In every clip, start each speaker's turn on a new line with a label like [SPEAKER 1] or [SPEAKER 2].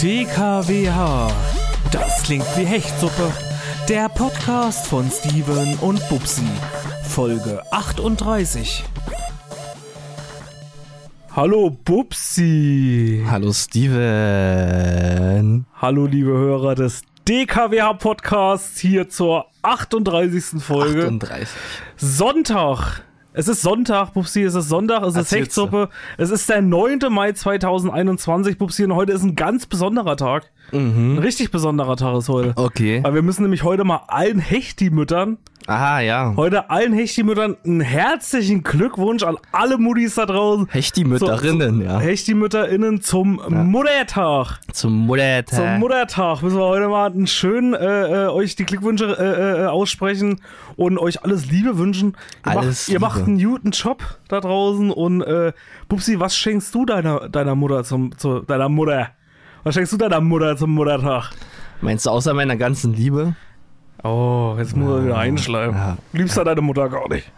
[SPEAKER 1] DKWH. Das klingt wie Hechtsuppe. Der Podcast von Steven und Bubsen. Folge 38. Hallo Bubsi.
[SPEAKER 2] Hallo Steven.
[SPEAKER 1] Hallo liebe Hörer des DKWH Podcasts hier zur 38. Folge.
[SPEAKER 2] 38.
[SPEAKER 1] Sonntag. Es ist Sonntag, Bubsi, es ist Sonntag, es ist
[SPEAKER 2] Erzähl's
[SPEAKER 1] Hechtsuppe. Es ist der 9. Mai 2021, Bubsi, und heute ist ein ganz besonderer Tag. Ein richtig besonderer Tag ist heute.
[SPEAKER 2] Okay.
[SPEAKER 1] Weil wir müssen nämlich heute mal allen Hechti-Müttern,
[SPEAKER 2] Aha, ja.
[SPEAKER 1] heute allen Hechti-Müttern einen herzlichen Glückwunsch an alle Muttis da draußen.
[SPEAKER 2] Hechti-Mütterinnen,
[SPEAKER 1] Zu- zu-
[SPEAKER 2] ja.
[SPEAKER 1] Hechti-Mütterinnen zum Muttertag.
[SPEAKER 2] Zum Muttertag.
[SPEAKER 1] Zum Muttertag müssen wir heute mal einen schönen äh, äh, euch die Glückwünsche äh, äh, aussprechen und euch alles Liebe wünschen. Ihr, macht,
[SPEAKER 2] Alles
[SPEAKER 1] ihr
[SPEAKER 2] Liebe.
[SPEAKER 1] macht einen guten Job da draußen und äh, Bubsi, was schenkst du deiner, deiner Mutter zum zu deiner Mutter? Was schenkst du deiner Mutter zum Muttertag?
[SPEAKER 2] Meinst du, außer meiner ganzen Liebe?
[SPEAKER 1] Oh, jetzt muss er wieder einschleimen.
[SPEAKER 2] Ja.
[SPEAKER 1] Liebst du deine Mutter gar nicht?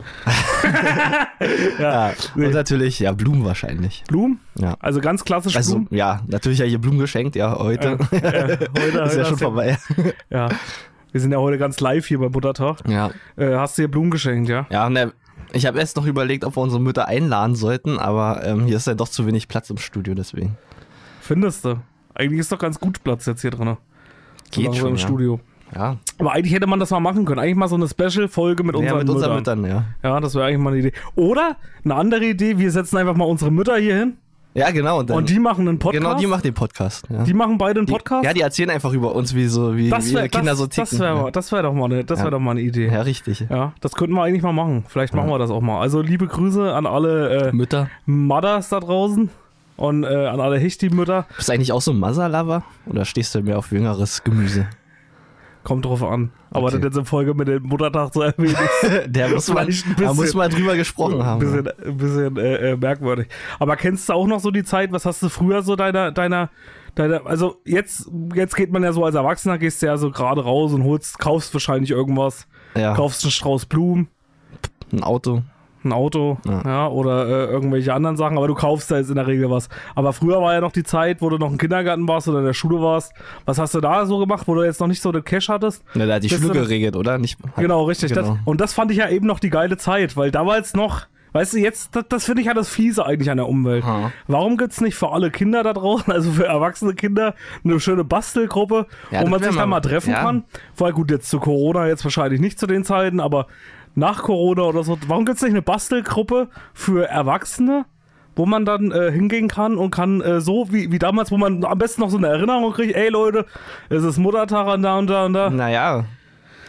[SPEAKER 1] ja.
[SPEAKER 2] Und natürlich, ja, Blumen wahrscheinlich.
[SPEAKER 1] Blumen?
[SPEAKER 2] Ja.
[SPEAKER 1] Also ganz klassisch
[SPEAKER 2] Also,
[SPEAKER 1] Blumen.
[SPEAKER 2] ja, natürlich habe ich ihr Blumen geschenkt, ja, heute.
[SPEAKER 1] Heute,
[SPEAKER 2] Ist
[SPEAKER 1] heute
[SPEAKER 2] ja
[SPEAKER 1] hast
[SPEAKER 2] schon
[SPEAKER 1] du-
[SPEAKER 2] vorbei.
[SPEAKER 1] Ja. Wir sind ja heute ganz live hier bei Muttertag.
[SPEAKER 2] Ja.
[SPEAKER 1] Äh, hast du dir Blumen geschenkt, ja?
[SPEAKER 2] Ja, ne, ich habe erst noch überlegt, ob wir unsere Mütter einladen sollten, aber ähm, hier ist ja doch zu wenig Platz im Studio, deswegen.
[SPEAKER 1] Findest du? Eigentlich ist doch ganz gut Platz jetzt hier drin.
[SPEAKER 2] Geht schon,
[SPEAKER 1] im
[SPEAKER 2] ja.
[SPEAKER 1] Studio.
[SPEAKER 2] Ja,
[SPEAKER 1] Aber eigentlich hätte man das mal machen können. Eigentlich mal so eine Special-Folge mit unseren
[SPEAKER 2] ja mit unseren
[SPEAKER 1] Müttern.
[SPEAKER 2] Müttern, ja.
[SPEAKER 1] Ja, das wäre eigentlich mal eine Idee. Oder eine andere Idee, wir setzen einfach mal unsere Mütter hier hin
[SPEAKER 2] Ja, genau. Und, dann,
[SPEAKER 1] und die machen einen Podcast.
[SPEAKER 2] genau, die macht den Podcast. Ja.
[SPEAKER 1] Die machen beide einen Podcast.
[SPEAKER 2] Ja, die erzählen einfach über uns, wie, so, wie,
[SPEAKER 1] das
[SPEAKER 2] wie
[SPEAKER 1] wäre
[SPEAKER 2] ihre Kinder
[SPEAKER 1] das,
[SPEAKER 2] so ticken.
[SPEAKER 1] Das wäre
[SPEAKER 2] ja.
[SPEAKER 1] das wär doch, mal eine- das wär
[SPEAKER 2] Ja.
[SPEAKER 1] doch mal eine Idee.
[SPEAKER 2] ja,
[SPEAKER 1] Ja.
[SPEAKER 2] richtig.
[SPEAKER 1] das könnten wir eigentlich mal machen. Vielleicht machen wir das auch mal. Also liebe Grüße an alle äh,
[SPEAKER 2] Mütter.
[SPEAKER 1] Mothers da draußen und äh, an alle Hichti-Mütter.
[SPEAKER 2] Bist du eigentlich auch so ein Masala-Lover? Oder stehst du mehr auf jüngeres Gemüse?
[SPEAKER 1] Kommt drauf an. Aber
[SPEAKER 2] Okay.
[SPEAKER 1] das jetzt in Folge mit dem Muttertag zu erwähnen,
[SPEAKER 2] Der muss man,
[SPEAKER 1] Vielleicht ein
[SPEAKER 2] da muss
[SPEAKER 1] bisschen.
[SPEAKER 2] man drüber gesprochen
[SPEAKER 1] ein
[SPEAKER 2] haben. ja.
[SPEAKER 1] bisschen, ein bisschen äh, äh, merkwürdig. Aber kennst du auch noch so die Zeit, was hast du früher so deiner, deiner, deiner, also jetzt, jetzt geht man ja so als Erwachsener, gehst du ja so gerade raus und holst, kaufst wahrscheinlich irgendwas,
[SPEAKER 2] Ja,
[SPEAKER 1] kaufst einen Strauß Blumen,
[SPEAKER 2] ein Auto.
[SPEAKER 1] ein Auto, ja,
[SPEAKER 2] Ja.
[SPEAKER 1] oder äh, irgendwelche anderen Sachen, aber du kaufst da jetzt in der Regel was. Aber früher war ja noch die Zeit, wo du noch im Kindergarten warst oder in der Schule warst. Was hast du da so gemacht, wo du jetzt noch nicht so den Cash hattest?
[SPEAKER 2] Na, da hat die
[SPEAKER 1] Bist
[SPEAKER 2] Schule
[SPEAKER 1] du-
[SPEAKER 2] geregelt, oder? Nicht,
[SPEAKER 1] Genau, richtig. Das,
[SPEAKER 2] Genau.
[SPEAKER 1] und das fand ich ja eben noch die geile Zeit, weil damals noch, weißt du, jetzt, das, das finde ich ja das Fiese eigentlich an der Umwelt.
[SPEAKER 2] Ha.
[SPEAKER 1] Warum gibt's nicht für alle Kinder da draußen, also für erwachsene Kinder, eine schöne Bastelgruppe,
[SPEAKER 2] Ja,
[SPEAKER 1] wo
[SPEAKER 2] das
[SPEAKER 1] man
[SPEAKER 2] wär
[SPEAKER 1] sich dann mal
[SPEAKER 2] mal-
[SPEAKER 1] treffen
[SPEAKER 2] ja.
[SPEAKER 1] kann? Weil gut, jetzt zu Corona, jetzt wahrscheinlich nicht zu den Zeiten, aber nach Corona oder so. Warum gibt's nicht eine Bastelgruppe für Erwachsene? wo man dann äh, hingehen kann und kann äh, so wie, wie damals, wo man am besten noch so eine Erinnerung kriegt, ey Leute, es ist Muttertag und da und da und da.
[SPEAKER 2] Naja.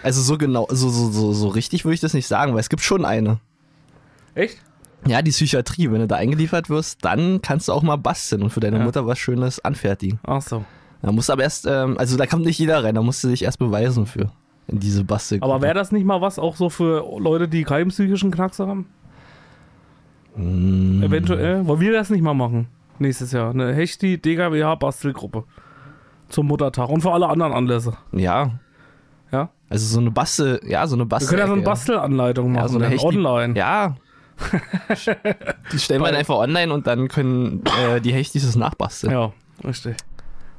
[SPEAKER 2] Also so genau, so, so, so, so richtig würde ich das nicht sagen, weil es gibt schon eine.
[SPEAKER 1] Echt?
[SPEAKER 2] Ja, die Psychiatrie. Wenn du da eingeliefert wirst, dann kannst du auch mal basteln und für deine
[SPEAKER 1] Ja.
[SPEAKER 2] Mutter was Schönes anfertigen.
[SPEAKER 1] Ach so.
[SPEAKER 2] Da musst du aber erst, ähm, also da kommt nicht jeder rein, da musst du dich erst beweisen für. In diese Bastelgruppe.
[SPEAKER 1] Aber wäre das nicht mal was auch so für Leute, die keinen psychischen Knacks haben?
[SPEAKER 2] Hm, Mhm.
[SPEAKER 1] Eventuell. Wollen wir das nicht mal machen? Nächstes Jahr. Eine Hechti DKWH Bastelgruppe. Zum Muttertag und für alle anderen Anlässe.
[SPEAKER 2] Ja.
[SPEAKER 1] Ja?
[SPEAKER 2] Also so eine Bastel, ja, so eine
[SPEAKER 1] Wir
[SPEAKER 2] Bastel.
[SPEAKER 1] können ja so eine Bastelanleitung machen,
[SPEAKER 2] Ja, so eine
[SPEAKER 1] dann
[SPEAKER 2] Hechti-
[SPEAKER 1] online.
[SPEAKER 2] Ja. die stellen wir dann einfach online und dann können äh, die Hechtis das nachbasteln.
[SPEAKER 1] Ja, richtig.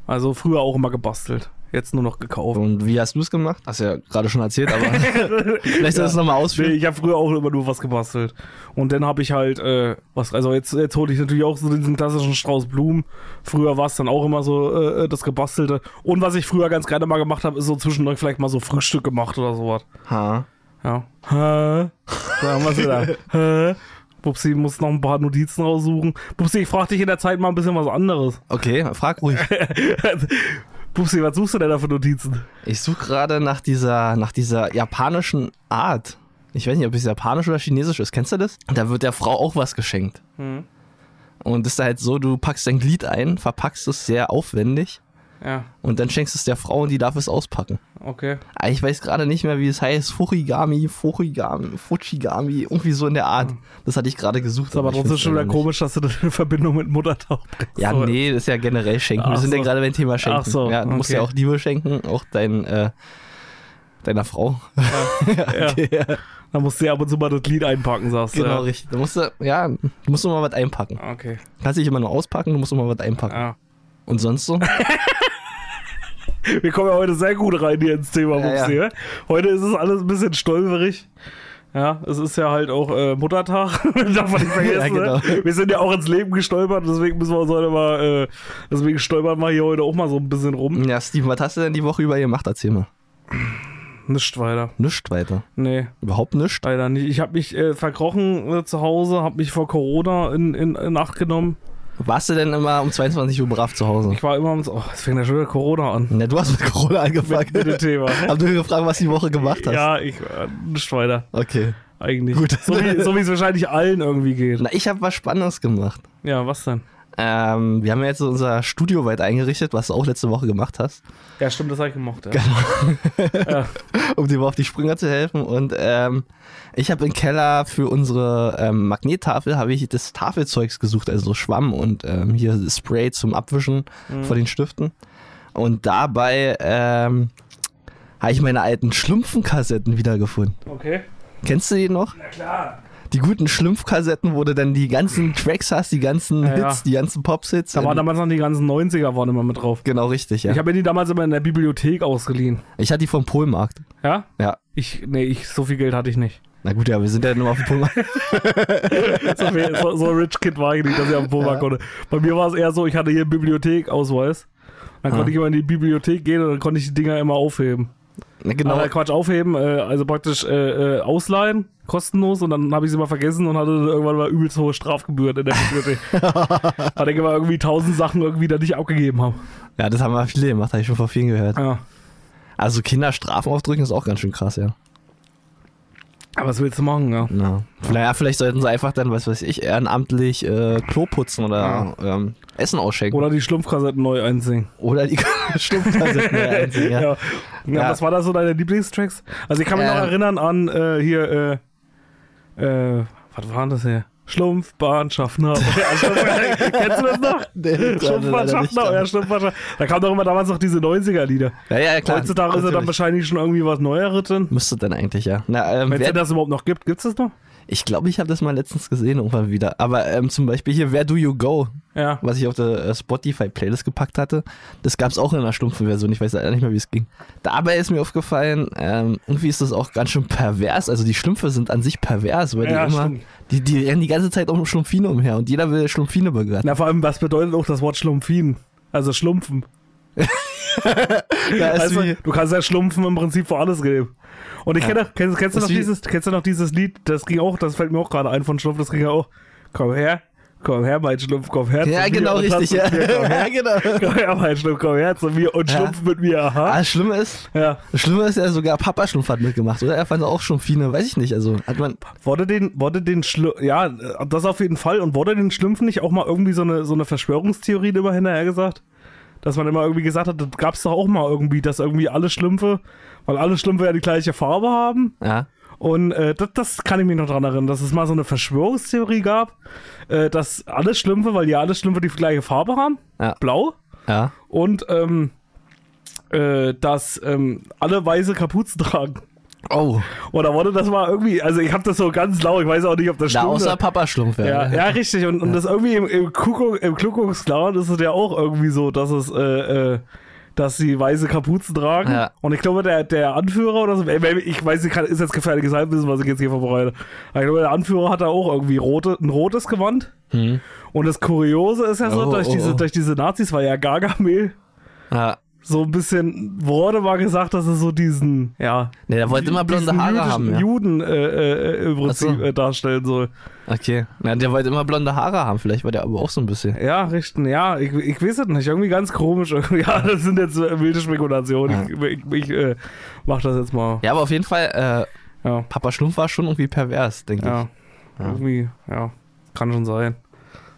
[SPEAKER 1] Also früher auch immer gebastelt. Jetzt nur noch gekauft.
[SPEAKER 2] Und wie hast du es gemacht? Hast ja gerade schon erzählt, aber vielleicht soll das nochmal
[SPEAKER 1] Nee,
[SPEAKER 2] ausführen.
[SPEAKER 1] ich habe früher auch immer nur was gebastelt. Und dann habe ich halt, äh, was, also jetzt, jetzt hole ich natürlich auch so diesen klassischen Strauß Blumen. Früher war es dann auch immer so äh, das Gebastelte. Und was ich früher ganz gerne mal gemacht habe, ist so zwischendurch vielleicht mal so Frühstück gemacht oder sowas.
[SPEAKER 2] Ha.
[SPEAKER 1] Ja. Hä? Da haben wir's wieder. Hä? Bubsi muss noch ein paar Notizen raussuchen. Bubsi, ich frage dich in der Zeit mal ein bisschen was anderes.
[SPEAKER 2] Okay, frag ruhig.
[SPEAKER 1] Bubsi, was suchst du denn da für Notizen?
[SPEAKER 2] Ich suche gerade nach dieser, nach dieser japanischen Art. Ich weiß nicht, ob es japanisch oder chinesisch ist. Kennst du das? Da wird der Frau auch was geschenkt.
[SPEAKER 1] Hm.
[SPEAKER 2] Und das ist halt so, du packst dein Glied ein, verpackst es sehr aufwendig
[SPEAKER 1] Ja,
[SPEAKER 2] und dann schenkst es der Frau und die darf es auspacken.
[SPEAKER 1] okay.
[SPEAKER 2] Ah, Ich weiß gerade nicht mehr, wie es heißt. Furigami, Furigami, Fuchigami, irgendwie so in der Art. Das hatte ich gerade
[SPEAKER 1] Hm.
[SPEAKER 2] gesucht.
[SPEAKER 1] Ist aber
[SPEAKER 2] ich
[SPEAKER 1] trotzdem
[SPEAKER 2] find's
[SPEAKER 1] schon wieder
[SPEAKER 2] leider
[SPEAKER 1] komisch, dass du das in Verbindung mit Muttertag bringst.
[SPEAKER 2] nicht. Ja,
[SPEAKER 1] Aber-
[SPEAKER 2] nee, das ist ja generell Schenken.
[SPEAKER 1] Ach
[SPEAKER 2] Wir sind
[SPEAKER 1] so.
[SPEAKER 2] ja gerade beim Thema Schenken.
[SPEAKER 1] Ach so,
[SPEAKER 2] ja, du musst
[SPEAKER 1] okay.
[SPEAKER 2] ja auch Liebe schenken, auch dein, äh, deiner Frau.
[SPEAKER 1] Ja. Da musst du ja ab und zu mal das Lied einpacken, sagst du.
[SPEAKER 2] Genau,
[SPEAKER 1] ja.
[SPEAKER 2] richtig. Du musst, ja, du musst nur mal was einpacken.
[SPEAKER 1] Okay.
[SPEAKER 2] Kannst dich immer nur auspacken, du musst nur mal was einpacken.
[SPEAKER 1] Ja.
[SPEAKER 2] Und sonst so?
[SPEAKER 1] Wir kommen ja heute sehr gut rein hier ins Thema
[SPEAKER 2] Ja,
[SPEAKER 1] Wupsi.
[SPEAKER 2] ja.
[SPEAKER 1] ne? Heute ist es alles ein bisschen stolperig. Ja, es ist ja halt auch äh, Muttertag. Darf man nicht vergessen.
[SPEAKER 2] Ja, genau.
[SPEAKER 1] ne? Wir sind ja auch ins Leben gestolpert, deswegen müssen wir uns heute mal, äh, deswegen stolpern wir hier heute auch mal so ein bisschen rum.
[SPEAKER 2] ja, Steve, was hast du denn die Woche über gemacht? Erzähl mal.
[SPEAKER 1] Nicht weiter.
[SPEAKER 2] Nicht weiter.
[SPEAKER 1] Nee.
[SPEAKER 2] Überhaupt nicht.
[SPEAKER 1] Leider nicht. Ich habe mich äh, verkrochen äh, zu Hause, habe mich vor Corona in, in, in Acht genommen.
[SPEAKER 2] Warst du denn immer um 22 Uhr brav zu Hause?
[SPEAKER 1] Ich war immer am. Oh, es fängt ja schon wieder Corona an.
[SPEAKER 2] Na, du hast mit Corona angefangen.
[SPEAKER 1] Mit, mit dem Thema.
[SPEAKER 2] Hab nur gefragt, was du die Woche gemacht hast.
[SPEAKER 1] Ja, ich. Äh, nicht weiter.
[SPEAKER 2] Okay.
[SPEAKER 1] Eigentlich.
[SPEAKER 2] Gut.
[SPEAKER 1] So wie so wie es wahrscheinlich allen irgendwie geht.
[SPEAKER 2] Na, ich habe was Spannendes gemacht.
[SPEAKER 1] Ja, was denn?
[SPEAKER 2] Ähm, wir haben ja jetzt so unser Studio weit eingerichtet, was du auch letzte Woche gemacht hast,
[SPEAKER 1] Ja, stimmt, das habe ich gemocht. Ja.
[SPEAKER 2] Genau.
[SPEAKER 1] ja.
[SPEAKER 2] um dir mal auf die Sprünge zu helfen. Und ähm, ich habe im Keller für unsere ähm, Magnettafel habe ich das Tafelzeugs gesucht, also so Schwamm und ähm, hier Spray zum Abwischen
[SPEAKER 1] Mhm.
[SPEAKER 2] von den Stiften. Und dabei ähm, habe ich meine alten Schlumpfenkassetten wiedergefunden.
[SPEAKER 1] Okay.
[SPEAKER 2] Kennst du die noch?
[SPEAKER 1] Na klar.
[SPEAKER 2] Die guten Schlumpfkassetten, wo du dann die ganzen Tracks hast, die ganzen
[SPEAKER 1] Ja, ja.
[SPEAKER 2] Hits, die ganzen Pops-Hits.
[SPEAKER 1] Da waren
[SPEAKER 2] Ähm,
[SPEAKER 1] damals noch die ganzen 90er waren immer mit drauf.
[SPEAKER 2] Genau richtig, ja.
[SPEAKER 1] Ich habe mir die damals immer in der Bibliothek ausgeliehen.
[SPEAKER 2] Ich hatte die vom Polmarkt.
[SPEAKER 1] Ja?
[SPEAKER 2] Ja.
[SPEAKER 1] Ich, nee, ich, so viel Geld hatte ich nicht.
[SPEAKER 2] Na gut, ja, wir sind ja nur auf dem Polmarkt.
[SPEAKER 1] So, viel, so, so rich Kid war ich nicht, dass ich am Boma konnte. Bei mir war es eher so, ich hatte hier einen Bibliothekausweis. Dann konnte ich immer in die Bibliothek gehen und dann konnte ich die Dinger immer aufheben.
[SPEAKER 2] Na
[SPEAKER 1] Genau.
[SPEAKER 2] genau.
[SPEAKER 1] Quatsch, aufheben, äh, also praktisch äh, äh, ausleihen, kostenlos und dann habe ich sie mal vergessen und hatte irgendwann mal übelst hohe Strafgebühren in der Bibliothek. Weil ich immer irgendwie tausend Sachen irgendwie da nicht abgegeben habe.
[SPEAKER 2] Ja, das haben wir viele gemacht, habe ich schon vor vielen gehört.
[SPEAKER 1] Ja.
[SPEAKER 2] Also Kinder Strafen aufdrücken ist auch ganz schön krass, ja.
[SPEAKER 1] Aber was willst du machen, ja?
[SPEAKER 2] ja. Naja, vielleicht sollten sie einfach dann, was weiß ich, ehrenamtlich äh, Klo putzen oder ähm, Essen ausschenken.
[SPEAKER 1] Oder die Schlumpfkassetten neu einsingen.
[SPEAKER 2] Oder die Stumpfkassetten mehr einsehen, ja.
[SPEAKER 1] Ja.
[SPEAKER 2] Ja.
[SPEAKER 1] Was war das so deine Lieblingstracks? Also ich kann mich
[SPEAKER 2] Äh.
[SPEAKER 1] noch erinnern an äh, hier, äh, äh, was war denn das hier? Schlumpfbahnschaffner. Ja, Schlumpf- Kennst du das noch?
[SPEAKER 2] Nee, gerade leider nicht,
[SPEAKER 1] Schlumpfbahnschaffner,
[SPEAKER 2] aber-
[SPEAKER 1] ja, Schlumpfbahnschaffner. Da kamen doch immer damals noch diese 90er-Lieder.
[SPEAKER 2] Ja, ja, klar.
[SPEAKER 1] Heutzutage ist er dann
[SPEAKER 2] natürlich.
[SPEAKER 1] wahrscheinlich schon irgendwie was Neueres drin.
[SPEAKER 2] Müsste dann eigentlich, ja. Na, ähm,
[SPEAKER 1] Wenn es
[SPEAKER 2] wer,
[SPEAKER 1] das überhaupt noch gibt, gibt es das noch?
[SPEAKER 2] ich glaube, ich habe das mal letztens gesehen irgendwann wieder. Aber ähm, zum Beispiel hier, Where Do You Go?
[SPEAKER 1] Ja.
[SPEAKER 2] was ich auf der äh, Spotify-Playlist gepackt hatte. Das gab es auch in einer stumpfen Version. Ich weiß leider nicht mehr, wie es ging. Dabei ist mir aufgefallen, ähm, irgendwie ist das auch ganz schön pervers. Also die Schlümpfe sind an sich pervers, weil
[SPEAKER 1] Ja,
[SPEAKER 2] die immer,
[SPEAKER 1] stimmt.
[SPEAKER 2] die, die rennen die ganze Zeit um Schlumpfine umher und jeder will Schlumpfine begraben.
[SPEAKER 1] Na, vor allem, was bedeutet auch das Wort Schlumpfin? Also Schlumpfen.
[SPEAKER 2] Ja, ist
[SPEAKER 1] Weißt
[SPEAKER 2] wie,
[SPEAKER 1] du, du kannst ja Schlumpfen im Prinzip für alles geben. Und ich kenne, kennst, kennst, du
[SPEAKER 2] Ist
[SPEAKER 1] noch
[SPEAKER 2] wie-
[SPEAKER 1] dieses, kennst du noch dieses Lied, das ging auch, das fällt mir auch gerade ein von Schlumpf, das ging ja auch, komm her, komm her, mein Schlumpf, komm her.
[SPEAKER 2] ja
[SPEAKER 1] zu mir
[SPEAKER 2] genau,
[SPEAKER 1] also und tanz
[SPEAKER 2] richtig. Ja.
[SPEAKER 1] mit mir, komm, her,
[SPEAKER 2] ja, genau.
[SPEAKER 1] komm her, mein Schlumpf, komm her zu mir und
[SPEAKER 2] Ja.
[SPEAKER 1] Schlumpf mit mir,
[SPEAKER 2] Ah,
[SPEAKER 1] aha.
[SPEAKER 2] das Schlimme ist,
[SPEAKER 1] Ja.
[SPEAKER 2] das Schlimme ist ja sogar Papa Schlumpf hat mitgemacht, oder? Er fand auch Schlumpfine, weiß ich nicht. Also hat man,
[SPEAKER 1] Wurde den, wurde den Schlu ja, äh, das auf jeden Fall. Und wurde den Schlümpfen nicht auch mal irgendwie so eine, so eine Verschwörungstheorie immer hinterher gesagt? Dass man immer irgendwie gesagt hat, das gab's doch auch mal irgendwie, dass irgendwie alle Schlümpfe, weil alle Schlümpfe ja die gleiche Farbe haben.
[SPEAKER 2] ja.
[SPEAKER 1] Und äh, das, das kann ich mich noch dran erinnern, dass es mal so eine Verschwörungstheorie gab, äh, dass alle Schlümpfe, weil ja alle Schlümpfe die gleiche Farbe haben,
[SPEAKER 2] Ja.
[SPEAKER 1] blau,
[SPEAKER 2] Ja,
[SPEAKER 1] und ähm, äh, dass ähm, alle weiße Kapuzen tragen.
[SPEAKER 2] oh,
[SPEAKER 1] Oder wurde das mal irgendwie, also ich habe das so ganz lau, ich weiß auch nicht, ob das
[SPEAKER 2] da
[SPEAKER 1] stimmt. ne?
[SPEAKER 2] außer ne? Papa Schlumpf, ja.
[SPEAKER 1] ja, ja, richtig. Und, und das irgendwie im, im, Kuckuck, im Kuckucksklan ist es ja auch irgendwie so, dass es, äh, äh, dass sie weiße Kapuzen tragen.
[SPEAKER 2] Ja.
[SPEAKER 1] Und ich glaube, der, der Anführer oder so, ey, ey, ich weiß nicht, kann- ist jetzt gefährliches Halbwissen, was ich jetzt hier verbreite. Aber ich glaube, der Anführer hat da auch irgendwie rote, ein rotes Gewand.
[SPEAKER 2] Hm.
[SPEAKER 1] Und das Kuriose ist ja so,
[SPEAKER 2] Oh,
[SPEAKER 1] durch,
[SPEAKER 2] oh,
[SPEAKER 1] diese,
[SPEAKER 2] oh.
[SPEAKER 1] durch diese Nazis war ja Gargamel
[SPEAKER 2] ja.
[SPEAKER 1] so ein bisschen, wurde mal gesagt, dass es so diesen, ja,
[SPEAKER 2] Nee, der wollte immer blonde
[SPEAKER 1] diesen
[SPEAKER 2] Haare
[SPEAKER 1] jüdischen
[SPEAKER 2] haben. Ja.
[SPEAKER 1] Juden äh, äh, im Prinzip
[SPEAKER 2] so.
[SPEAKER 1] äh, darstellen soll.
[SPEAKER 2] Okay. Na, der wollte immer blonde Haare haben. Vielleicht war der aber auch so ein bisschen.
[SPEAKER 1] Ja, richten, ja, ich, ich weiß es nicht. Irgendwie ganz komisch. Ja, das sind jetzt äh, wilde Spekulationen. Ich, ich, ich äh, mach das jetzt mal.
[SPEAKER 2] Ja, aber auf jeden Fall, äh,
[SPEAKER 1] Ja,
[SPEAKER 2] Papa Schlumpf war schon irgendwie pervers, denke
[SPEAKER 1] ja. Irgendwie, ja. Kann schon sein.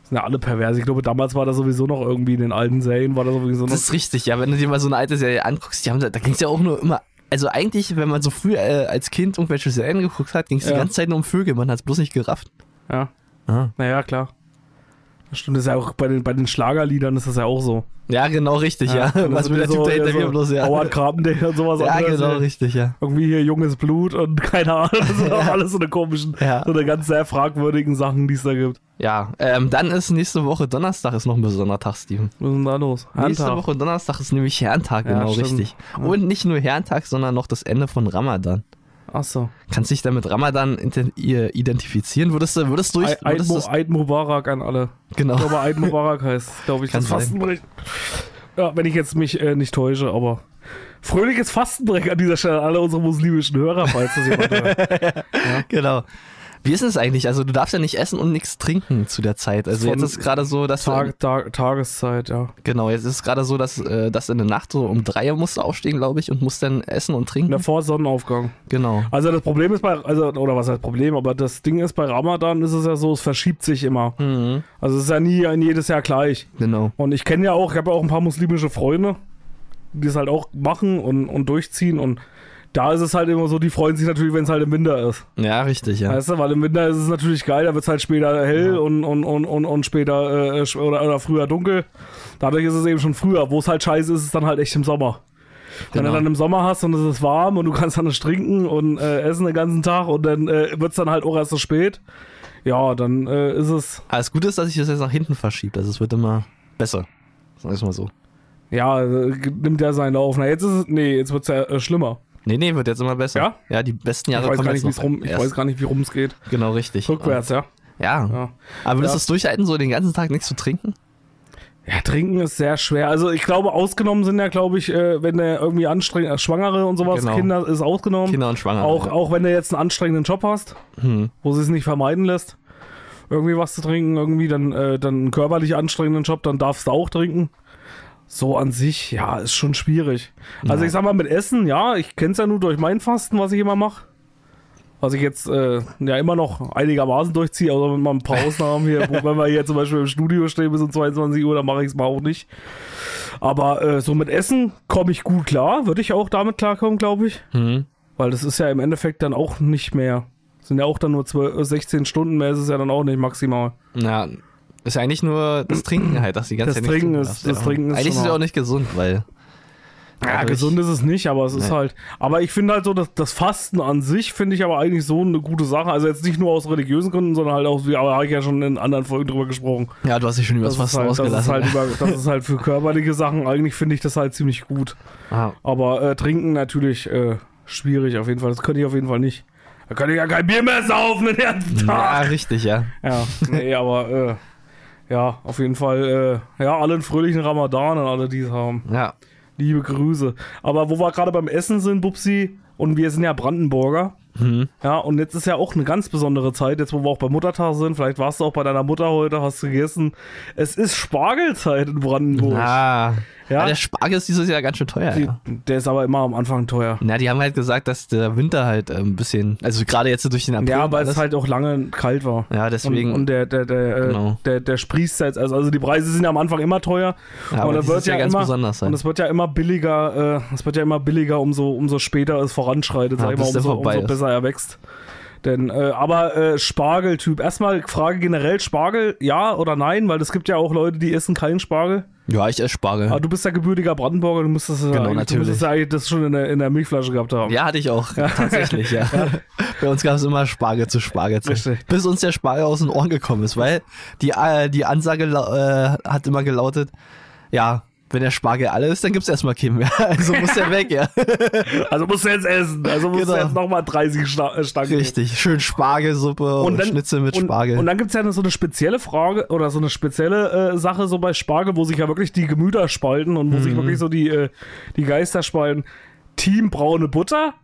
[SPEAKER 1] Sind ja alle pervers. Ich glaube, damals war das sowieso noch irgendwie in den alten Serien, war das sowieso
[SPEAKER 2] ich.
[SPEAKER 1] noch.
[SPEAKER 2] Das ist richtig, ja. Wenn du dir mal so eine alte Serie anguckst, die haben, da da ging's ja auch nur immer. Also eigentlich, wenn man so früh äh, als Kind irgendwelche Serien geguckt hat, ging's
[SPEAKER 1] Ja.
[SPEAKER 2] die ganze Zeit nur um Vögel. Man hat's bloß nicht gerafft.
[SPEAKER 1] ja.
[SPEAKER 2] Ah.
[SPEAKER 1] Naja, klar. Stimmt, das ist ja auch bei den, bei den Schlagerliedern ist das ja auch so.
[SPEAKER 2] Ja, genau richtig, ja.
[SPEAKER 1] dann
[SPEAKER 2] Was
[SPEAKER 1] sind
[SPEAKER 2] will der
[SPEAKER 1] die
[SPEAKER 2] Typ da hinter mir bloß, ja.
[SPEAKER 1] Howard Carpendale und sowas.
[SPEAKER 2] Ja,
[SPEAKER 1] anderes,
[SPEAKER 2] genau
[SPEAKER 1] ey.
[SPEAKER 2] richtig, ja.
[SPEAKER 1] Irgendwie hier junges Blut und keine Ahnung. Das sind auch alles so eine komischen,
[SPEAKER 2] Ja.
[SPEAKER 1] so eine ganz sehr fragwürdigen Sachen, die es da gibt.
[SPEAKER 2] Ja, ähm, dann ist nächste Woche Donnerstag ist noch ein besonderer Tag, Steven.
[SPEAKER 1] Was ist denn da los?
[SPEAKER 2] Nächste
[SPEAKER 1] Handtag.
[SPEAKER 2] Woche Donnerstag ist nämlich Herrentag,
[SPEAKER 1] Ja,
[SPEAKER 2] genau
[SPEAKER 1] stimmt.
[SPEAKER 2] richtig. Und nicht nur Herrentag, sondern noch das Ende von Ramadan.
[SPEAKER 1] Achso.
[SPEAKER 2] Kannst dich damit Ramadan inten- ihr identifizieren? Würdest du, würdest du,
[SPEAKER 1] Eid,
[SPEAKER 2] würdest
[SPEAKER 1] Mu-
[SPEAKER 2] du
[SPEAKER 1] Eid Mubarak an alle.
[SPEAKER 2] genau.
[SPEAKER 1] Ich glaube, Eid Mubarak heißt, glaube ich,
[SPEAKER 2] Kann
[SPEAKER 1] das
[SPEAKER 2] sein.
[SPEAKER 1] Fastenbrechen. Ja, wenn ich jetzt mich äh, nicht täusche, aber fröhliches Fastenbrechen an dieser Stelle an alle unsere muslimischen Hörer, falls das jemand hört.
[SPEAKER 2] genau. Wie ist denn das eigentlich? Also du darfst ja nicht essen und nichts trinken zu der Zeit. Also
[SPEAKER 1] Von
[SPEAKER 2] jetzt ist gerade so, dass
[SPEAKER 1] Tag, Tag, Tageszeit, ja.
[SPEAKER 2] genau jetzt ist gerade so, dass äh, dass in der Nacht so um drei Uhr musst du aufstehen, glaube ich, und musst dann essen und trinken.
[SPEAKER 1] Na, vor Sonnenaufgang.
[SPEAKER 2] Genau.
[SPEAKER 1] Also das Problem ist bei, also, oder was heißt Problem, aber das Ding ist, bei Ramadan ist es ja so, es verschiebt sich immer.
[SPEAKER 2] Mhm.
[SPEAKER 1] Also es ist ja nie in jedes Jahr gleich.
[SPEAKER 2] Genau.
[SPEAKER 1] Und ich kenne ja auch, ich habe ja auch ein paar muslimische Freunde, die es halt auch machen und, und durchziehen. Und da ist es halt immer so, die freuen sich natürlich, wenn es halt im Winter ist.
[SPEAKER 2] Ja, richtig, ja.
[SPEAKER 1] Weißt du, weil im Winter ist es natürlich geil, da wird es halt später hell und, und, und, und, und später äh, sch- oder, oder früher dunkel. Dadurch ist es eben schon früher. Wo es halt scheiße ist, ist es dann halt echt im Sommer. Wenn
[SPEAKER 2] Genau.
[SPEAKER 1] du dann im Sommer hast und es ist warm und du kannst dann nicht trinken und äh, essen den ganzen Tag und dann äh, wird es dann halt auch erst so spät. Ja, dann äh, ist es,
[SPEAKER 2] Aber das Gute ist, dass ich das jetzt nach hinten verschiebt. Also es wird immer besser. Sag ich mal so.
[SPEAKER 1] ja, äh, nimmt ja seinen Lauf. Na, jetzt ist es, nee, jetzt wird es ja äh, schlimmer.
[SPEAKER 2] Nee, nee, wird jetzt immer besser.
[SPEAKER 1] Ja?
[SPEAKER 2] Ja, die besten Jahre
[SPEAKER 1] ich weiß
[SPEAKER 2] kommen
[SPEAKER 1] gar
[SPEAKER 2] jetzt
[SPEAKER 1] nicht, wie es
[SPEAKER 2] noch
[SPEAKER 1] rum, ich
[SPEAKER 2] erst.
[SPEAKER 1] weiß gar nicht, wie rum es geht.
[SPEAKER 2] Genau, richtig.
[SPEAKER 1] Rückwärts, ja.
[SPEAKER 2] Ja.
[SPEAKER 1] ja.
[SPEAKER 2] Aber würdest
[SPEAKER 1] Ja.
[SPEAKER 2] du es durchhalten, so den ganzen Tag nichts zu trinken?
[SPEAKER 1] Ja, trinken ist sehr schwer. Also ich glaube, ausgenommen sind ja, glaube ich, äh, wenn er irgendwie anstrengend, äh, Schwangere und sowas,
[SPEAKER 2] Genau.
[SPEAKER 1] Kinder ist ausgenommen.
[SPEAKER 2] Kinder und Schwangere.
[SPEAKER 1] Mhm. Auch, auch wenn du jetzt einen anstrengenden Job hast,
[SPEAKER 2] Hm.
[SPEAKER 1] wo sie es nicht vermeiden lässt, irgendwie was zu trinken, irgendwie dann, äh, dann einen körperlich anstrengenden Job, dann darfst du auch trinken. So an sich, ja, ist schon schwierig. Also ich sag mal, mit Essen, ja, ich kenn's ja nur durch mein Fasten, was ich immer mache. Was ich jetzt äh, ja immer noch einigermaßen durchziehe, außer mit mal ein paar Ausnahmen hier, wo, wenn wir hier zum Beispiel im Studio stehen bis um 22 Uhr, dann mache ich es mal auch nicht. Aber äh, so mit Essen komme ich gut klar, würde ich auch damit klarkommen, glaube ich.
[SPEAKER 2] Hm.
[SPEAKER 1] Weil das ist ja im Endeffekt dann auch nicht mehr. Sind ja auch dann nur 12, 16 Stunden mehr, ist es ja dann auch nicht maximal.
[SPEAKER 2] Ja. Ist ja eigentlich nur das Trinken halt, dass die ganze
[SPEAKER 1] Das
[SPEAKER 2] Zeit nichts
[SPEAKER 1] Trinken
[SPEAKER 2] tun
[SPEAKER 1] ist-
[SPEAKER 2] darfst,
[SPEAKER 1] das
[SPEAKER 2] ja.
[SPEAKER 1] Trinken ist
[SPEAKER 2] Eigentlich ist
[SPEAKER 1] schon
[SPEAKER 2] ja
[SPEAKER 1] mal-
[SPEAKER 2] auch nicht gesund, weil.
[SPEAKER 1] Ja,
[SPEAKER 2] dadurch-
[SPEAKER 1] Also gesund ist es nicht, aber es ist
[SPEAKER 2] Nee.
[SPEAKER 1] halt. Aber ich finde halt so, dass das Fasten an sich finde ich aber eigentlich so eine gute Sache. Also jetzt nicht nur aus religiösen Gründen, sondern halt auch, wie aber habe ich ja schon in anderen Folgen drüber gesprochen.
[SPEAKER 2] Ja, du hast dich schon über das
[SPEAKER 1] ist
[SPEAKER 2] Fasten
[SPEAKER 1] halt, das, ist
[SPEAKER 2] ausgelassen.
[SPEAKER 1] halt über, das ist halt für körperliche Sachen, eigentlich finde ich das halt ziemlich gut.
[SPEAKER 2] ah,
[SPEAKER 1] Aber äh, trinken natürlich äh, schwierig auf jeden Fall. Das könnte ich auf jeden Fall nicht. Da könnte ich ja kein Bier mehr saufen den ganzen Tag.
[SPEAKER 2] ja, richtig, ja.
[SPEAKER 1] Ja, nee, aber äh, ja, auf jeden Fall, äh, ja, allen fröhlichen Ramadan an alle, die es haben.
[SPEAKER 2] Ja.
[SPEAKER 1] Liebe Grüße. Aber wo wir gerade beim Essen sind, Bubsi, und wir sind ja Brandenburger.
[SPEAKER 2] Hm.
[SPEAKER 1] Ja, und jetzt ist ja auch eine ganz besondere Zeit, jetzt wo wir auch bei Muttertag sind. Vielleicht warst du auch bei deiner Mutter heute, hast gegessen. Es ist Spargelzeit in Brandenburg.
[SPEAKER 2] Ah.
[SPEAKER 1] Ja.
[SPEAKER 2] Ja, der Spargel ist dieses Jahr ganz schön teuer.
[SPEAKER 1] Die,
[SPEAKER 2] ja.
[SPEAKER 1] Der ist aber immer am Anfang teuer.
[SPEAKER 2] Na, die haben halt gesagt, dass der Winter halt äh, ein bisschen, also gerade jetzt durch den April.
[SPEAKER 1] Ja,
[SPEAKER 2] und
[SPEAKER 1] weil es
[SPEAKER 2] alles-
[SPEAKER 1] halt auch lange kalt war.
[SPEAKER 2] Ja, deswegen.
[SPEAKER 1] Und, und der, der, der, äh,
[SPEAKER 2] Genau.
[SPEAKER 1] der, der sprießt jetzt, also, also die Preise sind ja am Anfang immer teuer.
[SPEAKER 2] ja, aber
[SPEAKER 1] und
[SPEAKER 2] das wird ja ganz besonders halt. sein.
[SPEAKER 1] Und es wird ja immer billiger, äh, es wird ja immer billiger, umso, umso später es voranschreitet,
[SPEAKER 2] Ja,
[SPEAKER 1] sag ich mal,
[SPEAKER 2] bis der
[SPEAKER 1] umso,
[SPEAKER 2] vorbei
[SPEAKER 1] umso
[SPEAKER 2] ist.
[SPEAKER 1] besser er wächst. Denn, äh, aber äh, Spargeltyp, erstmal Frage generell, Spargel ja oder nein, weil es gibt ja auch Leute, die essen keinen Spargel.
[SPEAKER 2] ja, ich esse Spargel.
[SPEAKER 1] Aber du bist ja gebürtiger Brandenburger, du müsstest, ja
[SPEAKER 2] Genau,
[SPEAKER 1] eigentlich- du
[SPEAKER 2] natürlich.
[SPEAKER 1] müsstest ja eigentlich das schon in der, in der Milchflasche gehabt haben.
[SPEAKER 2] Ja, hatte ich auch, tatsächlich, ja. Bei uns gab es immer Spargel zu Spargelzeit.
[SPEAKER 1] Richtig.
[SPEAKER 2] Bis uns der Spargel aus den Ohren gekommen ist, weil die, äh, die Ansage lau- äh, hat immer gelautet, ja, wenn der Spargel alle ist, dann gibt es erstmal keinen mehr. Also muss der weg, ja.
[SPEAKER 1] Also musst du jetzt essen, also musst du
[SPEAKER 2] Genau.
[SPEAKER 1] jetzt nochmal 30 Schna- äh, Stangen essen.
[SPEAKER 2] Richtig, schön Spargelsuppe und, Schnitzel mit
[SPEAKER 1] und,
[SPEAKER 2] Spargel.
[SPEAKER 1] Und dann gibt es ja so eine spezielle Frage oder so eine spezielle äh, Sache so bei Spargel, wo sich ja wirklich die Gemüter spalten und wo
[SPEAKER 2] Mhm.
[SPEAKER 1] sich wirklich so die, äh, die Geister spalten. Team braune Butter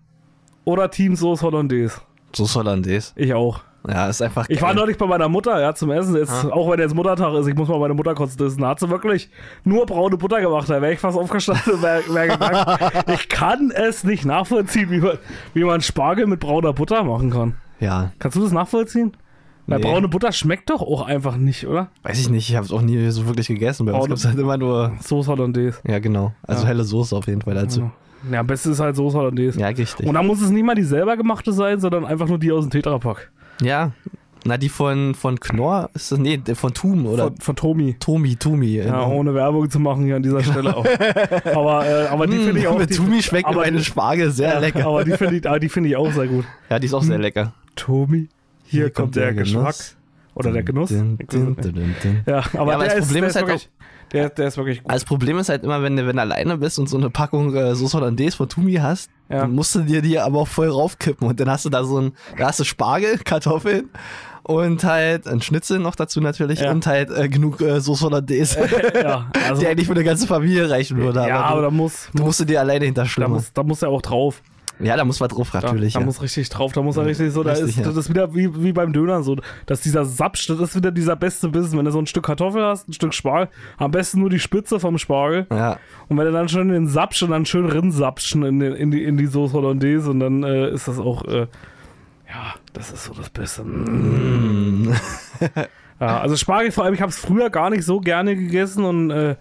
[SPEAKER 1] oder Team Soße Hollandaise?
[SPEAKER 2] so Hollandaise.
[SPEAKER 1] Ich auch.
[SPEAKER 2] Ja, ist einfach
[SPEAKER 1] Ich war
[SPEAKER 2] geil. Ah.
[SPEAKER 1] neulich bei meiner Mutter, ja, zum Essen. Jetzt, Auch wenn jetzt Muttertag ist, ich muss mal meine Mutter kurz dissen. Da hat sie wirklich nur braune Butter gemacht. Da wäre ich fast aufgestanden und wäre wär gegangen. ich kann es nicht nachvollziehen, wie man, wie man Spargel mit brauner Butter machen kann.
[SPEAKER 2] Ja,
[SPEAKER 1] Kannst du das nachvollziehen? Weil
[SPEAKER 2] Nee.
[SPEAKER 1] braune Butter schmeckt doch auch einfach nicht, oder?
[SPEAKER 2] weiß ich nicht, ich habe es auch nie so wirklich gegessen. Bei uns
[SPEAKER 1] Braune-
[SPEAKER 2] gibt es halt immer nur,
[SPEAKER 1] Soße Hollandaise.
[SPEAKER 2] ja genau, also helle Soße auf jeden Fall dazu.
[SPEAKER 1] Ja, am besten ist halt Soße Hollandaise.
[SPEAKER 2] Ja, richtig.
[SPEAKER 1] Und dann muss es nicht mal die selber gemachte sein, sondern einfach nur die aus dem Tetrapack.
[SPEAKER 2] Ja, Na, die von, von Knorr ist das, nee, von Tum oder
[SPEAKER 1] Von, von Tomi.
[SPEAKER 2] Tomi, Tomi.
[SPEAKER 1] Ja, oh,
[SPEAKER 2] genau.
[SPEAKER 1] ohne Werbung zu machen hier an dieser Stelle auch. Aber, äh, aber die
[SPEAKER 2] Mm,
[SPEAKER 1] finde ich auch.
[SPEAKER 2] mit
[SPEAKER 1] die-
[SPEAKER 2] Tumi schmeckt
[SPEAKER 1] aber
[SPEAKER 2] aber meine Spargel sehr
[SPEAKER 1] Ja,
[SPEAKER 2] lecker.
[SPEAKER 1] Aber die finde ich, aber die finde ich auch sehr gut.
[SPEAKER 2] Ja, die ist auch sehr lecker.
[SPEAKER 1] Tomi, hier, kommt der, Geschmack oder der Genuss.
[SPEAKER 2] Din, din, din, din, din.
[SPEAKER 1] Ja, aber,
[SPEAKER 2] Ja, aber
[SPEAKER 1] der
[SPEAKER 2] das Problem
[SPEAKER 1] der
[SPEAKER 2] ist halt
[SPEAKER 1] wirklich, der, der ist wirklich gut.
[SPEAKER 2] Das Problem ist halt immer, wenn du, wenn du alleine bist und so eine Packung äh, Soße Hollandaise von Tumi hast,
[SPEAKER 1] Ja.
[SPEAKER 2] dann musst du dir die aber auch voll raufkippen und dann hast du da so ein, da hast du Spargel, Kartoffeln und halt ein Schnitzel noch dazu natürlich
[SPEAKER 1] Ja.
[SPEAKER 2] und halt äh, genug äh, Soße Hollandaise,
[SPEAKER 1] ja, also,
[SPEAKER 2] die eigentlich für eine ganze Familie reichen würde.
[SPEAKER 1] ja, aber
[SPEAKER 2] aber
[SPEAKER 1] da muss,
[SPEAKER 2] du, Genau. du musst du dir alleine
[SPEAKER 1] da
[SPEAKER 2] hinterschlummern.
[SPEAKER 1] muss, da muss er auch drauf.
[SPEAKER 2] Ja, da muss was drauf,
[SPEAKER 1] Da,
[SPEAKER 2] natürlich.
[SPEAKER 1] da
[SPEAKER 2] ja.
[SPEAKER 1] muss richtig drauf, da muss er richtig so, da
[SPEAKER 2] Richtig,
[SPEAKER 1] ist
[SPEAKER 2] ja.
[SPEAKER 1] das ist wieder wie, wie beim Döner so, dass dieser Sapsch, das ist wieder dieser beste Biss, wenn du so ein Stück Kartoffel hast, ein Stück Spargel, am besten nur die Spitze vom Spargel
[SPEAKER 2] ja.
[SPEAKER 1] und wenn du dann schon den Sapsch und dann schön rinsapschen in, den, in, die, in die Soße Hollandaise und dann äh, ist das auch, äh, ja, das ist so das Beste.
[SPEAKER 2] Mm.
[SPEAKER 1] Ja, also Spargel vor allem, ich habe es früher gar nicht so gerne gegessen und äh,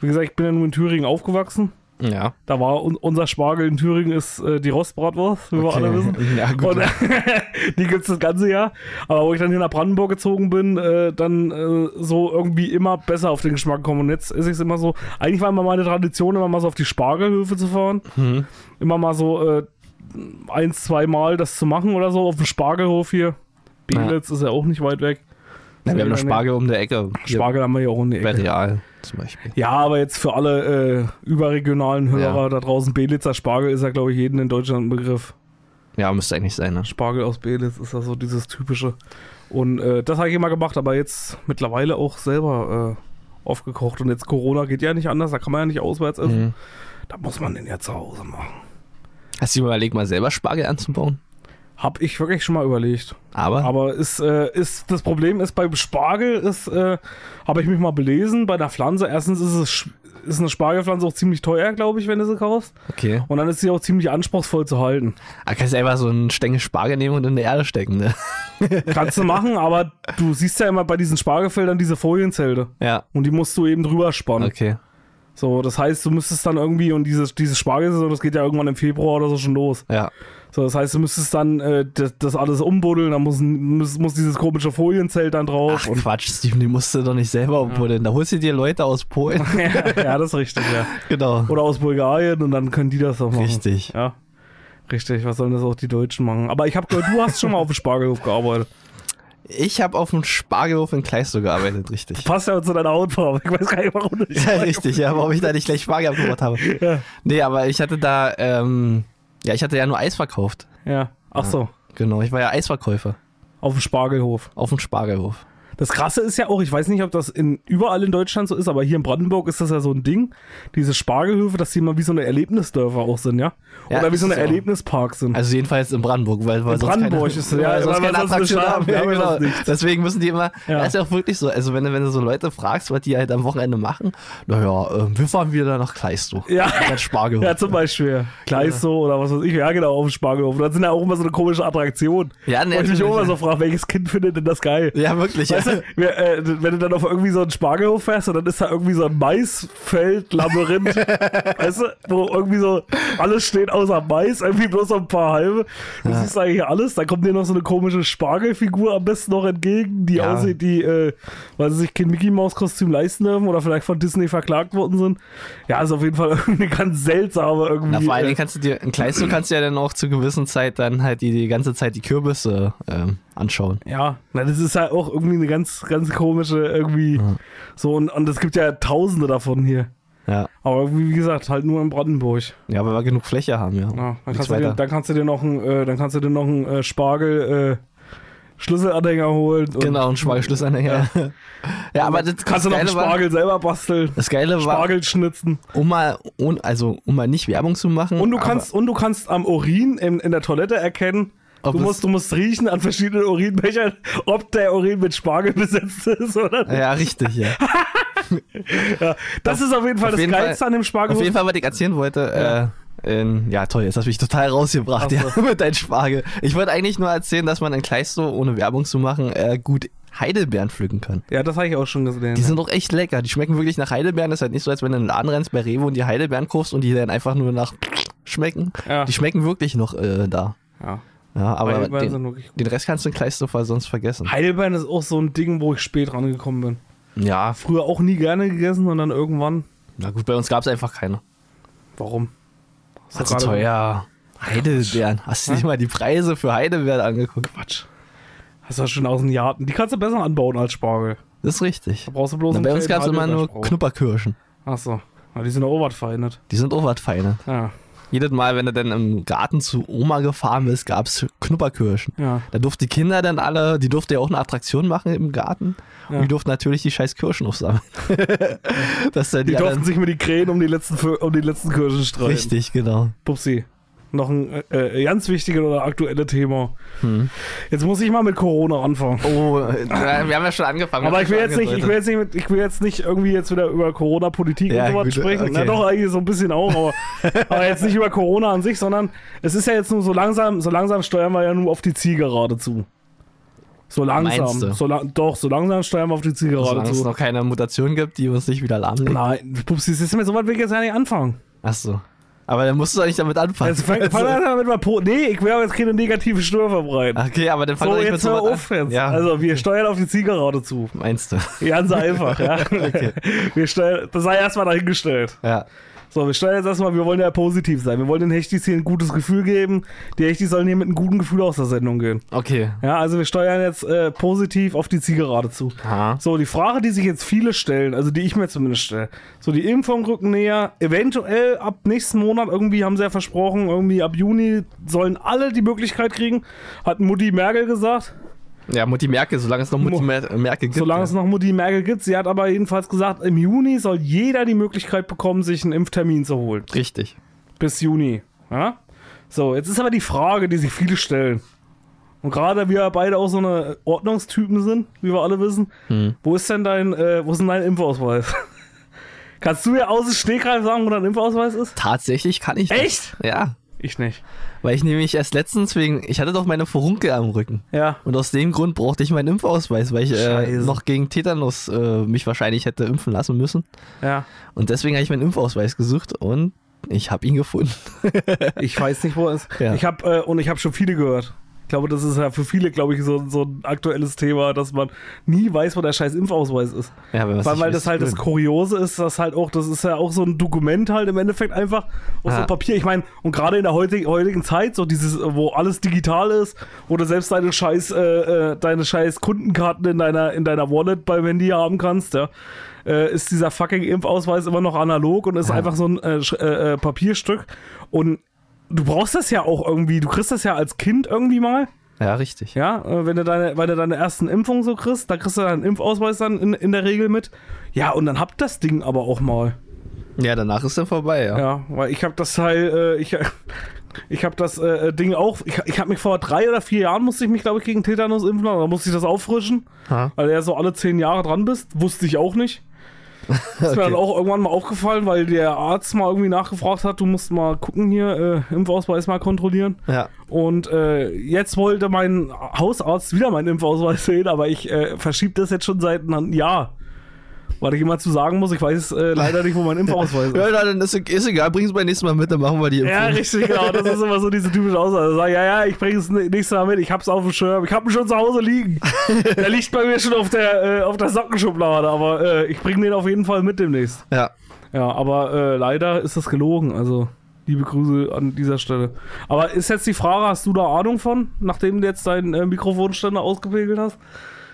[SPEAKER 1] wie gesagt, ich bin ja nur in Thüringen aufgewachsen.
[SPEAKER 2] ja.
[SPEAKER 1] Da war un unser Spargel in Thüringen ist äh, die Rostbratwurst, wie wir alle wissen.
[SPEAKER 2] Ja, gut.
[SPEAKER 1] Und die gibt's das ganze Jahr. Aber wo ich dann hier nach Brandenburg gezogen bin, äh, dann äh, so irgendwie immer besser auf den Geschmack gekommen. Und jetzt ist es immer so, eigentlich war immer meine Tradition, immer mal so auf die Spargelhöfe zu fahren.
[SPEAKER 2] Mhm.
[SPEAKER 1] Immer mal so äh, ein, zwei Mal das zu machen oder so auf dem Spargelhof hier. Bielitz ist ja auch nicht weit weg.
[SPEAKER 2] Ja, wir haben noch Spargel um der Ecke. Hier
[SPEAKER 1] Spargel haben wir ja auch in der
[SPEAKER 2] Bei
[SPEAKER 1] Ecke.
[SPEAKER 2] Real zum Beispiel.
[SPEAKER 1] Ja, aber jetzt für alle äh, überregionalen Hörer
[SPEAKER 2] Ja.
[SPEAKER 1] da draußen, Belitzer Spargel ist ja, glaube ich, jeden in Deutschland ein Begriff.
[SPEAKER 2] Ja, müsste eigentlich sein, ne?
[SPEAKER 1] Spargel aus Belitz ist ja so dieses typische. Und äh, das habe ich immer gemacht, aber jetzt mittlerweile auch selber äh, aufgekocht. Und jetzt Corona geht ja nicht anders, da kann man ja nicht auswärts essen.
[SPEAKER 2] Mhm.
[SPEAKER 1] Da muss man den ja zu Hause machen.
[SPEAKER 2] Hast du dir überlegt, mal selber Spargel anzubauen?
[SPEAKER 1] Hab ich wirklich schon mal überlegt.
[SPEAKER 2] Aber,
[SPEAKER 1] Aber ist, äh, ist, das Problem ist, beim Spargel ist, äh, habe ich mich mal belesen, bei der Pflanze, erstens ist es sch- ist eine Spargelpflanze auch ziemlich teuer, glaube ich, wenn du sie kaufst.
[SPEAKER 2] okay.
[SPEAKER 1] Und dann ist sie auch ziemlich anspruchsvoll zu halten.
[SPEAKER 2] Aber kannst du einfach so einen Stängel Spargel nehmen und in die Erde stecken, ne?
[SPEAKER 1] Kannst du machen, aber du siehst ja immer bei diesen Spargelfeldern diese Folienzelte.
[SPEAKER 2] Ja.
[SPEAKER 1] Und die musst du eben drüber spannen.
[SPEAKER 2] Okay.
[SPEAKER 1] So, das heißt, du müsstest dann irgendwie, und dieses, diese Spargelsaison, das geht ja irgendwann im Februar oder so schon los.
[SPEAKER 2] Ja.
[SPEAKER 1] So, das heißt, du müsstest dann äh, das, das alles umbuddeln, dann muss, muss, muss dieses komische Folienzelt dann drauf.
[SPEAKER 2] Ach
[SPEAKER 1] und,
[SPEAKER 2] Quatsch, Steven, die musst du doch nicht selber umbuddeln. Da holst du dir Leute aus Polen.
[SPEAKER 1] ja, das ist richtig, ja.
[SPEAKER 2] genau.
[SPEAKER 1] Oder aus Bulgarien und dann können die das doch machen.
[SPEAKER 2] Richtig.
[SPEAKER 1] Ja. Richtig, was sollen das auch die Deutschen machen? Aber ich habe gehört, du hast schon mal auf dem Spargelhof gearbeitet.
[SPEAKER 2] Ich habe auf dem Spargelhof in Kleistow gearbeitet, richtig.
[SPEAKER 1] Passt ja zu deiner Hautfarbe. Ich weiß gar nicht, warum du dich
[SPEAKER 2] Ja, richtig, ja, warum ich da nicht gleich Spargel abgebaut habe.
[SPEAKER 1] Ja.
[SPEAKER 2] Nee, aber ich hatte da, ähm, ja, ich hatte ja nur Eis verkauft.
[SPEAKER 1] Ja, ach so.
[SPEAKER 2] Genau, ich war ja Eisverkäufer
[SPEAKER 1] Auf dem Spargelhof.
[SPEAKER 2] auf dem Spargelhof.
[SPEAKER 1] Das Krasse ist ja auch, ich weiß nicht, ob das in, überall in Deutschland so ist, aber hier in Brandenburg ist das ja so ein Ding, diese Spargelhöfe, dass die immer wie so eine Erlebnisdörfer auch sind, ja?
[SPEAKER 2] Ja,
[SPEAKER 1] Oder wie so
[SPEAKER 2] ist
[SPEAKER 1] eine
[SPEAKER 2] es auch.
[SPEAKER 1] Erlebnispark sind.
[SPEAKER 2] Also jedenfalls in Brandenburg, weil, weil
[SPEAKER 1] In
[SPEAKER 2] sonst
[SPEAKER 1] Brandenburg
[SPEAKER 2] keine,
[SPEAKER 1] ist es, ja,
[SPEAKER 2] weil sonst
[SPEAKER 1] weil
[SPEAKER 2] keine
[SPEAKER 1] wir sonst
[SPEAKER 2] Attraktion
[SPEAKER 1] nicht
[SPEAKER 2] haben.
[SPEAKER 1] haben,
[SPEAKER 2] Ja,
[SPEAKER 1] haben wir
[SPEAKER 2] genau.
[SPEAKER 1] sonst nichts.
[SPEAKER 2] Deswegen müssen die immer,
[SPEAKER 1] Ja.
[SPEAKER 2] ja. ist ja auch wirklich so, also wenn du, wenn du so Leute fragst, was die halt am Wochenende machen, naja, ähm, wir fahren wieder nach Kleistow.
[SPEAKER 1] Ja.
[SPEAKER 2] Mit Spargel.
[SPEAKER 1] ja, zum Beispiel. Gleiso oder was weiß ich. Ja, genau, auf dem Spargelhof. Da sind ja auch immer so eine komische Attraktion.
[SPEAKER 2] Ja, ne,
[SPEAKER 1] Und ich mich auch
[SPEAKER 2] natürlich.
[SPEAKER 1] immer so frage, welches Kind findet denn das geil?
[SPEAKER 2] ja, wirklich. Ja.
[SPEAKER 1] Weißt du, wer, äh, wenn du dann auf irgendwie so einen Spargelhof fährst und dann ist da irgendwie so ein Maisfeld-Labyrinth, weißt du, wo irgendwie so alles steht außer Mais, irgendwie bloß so ein paar halbe. Du siehst eigentlich alles. Da kommt dir noch so eine komische Spargelfigur am besten noch entgegen, die
[SPEAKER 2] Ja.
[SPEAKER 1] aussieht, die, äh, weil sie sich kein Mickey-Maus-Kostüm leisten dürfen oder vielleicht von Disney verklagt worden sind. Ja, ist auf jeden Fall eine ganz seltsame irgendwie.
[SPEAKER 2] Na, vor allen
[SPEAKER 1] äh,
[SPEAKER 2] Dingen kannst du dir, in Kleistow kannst du ja dann auch zu gewissen Zeit dann halt die, die ganze Zeit die Kürbisse ähm, anschauen.
[SPEAKER 1] Ja, na, das ist halt auch irgendwie eine ganz, ganz komische irgendwie. So, und, und es gibt ja tausende davon hier.
[SPEAKER 2] Ja.
[SPEAKER 1] Aber wie gesagt, halt nur in Brandenburg.
[SPEAKER 2] Ja, weil wir genug Fläche haben, ja.
[SPEAKER 1] Ja, dann,
[SPEAKER 2] Nichts
[SPEAKER 1] kannst du dir,
[SPEAKER 2] weiter.
[SPEAKER 1] dann kannst du dir noch einen, äh, dann kannst du dir noch einen äh, Spargel äh, Schlüsselanhänger holen. Und
[SPEAKER 2] Genau, ein Spargelschlussanhänger. Ja, ja aber das,
[SPEAKER 1] Kannst du noch einen
[SPEAKER 2] das Geile war-
[SPEAKER 1] Spargel selber basteln.
[SPEAKER 2] Das Geile war,
[SPEAKER 1] Spargel schnitzen.
[SPEAKER 2] um mal, un, also um mal nicht Werbung zu machen.
[SPEAKER 1] Und du
[SPEAKER 2] aber-
[SPEAKER 1] kannst, und du kannst am Urin in, in der Toilette erkennen,
[SPEAKER 2] Ob
[SPEAKER 1] du
[SPEAKER 2] es-
[SPEAKER 1] musst, du musst riechen an verschiedenen Urinbechern, ob der Urin mit Spargel besetzt ist oder nicht.
[SPEAKER 2] Ja, richtig, ja.
[SPEAKER 1] Ja, das ist auf jeden Fall
[SPEAKER 2] auf
[SPEAKER 1] das
[SPEAKER 2] jeden
[SPEAKER 1] Geilste
[SPEAKER 2] Fall-
[SPEAKER 1] an dem
[SPEAKER 2] Auf
[SPEAKER 1] Spargel.
[SPEAKER 2] jeden Fall, was ich erzählen wollte, äh, in, ja toll, jetzt hast du mich total rausgebracht
[SPEAKER 1] Ach so.
[SPEAKER 2] ja, mit deinem Spargel. Ich wollte eigentlich nur erzählen, dass man in Kleistow, ohne Werbung zu machen, äh, gut Heidelbeeren pflücken kann.
[SPEAKER 1] Ja, das habe ich auch schon gesehen.
[SPEAKER 2] Die sind doch echt lecker. Die schmecken wirklich nach Heidelbeeren. Das ist halt nicht so, als wenn du in den Laden rennst bei Rewe und die Heidelbeeren kaufst und die dann einfach nur nach schmecken.
[SPEAKER 1] Ja.
[SPEAKER 2] Die schmecken wirklich noch äh, da.
[SPEAKER 1] ja.
[SPEAKER 2] Ja, aber
[SPEAKER 1] Heidelbeeren sind
[SPEAKER 2] den,
[SPEAKER 1] wirklich gut.
[SPEAKER 2] den Rest kannst du in Kleistofer sonst vergessen.
[SPEAKER 1] Heidelbeeren ist auch so ein Ding, wo ich spät rangekommen bin.
[SPEAKER 2] Ja,
[SPEAKER 1] Früher auch nie gerne gegessen und dann irgendwann.
[SPEAKER 2] na gut, bei uns gab es einfach keine.
[SPEAKER 1] Warum? Ist
[SPEAKER 2] War
[SPEAKER 1] doch gerade-
[SPEAKER 2] zu teuer. Heidelbeeren. Hast du dir mal die Preise für Heidelbeeren angeguckt? Quatsch.
[SPEAKER 1] Hast du ja schon aus dem Garten. Die kannst du besser anbauen als Spargel.
[SPEAKER 2] Das ist richtig.
[SPEAKER 1] Da brauchst du bloß
[SPEAKER 2] Na,
[SPEAKER 1] einen
[SPEAKER 2] bei uns gab
[SPEAKER 1] kleinen
[SPEAKER 2] es immer nur
[SPEAKER 1] Heidelbeerstrauch.
[SPEAKER 2] Knupperkirschen.
[SPEAKER 1] Achso. Ja, die sind ja auch was verändert.
[SPEAKER 2] Die sind auch was Feines.
[SPEAKER 1] Ja.
[SPEAKER 2] Jedes Mal, wenn du dann im Garten zu Oma gefahren bist, gab es Knupperkirschen.
[SPEAKER 1] Ja.
[SPEAKER 2] Da durften die Kinder dann alle, die durften ja auch eine Attraktion machen im Garten.
[SPEAKER 1] Ja.
[SPEAKER 2] Und die durften natürlich die scheiß Kirschen aufsammeln. Dass dann
[SPEAKER 1] Die
[SPEAKER 2] die,
[SPEAKER 1] durften
[SPEAKER 2] anderen,
[SPEAKER 1] sich mit die Krähen um die letzten, Fö- um die letzten Kirschen streiten.
[SPEAKER 2] Richtig, genau.
[SPEAKER 1] Pupsi. Noch ein äh, ganz wichtiges oder aktuelles Thema.
[SPEAKER 2] Hm.
[SPEAKER 1] Jetzt muss ich mal mit Corona anfangen.
[SPEAKER 2] Oh, äh, wir haben ja schon angefangen.
[SPEAKER 1] Aber ich will,
[SPEAKER 2] Wir haben
[SPEAKER 1] jetzt
[SPEAKER 2] schon
[SPEAKER 1] nicht, ich, will
[SPEAKER 2] angedeutet.
[SPEAKER 1] jetzt nicht, mit- ich will jetzt nicht irgendwie jetzt wieder über Corona-Politik
[SPEAKER 2] Ja,
[SPEAKER 1] und sowas
[SPEAKER 2] gut,
[SPEAKER 1] sprechen. Na
[SPEAKER 2] okay.
[SPEAKER 1] doch, eigentlich so ein bisschen auch, aber, aber jetzt nicht über Corona an sich, sondern es ist ja jetzt nur so langsam, so langsam steuern wir ja nur auf die Zielgerade zu. So langsam.
[SPEAKER 2] Meinst du?
[SPEAKER 1] So lang, doch, so langsam steuern wir auf die Zielgerade
[SPEAKER 2] Solange es
[SPEAKER 1] zu.
[SPEAKER 2] noch keine Mutation gibt, die uns nicht wieder lahmlegt.
[SPEAKER 1] Nein, Pupsi, es ist mir so weit will ich jetzt ja nicht anfangen.
[SPEAKER 2] Achso. Aber dann musst du doch nicht damit anfangen.
[SPEAKER 1] Jetzt fang, fang an damit mal po Nee, ich will aber jetzt keine negative Stör verbreiten.
[SPEAKER 2] okay, aber dann Ah, fang
[SPEAKER 1] so,
[SPEAKER 2] doch nicht
[SPEAKER 1] jetzt
[SPEAKER 2] mit
[SPEAKER 1] hör
[SPEAKER 2] sowas an.
[SPEAKER 1] auf jetzt.
[SPEAKER 2] Ja,
[SPEAKER 1] Also, wir steuern auf die Zielgerade zu.
[SPEAKER 2] meinst du?
[SPEAKER 1] Ganz einfach, ja. Wir steuern, das sei erstmal dahingestellt.
[SPEAKER 2] Ja.
[SPEAKER 1] So, wir steuern jetzt erstmal, wir wollen ja positiv sein. Wir wollen den Hechtis hier ein gutes Gefühl geben. Die Hechtis sollen hier mit einem guten Gefühl aus der Sendung gehen.
[SPEAKER 2] Okay.
[SPEAKER 1] Ja, also wir steuern jetzt äh, positiv auf die Zielgerade zu.
[SPEAKER 2] Aha.
[SPEAKER 1] So, die Frage, die sich jetzt viele stellen, also die ich mir zumindest stelle, so die Impfung rücken näher, eventuell ab nächsten Monat, irgendwie haben sie ja versprochen, irgendwie ab Juni sollen alle die Möglichkeit kriegen, hat Mutti Merkel gesagt.
[SPEAKER 2] Ja, Mutti Merkel, solange es noch Mutti
[SPEAKER 1] Mo-
[SPEAKER 2] Mer Merkel gibt.
[SPEAKER 1] Solange
[SPEAKER 2] ja.
[SPEAKER 1] es noch Mutti Merkel gibt. Sie hat aber jedenfalls gesagt, im Juni soll jeder die Möglichkeit bekommen, sich einen Impftermin zu holen.
[SPEAKER 2] Richtig.
[SPEAKER 1] Bis Juni. Ja? So, jetzt ist aber die Frage, die sich viele stellen. Und gerade wir beide auch so eine Ordnungstypen sind, wie wir alle wissen. Wo ist denn dein, äh, wo ist denn dein Impfausweis? Kannst du mir aus dem Stegreif sagen, wo dein Impfausweis ist?
[SPEAKER 2] Tatsächlich kann ich das.
[SPEAKER 1] Echt?
[SPEAKER 2] Ja.
[SPEAKER 1] Ich nicht.
[SPEAKER 2] Weil ich nämlich erst letztens wegen. Ich hatte doch meine Furunkel am Rücken.
[SPEAKER 1] Ja.
[SPEAKER 2] Und aus dem Grund brauchte ich meinen Impfausweis, weil ich äh,
[SPEAKER 1] Scheiße.
[SPEAKER 2] noch gegen Tetanus äh, mich wahrscheinlich hätte impfen lassen müssen.
[SPEAKER 1] Ja.
[SPEAKER 2] Und deswegen habe ich meinen Impfausweis gesucht und ich habe ihn gefunden.
[SPEAKER 1] Ich weiß nicht, wo er ist.
[SPEAKER 2] Ja.
[SPEAKER 1] Ich habe äh, und ich habe schon viele gehört. Ich glaube, das ist ja für viele, glaube ich, so, so ein aktuelles Thema, dass man nie weiß, wo der scheiß Impfausweis ist.
[SPEAKER 2] Ja, wenn man's
[SPEAKER 1] Weil,
[SPEAKER 2] nicht
[SPEAKER 1] weil
[SPEAKER 2] weiß,
[SPEAKER 1] das halt das
[SPEAKER 2] blöd.
[SPEAKER 1] Kuriose ist, dass halt auch, das ist ja auch so ein Dokument halt im Endeffekt einfach auf so
[SPEAKER 2] Ja.
[SPEAKER 1] so Papier. Ich meine, und gerade in der heutigen, heutigen Zeit, so dieses, äh, wo alles digital ist, wo du selbst deine scheiß, äh, äh, deine scheiß Kundenkarten in deiner, in deiner Wallet beim Handy haben kannst, ja, äh, ist dieser fucking Impfausweis immer noch analog und ist einfach so ein äh, Sch- äh, äh, Papierstück. Und du brauchst das ja auch irgendwie, du kriegst das ja als Kind irgendwie mal.
[SPEAKER 2] Ja, richtig.
[SPEAKER 1] Ja, äh, wenn du deine, wenn du deine ersten Impfungen so kriegst, dann kriegst du deinen Impfausweis dann in, in der Regel mit. Ja, und dann habt das Ding aber auch mal.
[SPEAKER 2] Ja, danach ist dann vorbei, ja.
[SPEAKER 1] Ja, weil ich hab das Teil, äh, ich, ich hab das äh, Ding auch, ich, ich hab mich vor drei oder vier Jahren musste ich mich, glaube ich, gegen Tetanus impfen, lassen. da musste ich das auffrischen,
[SPEAKER 2] Ha.
[SPEAKER 1] weil du ja so alle zehn Jahre dran bist, wusste ich auch nicht. Ist mir
[SPEAKER 2] Okay.
[SPEAKER 1] dann auch irgendwann mal aufgefallen, weil der Arzt mal irgendwie nachgefragt hat, du musst mal gucken hier, äh, Impfausweis mal kontrollieren.
[SPEAKER 2] Ja.
[SPEAKER 1] Und äh, jetzt wollte mein Hausarzt wieder meinen Impfausweis sehen, aber ich äh, verschiebe das jetzt schon seit einem Jahr. Weil ich immer zu sagen muss, ich weiß äh, leider nicht, wo mein Impfausweis ist.
[SPEAKER 2] Ja, na, dann ist, e- ist egal, bring es beim nächsten Mal mit, dann machen wir die Impfung.
[SPEAKER 1] Ja, richtig, genau. Das ist immer so diese typische Aussage. Sag, ja, ja, ich bringe es n- nächstes Mal mit. Ich hab's auf dem Schirm. Ich hab ihn schon zu Hause liegen. der liegt bei mir schon auf der, äh, auf der Sockenschublade, aber äh, ich bringe den auf jeden Fall mit demnächst.
[SPEAKER 2] Ja.
[SPEAKER 1] Ja, aber äh, leider ist das gelogen. Also, liebe Grüße an dieser Stelle. Aber ist jetzt die Frage, hast du da Ahnung von, nachdem du jetzt deinen äh, Mikrofonständer ausgepegelt hast?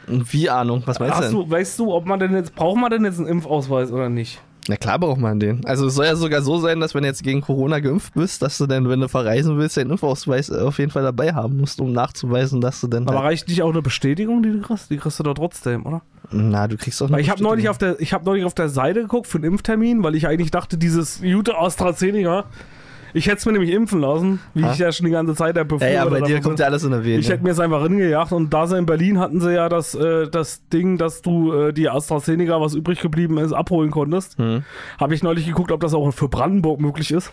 [SPEAKER 2] Und wie Ahnung, was meinst
[SPEAKER 1] Hast
[SPEAKER 2] du denn?
[SPEAKER 1] du, weißt du, ob man denn jetzt, braucht man denn jetzt einen Impfausweis oder nicht?
[SPEAKER 2] Na klar braucht man den. Also es soll ja sogar so sein, dass wenn du jetzt gegen Corona geimpft bist, dass du dann, wenn du verreisen willst, den Impfausweis äh, auf jeden Fall dabei haben musst, um nachzuweisen, dass du dann
[SPEAKER 1] Aber
[SPEAKER 2] halt,
[SPEAKER 1] reicht nicht auch eine Bestätigung, die du kriegst? Die kriegst du doch trotzdem, oder?
[SPEAKER 2] Na, du kriegst auch
[SPEAKER 1] Weil ich habe neulich, auf der- ich hab neulich auf der Seite geguckt für einen Impftermin, weil ich eigentlich dachte, dieses Jute AstraZeneca, ich hätte es mir nämlich impfen lassen, wie
[SPEAKER 2] Ha?
[SPEAKER 1] ich ja schon die ganze Zeit der
[SPEAKER 2] Ja, ja, bei dir
[SPEAKER 1] davon bin.
[SPEAKER 2] kommt ja alles in der Wehen.
[SPEAKER 1] Ich hätte mir es einfach hingejagt und da sie in Berlin hatten sie ja das, äh, das Ding, dass du äh, die AstraZeneca, was übrig geblieben ist, abholen konntest.
[SPEAKER 2] Hm.
[SPEAKER 1] Habe ich neulich geguckt, ob das auch für Brandenburg möglich ist.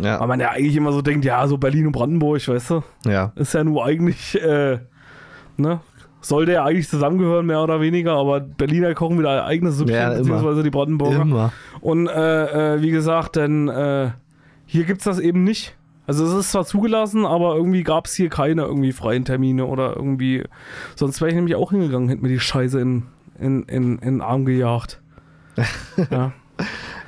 [SPEAKER 2] ja.
[SPEAKER 1] Weil man ja eigentlich immer so denkt, ja, so Berlin und Brandenburg, weißt du,
[SPEAKER 2] ja.
[SPEAKER 1] ist ja nur eigentlich, äh, ne? Sollte ja eigentlich zusammengehören, mehr oder weniger, aber Berliner kochen wieder ihr eigenes Süppchen,
[SPEAKER 2] Ja, immer.
[SPEAKER 1] beziehungsweise die Brandenburger.
[SPEAKER 2] Immer.
[SPEAKER 1] Und äh, äh, wie gesagt, denn äh, hier gibt's das eben nicht. Also es ist zwar zugelassen, aber irgendwie gab es hier keine irgendwie freien Termine oder irgendwie. Sonst wäre ich nämlich auch hingegangen, hätte mir die Scheiße in, in, in, in den Arm gejagt. ja.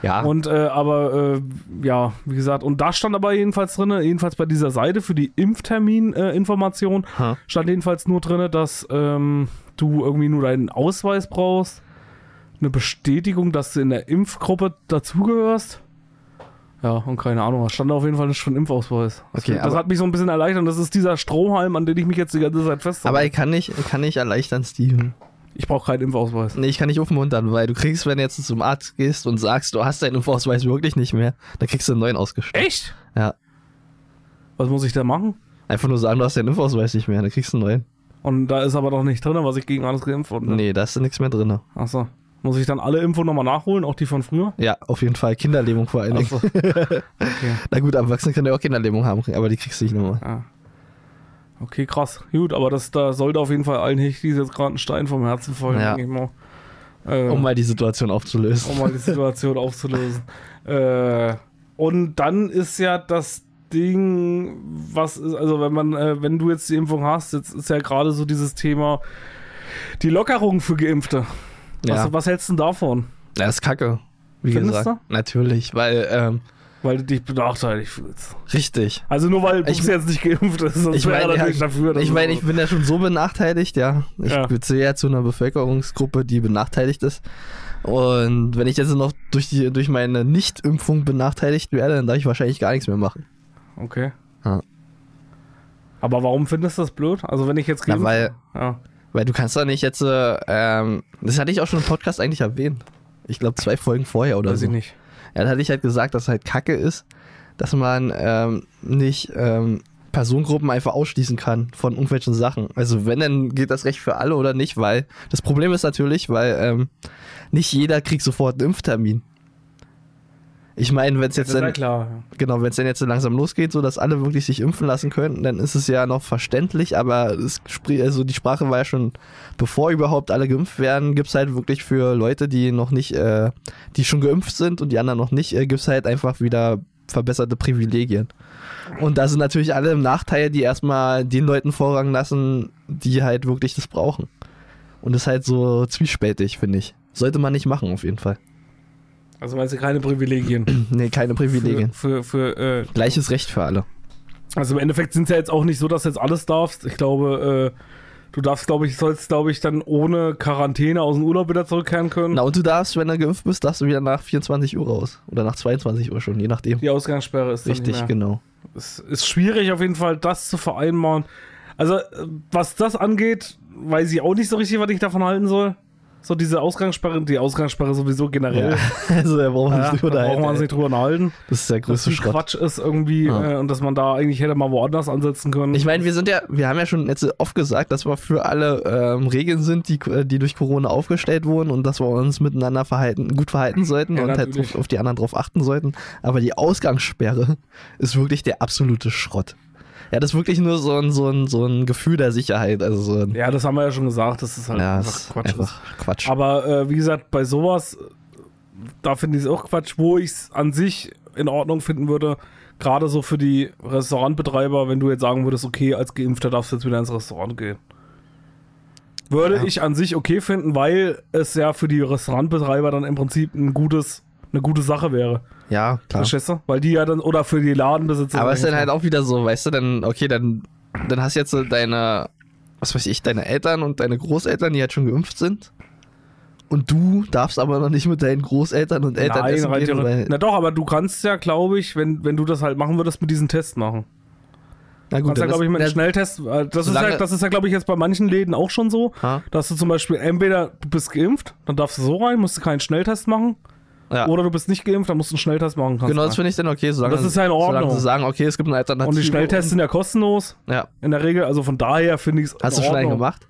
[SPEAKER 2] Ja,
[SPEAKER 1] Und äh, aber äh, ja, wie gesagt, und da stand aber jedenfalls drin, jedenfalls bei dieser Seite für die äh, Impftermin-Information,
[SPEAKER 2] Ha.
[SPEAKER 1] stand jedenfalls nur drin, dass ähm, du irgendwie nur deinen Ausweis brauchst, eine Bestätigung, dass du in der Impfgruppe dazugehörst. Ja, und keine Ahnung, da stand auf jeden Fall nicht schon Impfausweis. Das-
[SPEAKER 2] Okay,
[SPEAKER 1] das
[SPEAKER 2] aber-
[SPEAKER 1] hat mich so ein bisschen erleichtert und das ist dieser Strohhalm, an den ich mich jetzt die ganze Zeit fest.
[SPEAKER 2] aber ich kann nicht, ich kann nicht erleichtern, Steven.
[SPEAKER 1] ich brauche keinen Impfausweis.
[SPEAKER 2] Nee, ich kann nicht aufmuntern, weil du kriegst, wenn du jetzt zum Arzt gehst und sagst, du hast deinen Impfausweis wirklich nicht mehr, dann kriegst du einen neuen ausgestellt.
[SPEAKER 1] Echt?
[SPEAKER 2] Ja.
[SPEAKER 1] Was muss ich da machen?
[SPEAKER 2] Einfach nur sagen, du hast deinen Impfausweis nicht mehr, dann kriegst du einen neuen.
[SPEAKER 1] Und da ist aber doch nicht drin, was ich gegen alles geimpft wurde.
[SPEAKER 2] Nee, da ist nichts mehr drin.
[SPEAKER 1] Achso. Muss ich dann alle Info nochmal nachholen, auch die von früher?
[SPEAKER 2] Ja, auf jeden Fall. Kinderlähmung vor allen Dingen.
[SPEAKER 1] Achso. Okay.
[SPEAKER 2] Na gut, Erwachsene können ja auch Kinderlähmung haben, aber die kriegst du nicht nochmal.
[SPEAKER 1] Ja. Ah. Okay, krass. Gut, aber das, da sollte auf jeden Fall allen Hechtis jetzt gerade ein Stein vom Herzen fallen,
[SPEAKER 2] Ja.
[SPEAKER 1] denke ich mal. Äh,
[SPEAKER 2] Um mal die Situation aufzulösen.
[SPEAKER 1] um mal die Situation aufzulösen. Äh, und dann ist ja das Ding, was ist, also wenn man, äh, wenn du jetzt die Impfung hast, jetzt ist ja gerade so dieses Thema die Lockerung für Geimpfte.
[SPEAKER 2] ja.
[SPEAKER 1] Was, was hältst du denn davon?
[SPEAKER 2] Das ist kacke. Wie
[SPEAKER 1] Findest
[SPEAKER 2] gesagt. Natürlich, weil, ähm,
[SPEAKER 1] Weil du dich benachteiligt fühlst.
[SPEAKER 2] richtig.
[SPEAKER 1] Also nur weil du
[SPEAKER 2] Ich-
[SPEAKER 1] bist jetzt nicht geimpft ist, sonst
[SPEAKER 2] Ich
[SPEAKER 1] wäre er
[SPEAKER 2] meine, ja,
[SPEAKER 1] natürlich
[SPEAKER 2] ich,
[SPEAKER 1] dafür. dass
[SPEAKER 2] ich,
[SPEAKER 1] es-
[SPEAKER 2] meine, ich bin ja schon so benachteiligt, ja. Ich
[SPEAKER 1] Ja.
[SPEAKER 2] beziehe ja zu einer Bevölkerungsgruppe, die benachteiligt ist. Und wenn ich jetzt noch durch, die, durch meine Nichtimpfung benachteiligt werde, dann darf ich wahrscheinlich gar nichts mehr machen.
[SPEAKER 1] Okay.
[SPEAKER 2] Ja.
[SPEAKER 1] Aber warum findest du das blöd? Also wenn ich jetzt
[SPEAKER 2] Na,
[SPEAKER 1] geimpft-
[SPEAKER 2] weil-
[SPEAKER 1] ja.
[SPEAKER 2] Weil du kannst doch nicht jetzt, äh, ähm, das hatte ich auch schon im Podcast eigentlich erwähnt. Ich glaube, zwei Folgen vorher oder
[SPEAKER 1] Weiß
[SPEAKER 2] so.
[SPEAKER 1] ich nicht.
[SPEAKER 2] Ja, da hatte ich halt gesagt, dass halt Kacke ist, dass man ähm, nicht ähm, Personengruppen einfach ausschließen kann von irgendwelchen Sachen. Also wenn, dann gilt das Recht für alle oder nicht, weil das Problem ist natürlich, weil ähm, nicht jeder kriegt sofort einen Impftermin. Ich meine, wenn
[SPEAKER 1] Das
[SPEAKER 2] es jetzt
[SPEAKER 1] ist ja
[SPEAKER 2] dann,
[SPEAKER 1] klar.
[SPEAKER 2] genau, wenn es denn jetzt so langsam losgeht, so dass alle wirklich sich impfen lassen könnten, dann ist es ja noch verständlich, aber es, spri- also die Sprache war ja schon, bevor überhaupt alle geimpft werden, gibt's halt wirklich für Leute, die noch nicht, äh, die schon geimpft sind und die anderen noch nicht, äh, gibt's halt einfach wieder verbesserte Privilegien. Und da sind natürlich alle im Nachteil, die erstmal den Leuten Vorrang lassen, die halt wirklich das brauchen. Und das ist halt so zwiespältig, finde ich. Sollte man nicht machen, auf jeden Fall.
[SPEAKER 1] Also meinst du keine Privilegien?
[SPEAKER 2] Nee, keine Privilegien.
[SPEAKER 1] Für, für, für äh,
[SPEAKER 2] Gleiches Recht für alle.
[SPEAKER 1] also im Endeffekt sind es ja jetzt auch nicht so, dass du jetzt alles darfst. Ich glaube, äh, du darfst, glaube ich, sollst, glaube ich, dann ohne Quarantäne aus dem Urlaub wieder zurückkehren können.
[SPEAKER 2] Na, und du darfst, wenn du geimpft bist, darfst du wieder nach 24 Uhr raus. Oder nach 22 Uhr schon, je nachdem.
[SPEAKER 1] Die Ausgangssperre ist dann
[SPEAKER 2] Richtig,
[SPEAKER 1] nicht mehr.
[SPEAKER 2] genau.
[SPEAKER 1] es ist schwierig auf jeden Fall, das zu vereinbaren. Also, äh, was das angeht, weiß ich auch nicht so richtig, was ich davon halten soll. So diese Ausgangssperre, die Ausgangssperre sowieso generell.
[SPEAKER 2] Ja. Also da brauchen wir
[SPEAKER 1] Ah Ja,
[SPEAKER 2] uns nicht
[SPEAKER 1] da brauchen wir uns
[SPEAKER 2] unterhalten.
[SPEAKER 1] nicht drüber unterhalten.
[SPEAKER 2] ey. Das ist der
[SPEAKER 1] Dass
[SPEAKER 2] größte
[SPEAKER 1] das
[SPEAKER 2] Schrott.
[SPEAKER 1] Quatsch ist irgendwie
[SPEAKER 2] Ja.
[SPEAKER 1] äh, und dass man da eigentlich hätte mal woanders ansetzen können.
[SPEAKER 2] Ich meine, wir sind ja, wir haben ja schon jetzt oft gesagt, dass wir für alle ähm, Regeln sind, die, die durch Corona aufgestellt wurden und dass wir uns miteinander verhalten, gut verhalten sollten
[SPEAKER 1] Ja,
[SPEAKER 2] und halt
[SPEAKER 1] natürlich.
[SPEAKER 2] auf, auf die anderen drauf achten sollten. Aber die Ausgangssperre ist wirklich der absolute Schrott. Ja, das ist wirklich nur so ein, so ein, so ein Gefühl der Sicherheit. Also so ein,
[SPEAKER 1] ja, das haben wir ja schon gesagt, das ist halt
[SPEAKER 2] ja,
[SPEAKER 1] einfach
[SPEAKER 2] ist
[SPEAKER 1] Quatsch.
[SPEAKER 2] einfach Quatsch.
[SPEAKER 1] Aber äh, wie gesagt, bei sowas, äh, da finde ich es auch Quatsch, wo ich es an sich in Ordnung finden würde, gerade so für die Restaurantbetreiber, wenn du jetzt sagen würdest, okay, als Geimpfter darfst du jetzt wieder ins Restaurant gehen. Würde
[SPEAKER 2] Ja.
[SPEAKER 1] ich an sich okay finden, weil es ja für die Restaurantbetreiber dann im Prinzip ein gutes, eine gute Sache wäre.
[SPEAKER 2] ja, klar.
[SPEAKER 1] Verstehst du? Weil die ja dann, oder für die Ladenbesitzer.
[SPEAKER 2] Aber es ist dann halt auch wieder so, weißt du, dann, okay, dann, dann hast jetzt so deine, was weiß ich, deine Eltern und deine Großeltern, die halt schon geimpft sind. Und du darfst aber noch nicht mit deinen Großeltern und Eltern
[SPEAKER 1] Nein,
[SPEAKER 2] essen
[SPEAKER 1] rein
[SPEAKER 2] gehen,
[SPEAKER 1] theoretisch.
[SPEAKER 2] weil,
[SPEAKER 1] Na doch, aber du kannst ja, glaube ich, wenn, wenn du das halt machen würdest, mit diesem Test machen.
[SPEAKER 2] na
[SPEAKER 1] Du kannst ja,
[SPEAKER 2] dann
[SPEAKER 1] glaube ich,
[SPEAKER 2] ist-
[SPEAKER 1] mit einem
[SPEAKER 2] na,
[SPEAKER 1] Schnelltest, äh, das ist,
[SPEAKER 2] solange- Ah.
[SPEAKER 1] ja, das ist ja, glaube ich, jetzt bei manchen Läden auch schon so,
[SPEAKER 2] Ha?
[SPEAKER 1] dass du zum Beispiel entweder du bist geimpft, dann darfst du so rein, musst du keinen Schnelltest machen,
[SPEAKER 2] ja.
[SPEAKER 1] oder du bist nicht geimpft, dann musst du einen Schnelltest machen. kannst
[SPEAKER 2] Genau,
[SPEAKER 1] du
[SPEAKER 2] das finde ich dann okay, solange,
[SPEAKER 1] Das ist ja in
[SPEAKER 2] solange
[SPEAKER 1] Ordnung.
[SPEAKER 2] sie sagen, okay, es gibt eine Alternative.
[SPEAKER 1] und die Schnelltests sind ja kostenlos
[SPEAKER 2] Und, ja.
[SPEAKER 1] in der Regel, also von daher finde ich es
[SPEAKER 2] Hast du schon einen gemacht?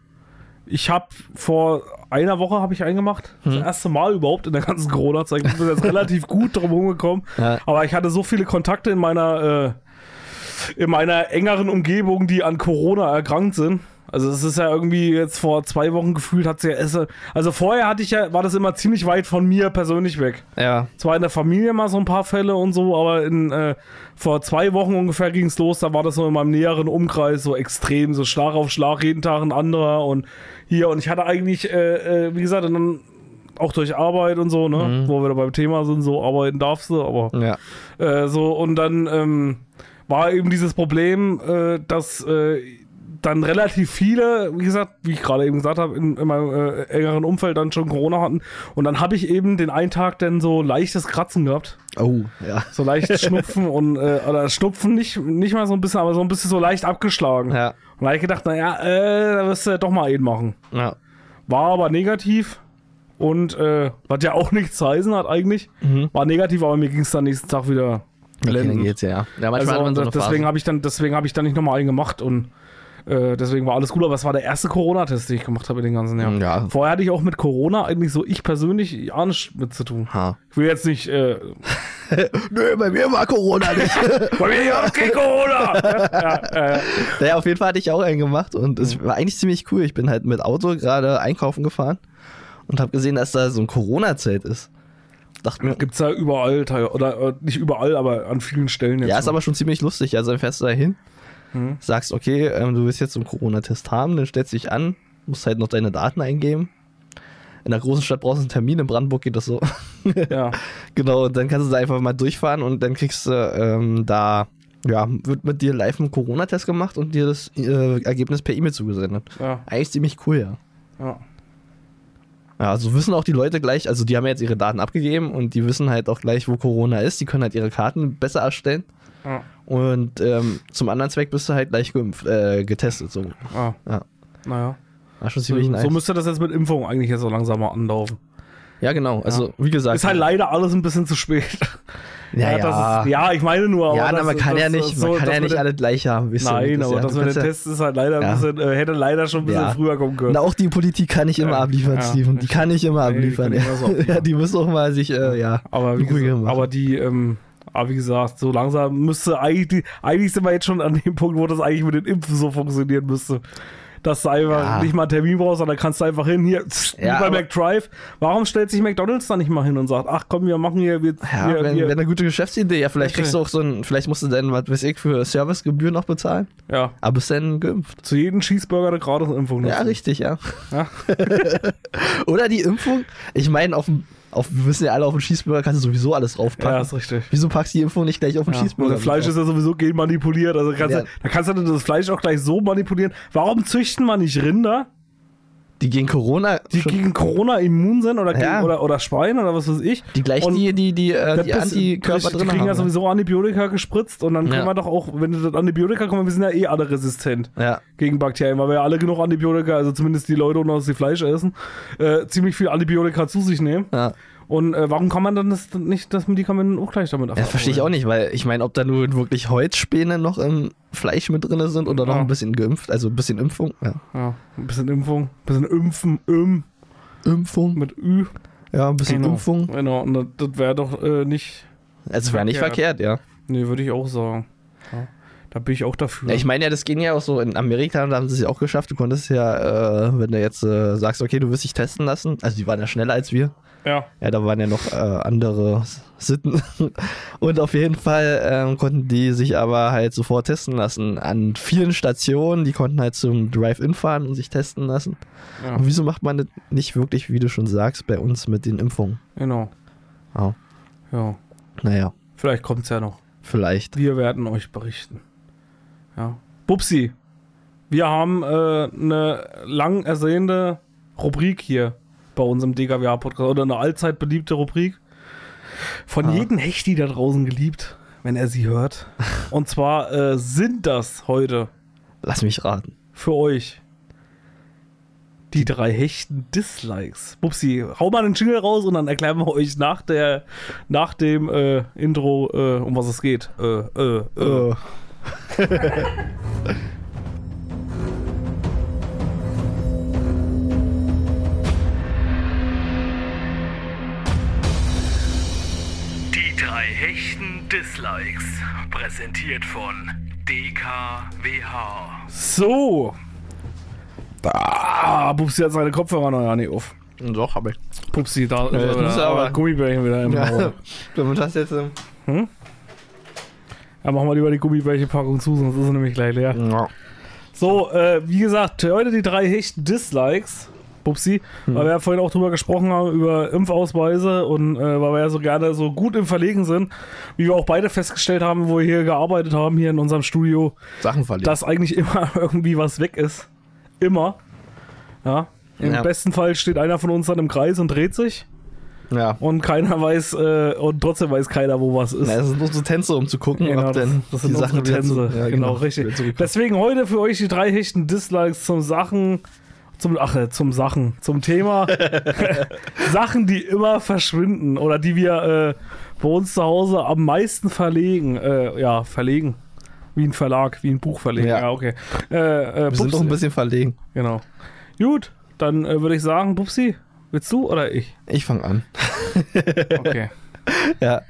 [SPEAKER 1] Ich habe vor einer Woche habe ich einen gemacht. Das erste Mal überhaupt in der ganzen Corona-Zeit. Ich bin jetzt relativ gut drum rumgekommen.
[SPEAKER 2] Ja.
[SPEAKER 1] Aber ich hatte so viele Kontakte in meiner, äh, in meiner engeren Umgebung, die an Corona erkrankt sind. Also es ist ja irgendwie jetzt vor zwei Wochen gefühlt, hat sie ja Esse. Also vorher hatte ich ja, war das immer ziemlich weit von mir persönlich weg.
[SPEAKER 2] Ja.
[SPEAKER 1] Zwar in der Familie mal so ein paar Fälle und so, aber in, äh, vor zwei Wochen ungefähr ging es los, da war das so in meinem näheren Umkreis so extrem, so Schlag auf Schlag, jeden Tag ein anderer und hier. Und ich hatte eigentlich, äh, äh, wie gesagt, und dann auch durch Arbeit und so, ne? Wo wir da beim Thema sind, so arbeiten darfst du, aber
[SPEAKER 2] Ja.
[SPEAKER 1] äh, so, und dann ähm, war eben dieses Problem, äh, dass äh, dann relativ viele, wie gesagt, wie ich gerade eben gesagt habe, in, in meinem äh, engeren Umfeld dann schon Corona hatten. Und dann habe ich eben den einen Tag dann so leichtes Kratzen gehabt.
[SPEAKER 2] Oh, ja.
[SPEAKER 1] So leicht Schnupfen und, äh, oder Schnupfen nicht, nicht mal so ein bisschen, aber so ein bisschen so leicht abgeschlagen.
[SPEAKER 2] Ja.
[SPEAKER 1] Und da habe ich gedacht, naja, äh, da wirst du ja doch mal einen machen.
[SPEAKER 2] Ja.
[SPEAKER 1] War aber negativ. Und äh, was ja auch nichts heißen hat eigentlich, war negativ, aber mir ging es dann nächsten Tag wieder
[SPEAKER 2] Mhm. Okay,
[SPEAKER 1] blendend.
[SPEAKER 2] dann geht's ja, ja. Ja, manchmal hat man so
[SPEAKER 1] Also,
[SPEAKER 2] eine
[SPEAKER 1] deswegen
[SPEAKER 2] Phase.
[SPEAKER 1] habe ich dann, deswegen habe ich dann nicht nochmal einen gemacht und äh, deswegen war alles gut, aber es war der erste Corona-Test, den ich gemacht habe in den ganzen Jahren.
[SPEAKER 2] Ja.
[SPEAKER 1] Vorher hatte ich auch mit Corona eigentlich so ich persönlich auch nichts mit zu tun.
[SPEAKER 2] Ha.
[SPEAKER 1] Ich will jetzt nicht. Äh,
[SPEAKER 2] Nö, bei mir war Corona nicht.
[SPEAKER 1] bei mir ja kein Corona! ja, äh,
[SPEAKER 2] naja, auf jeden Fall hatte ich auch einen gemacht und es
[SPEAKER 1] Mhm.
[SPEAKER 2] war eigentlich ziemlich cool. Ich bin halt mit Auto gerade einkaufen gefahren und habe gesehen, dass da so ein Corona-Zelt ist. Dachte mir,
[SPEAKER 1] gibt's ja überall, teil- oder äh, nicht überall, aber an vielen Stellen jetzt.
[SPEAKER 2] ja, ist
[SPEAKER 1] noch. Mhm.
[SPEAKER 2] aber schon ziemlich lustig. Also dann fährst du da hin, sagst, okay, ähm, du willst jetzt so einen Corona-Test haben, dann stellst du dich an, musst halt noch deine Daten eingeben. In der großen Stadt brauchst du einen Termin, in Brandenburg geht das so.
[SPEAKER 1] ja.
[SPEAKER 2] Genau, und dann kannst du da einfach mal durchfahren und dann kriegst du ähm, da, ja, wird mit dir live ein Corona-Test gemacht und dir das äh, Ergebnis per E-Mail zugesendet.
[SPEAKER 1] Ja,
[SPEAKER 2] Eigentlich ziemlich cool, ja.
[SPEAKER 1] ja.
[SPEAKER 2] Ja, so wissen auch die Leute gleich, also die haben ja jetzt ihre Daten abgegeben und die wissen halt auch gleich, wo Corona ist. Die können halt ihre Karten besser erstellen.
[SPEAKER 1] Ja.
[SPEAKER 2] Und ähm, zum anderen Zweck bist du halt gleich geimpft, äh, getestet. So.
[SPEAKER 1] ja.
[SPEAKER 2] Ja.
[SPEAKER 1] Naja.
[SPEAKER 2] War schon ziemlich
[SPEAKER 1] So
[SPEAKER 2] nice.
[SPEAKER 1] müsste das jetzt mit Impfung eigentlich jetzt so langsam mal anlaufen.
[SPEAKER 2] ja, genau. Also, wie gesagt.
[SPEAKER 1] Ist halt leider alles ein bisschen zu spät.
[SPEAKER 2] ja, ja.
[SPEAKER 1] das ist, ja ich meine nur, aber.
[SPEAKER 2] ja,
[SPEAKER 1] das,
[SPEAKER 2] na, man kann
[SPEAKER 1] das,
[SPEAKER 2] ja nicht,
[SPEAKER 1] so,
[SPEAKER 2] man kann
[SPEAKER 1] das
[SPEAKER 2] ja
[SPEAKER 1] mit
[SPEAKER 2] nicht
[SPEAKER 1] dem-
[SPEAKER 2] alle gleich haben. wisst ihr,
[SPEAKER 1] Nein,
[SPEAKER 2] das
[SPEAKER 1] aber
[SPEAKER 2] ja.
[SPEAKER 1] das
[SPEAKER 2] Du
[SPEAKER 1] mit den
[SPEAKER 2] kannst ja-
[SPEAKER 1] Tests ist halt leider ein
[SPEAKER 2] Ja.
[SPEAKER 1] bisschen, äh, hätte leider schon ein bisschen
[SPEAKER 2] Ja.
[SPEAKER 1] früher kommen können.
[SPEAKER 2] Na, auch die Politik kann nicht immer
[SPEAKER 1] Ja.
[SPEAKER 2] abliefern,
[SPEAKER 1] Ja,
[SPEAKER 2] Steven. Die kann nicht immer
[SPEAKER 1] Nee, die kann
[SPEAKER 2] abliefern.
[SPEAKER 1] nicht immer so abliefern.
[SPEAKER 2] ja, die müssen auch mal sich, äh, ja.
[SPEAKER 1] aber, wie
[SPEAKER 2] Ruhe
[SPEAKER 1] gesagt,
[SPEAKER 2] gemacht.
[SPEAKER 1] aber die, ähm, aber wie gesagt, so langsam müsste eigentlich, die, eigentlich sind wir jetzt schon an dem Punkt, wo das eigentlich mit den Impfen so funktionieren müsste. Dass du einfach
[SPEAKER 2] Ja.
[SPEAKER 1] nicht mal einen Termin brauchst, sondern kannst du einfach hin, hier, pst,
[SPEAKER 2] Ja,
[SPEAKER 1] wie bei
[SPEAKER 2] aber-
[SPEAKER 1] McDrive. Warum stellt sich McDonalds da nicht mal hin und sagt, ach komm, wir machen hier, wir,
[SPEAKER 2] Ja,
[SPEAKER 1] wir,
[SPEAKER 2] wenn,
[SPEAKER 1] wir,
[SPEAKER 2] wenn eine gute Geschäftsidee, ja, vielleicht
[SPEAKER 1] Okay.
[SPEAKER 2] kriegst du auch so ein, vielleicht musst du dann, was weiß ich, für Servicegebühr noch bezahlen,
[SPEAKER 1] ja,
[SPEAKER 2] aber bist dann geimpft.
[SPEAKER 1] zu jedem Cheeseburger eine Gratisimpfung.
[SPEAKER 2] Ja,
[SPEAKER 1] dazu.
[SPEAKER 2] richtig, ja.
[SPEAKER 1] Ja.
[SPEAKER 2] Oder die Impfung. Ich meine, auf dem, auf, wir wissen ja alle, auf dem Cheeseburger kannst du sowieso alles
[SPEAKER 1] Ja,
[SPEAKER 2] draufpacken.
[SPEAKER 1] ist richtig.
[SPEAKER 2] Wieso packst du die Impfung nicht gleich auf den
[SPEAKER 1] Ja,
[SPEAKER 2] Cheeseburger?
[SPEAKER 1] also Fleisch ist ja sowieso genmanipuliert. Also kannst
[SPEAKER 2] Ja.
[SPEAKER 1] du, da kannst du das Fleisch auch gleich so manipulieren. Warum züchten wir nicht Rinder,
[SPEAKER 2] die gegen Corona,
[SPEAKER 1] die
[SPEAKER 2] schon-
[SPEAKER 1] gegen Corona immun sind oder, gegen,
[SPEAKER 2] Ja.
[SPEAKER 1] oder, oder Schwein oder was weiß ich?
[SPEAKER 2] die gleich
[SPEAKER 1] und
[SPEAKER 2] die, die, die, äh,
[SPEAKER 1] das
[SPEAKER 2] die
[SPEAKER 1] ist-
[SPEAKER 2] Antikörper
[SPEAKER 1] die
[SPEAKER 2] drin
[SPEAKER 1] kriegen
[SPEAKER 2] haben.
[SPEAKER 1] ja
[SPEAKER 2] ne?
[SPEAKER 1] sowieso Antibiotika gespritzt und dann können
[SPEAKER 2] Ja.
[SPEAKER 1] wir doch auch, wenn das Antibiotika kommen, wir sind ja eh alle resistent
[SPEAKER 2] ja.
[SPEAKER 1] gegen Bakterien, weil wir ja alle genug Antibiotika, also zumindest die Leute, ohne dass sie Fleisch essen, äh, ziemlich viel Antibiotika zu sich nehmen.
[SPEAKER 2] ja.
[SPEAKER 1] Und äh, warum kann man dann das nicht, das Medikament auch gleich damit
[SPEAKER 2] Ja, verstehe ich auch nicht, weil ich meine, ob da nun wirklich Holzspäne noch im Fleisch mit drin sind oder noch
[SPEAKER 1] Ja.
[SPEAKER 2] ein bisschen geimpft, also ein bisschen Impfung. Ja.
[SPEAKER 1] Ja, ein bisschen Impfung, ein bisschen Impfen, Im
[SPEAKER 2] Impfung,
[SPEAKER 1] mit Ü.
[SPEAKER 2] ja, ein bisschen
[SPEAKER 1] Genau.
[SPEAKER 2] Impfung.
[SPEAKER 1] Genau, und das, das wäre doch äh, nicht.
[SPEAKER 2] Also wäre nicht
[SPEAKER 1] Verkehrt.
[SPEAKER 2] verkehrt, ja.
[SPEAKER 1] Nee, würde ich auch sagen. Ja, da bin ich auch dafür.
[SPEAKER 2] ja ich meine ja, das ging ja auch so in Amerika, da haben sie es ja auch geschafft. Du konntest ja, äh, wenn du jetzt äh, sagst, okay, du wirst dich testen lassen, also die waren ja schneller als wir.
[SPEAKER 1] ja.
[SPEAKER 2] Ja, da waren ja noch äh, andere S- Sitten. Und auf jeden Fall ähm, konnten die sich aber halt sofort testen lassen. An vielen Stationen, die konnten halt zum Drive-In fahren und sich testen lassen.
[SPEAKER 1] Ja.
[SPEAKER 2] Und wieso macht man das nicht wirklich, wie du schon sagst, bei uns mit den Impfungen?
[SPEAKER 1] Genau.
[SPEAKER 2] Ja.
[SPEAKER 1] Ja.
[SPEAKER 2] Naja,
[SPEAKER 1] Vielleicht kommt's ja noch.
[SPEAKER 2] vielleicht.
[SPEAKER 1] Wir werden euch berichten. Ja. Bubsi, wir haben äh, eine lang ersehnte Rubrik hier bei unserem DKWA-Podcast oder eine allzeit beliebte Rubrik. Von
[SPEAKER 2] Ah.
[SPEAKER 1] jedem Hechti da draußen geliebt, wenn er sie hört. Und zwar äh, sind das heute
[SPEAKER 2] Lass mich raten.
[SPEAKER 1] für euch. Die drei hechten Dislikes. Bubsi, hau mal einen Jingle raus und dann erklären wir euch nach, der, nach dem äh, Intro, äh, um was es geht. Äh, äh, äh.
[SPEAKER 2] Äh,
[SPEAKER 3] Die drei hechten Dislikes, präsentiert von DKWH.
[SPEAKER 1] So. Ah, Pupsi hat seine Kopfhörer noch gar nicht auf. Äh,
[SPEAKER 2] Doch, hab ich.
[SPEAKER 1] Pupsi, da
[SPEAKER 2] Ja, jetzt muss er aber-
[SPEAKER 1] Gummibärchen wieder im
[SPEAKER 2] Ja.
[SPEAKER 1] ja.
[SPEAKER 2] Damit hast du jetzt. ähm,
[SPEAKER 1] Ja, machen wir lieber die Gummibärchenpackung zu, sonst ist sie nämlich gleich leer.
[SPEAKER 2] Ja.
[SPEAKER 1] So, äh, wie gesagt, heute die drei hechten Dislikes. Pupsi,
[SPEAKER 2] Mhm.
[SPEAKER 1] weil wir ja vorhin auch drüber gesprochen haben, über Impfausweise und äh, weil wir ja so gerne so gut im Verlegen sind, wie wir auch beide festgestellt haben, wo wir hier gearbeitet haben, hier in unserem Studio,
[SPEAKER 2] Sachen verlieren.
[SPEAKER 1] dass eigentlich immer irgendwie was weg ist. Immer. Ja. Im
[SPEAKER 2] Ja.
[SPEAKER 1] besten Fall steht einer von uns dann im Kreis und dreht sich
[SPEAKER 2] ja.
[SPEAKER 1] und keiner weiß, äh, und trotzdem weiß keiner, wo was ist.
[SPEAKER 2] Na, das sind unsere Tänze, um zu gucken,
[SPEAKER 1] Genau,
[SPEAKER 2] ob
[SPEAKER 1] das,
[SPEAKER 2] denn
[SPEAKER 1] das
[SPEAKER 2] die
[SPEAKER 1] sind
[SPEAKER 2] Sachen
[SPEAKER 1] unsere
[SPEAKER 2] wieder zu-
[SPEAKER 1] Tänze.
[SPEAKER 2] ja,
[SPEAKER 1] genau,
[SPEAKER 2] wieder
[SPEAKER 1] richtig.
[SPEAKER 2] zurück-
[SPEAKER 1] Deswegen heute für euch die drei hechten Dislikes zum Sachen, zum, ach, äh, zum Sachen, zum Thema Sachen, die immer verschwinden oder die wir äh, bei uns zu Hause am meisten verlegen. Äh, ja, verlegen. Wie ein Verlag, wie ein Buch verlegen. Ja,
[SPEAKER 2] Ja.
[SPEAKER 1] okay. Äh, äh,
[SPEAKER 2] Wir sind doch
[SPEAKER 1] Pupsi.
[SPEAKER 2] ein bisschen verlegen.
[SPEAKER 1] Genau. Gut, dann äh, würde ich sagen, Pupsi, willst du oder ich?
[SPEAKER 2] Ich fange an.
[SPEAKER 1] Okay.
[SPEAKER 2] Ja,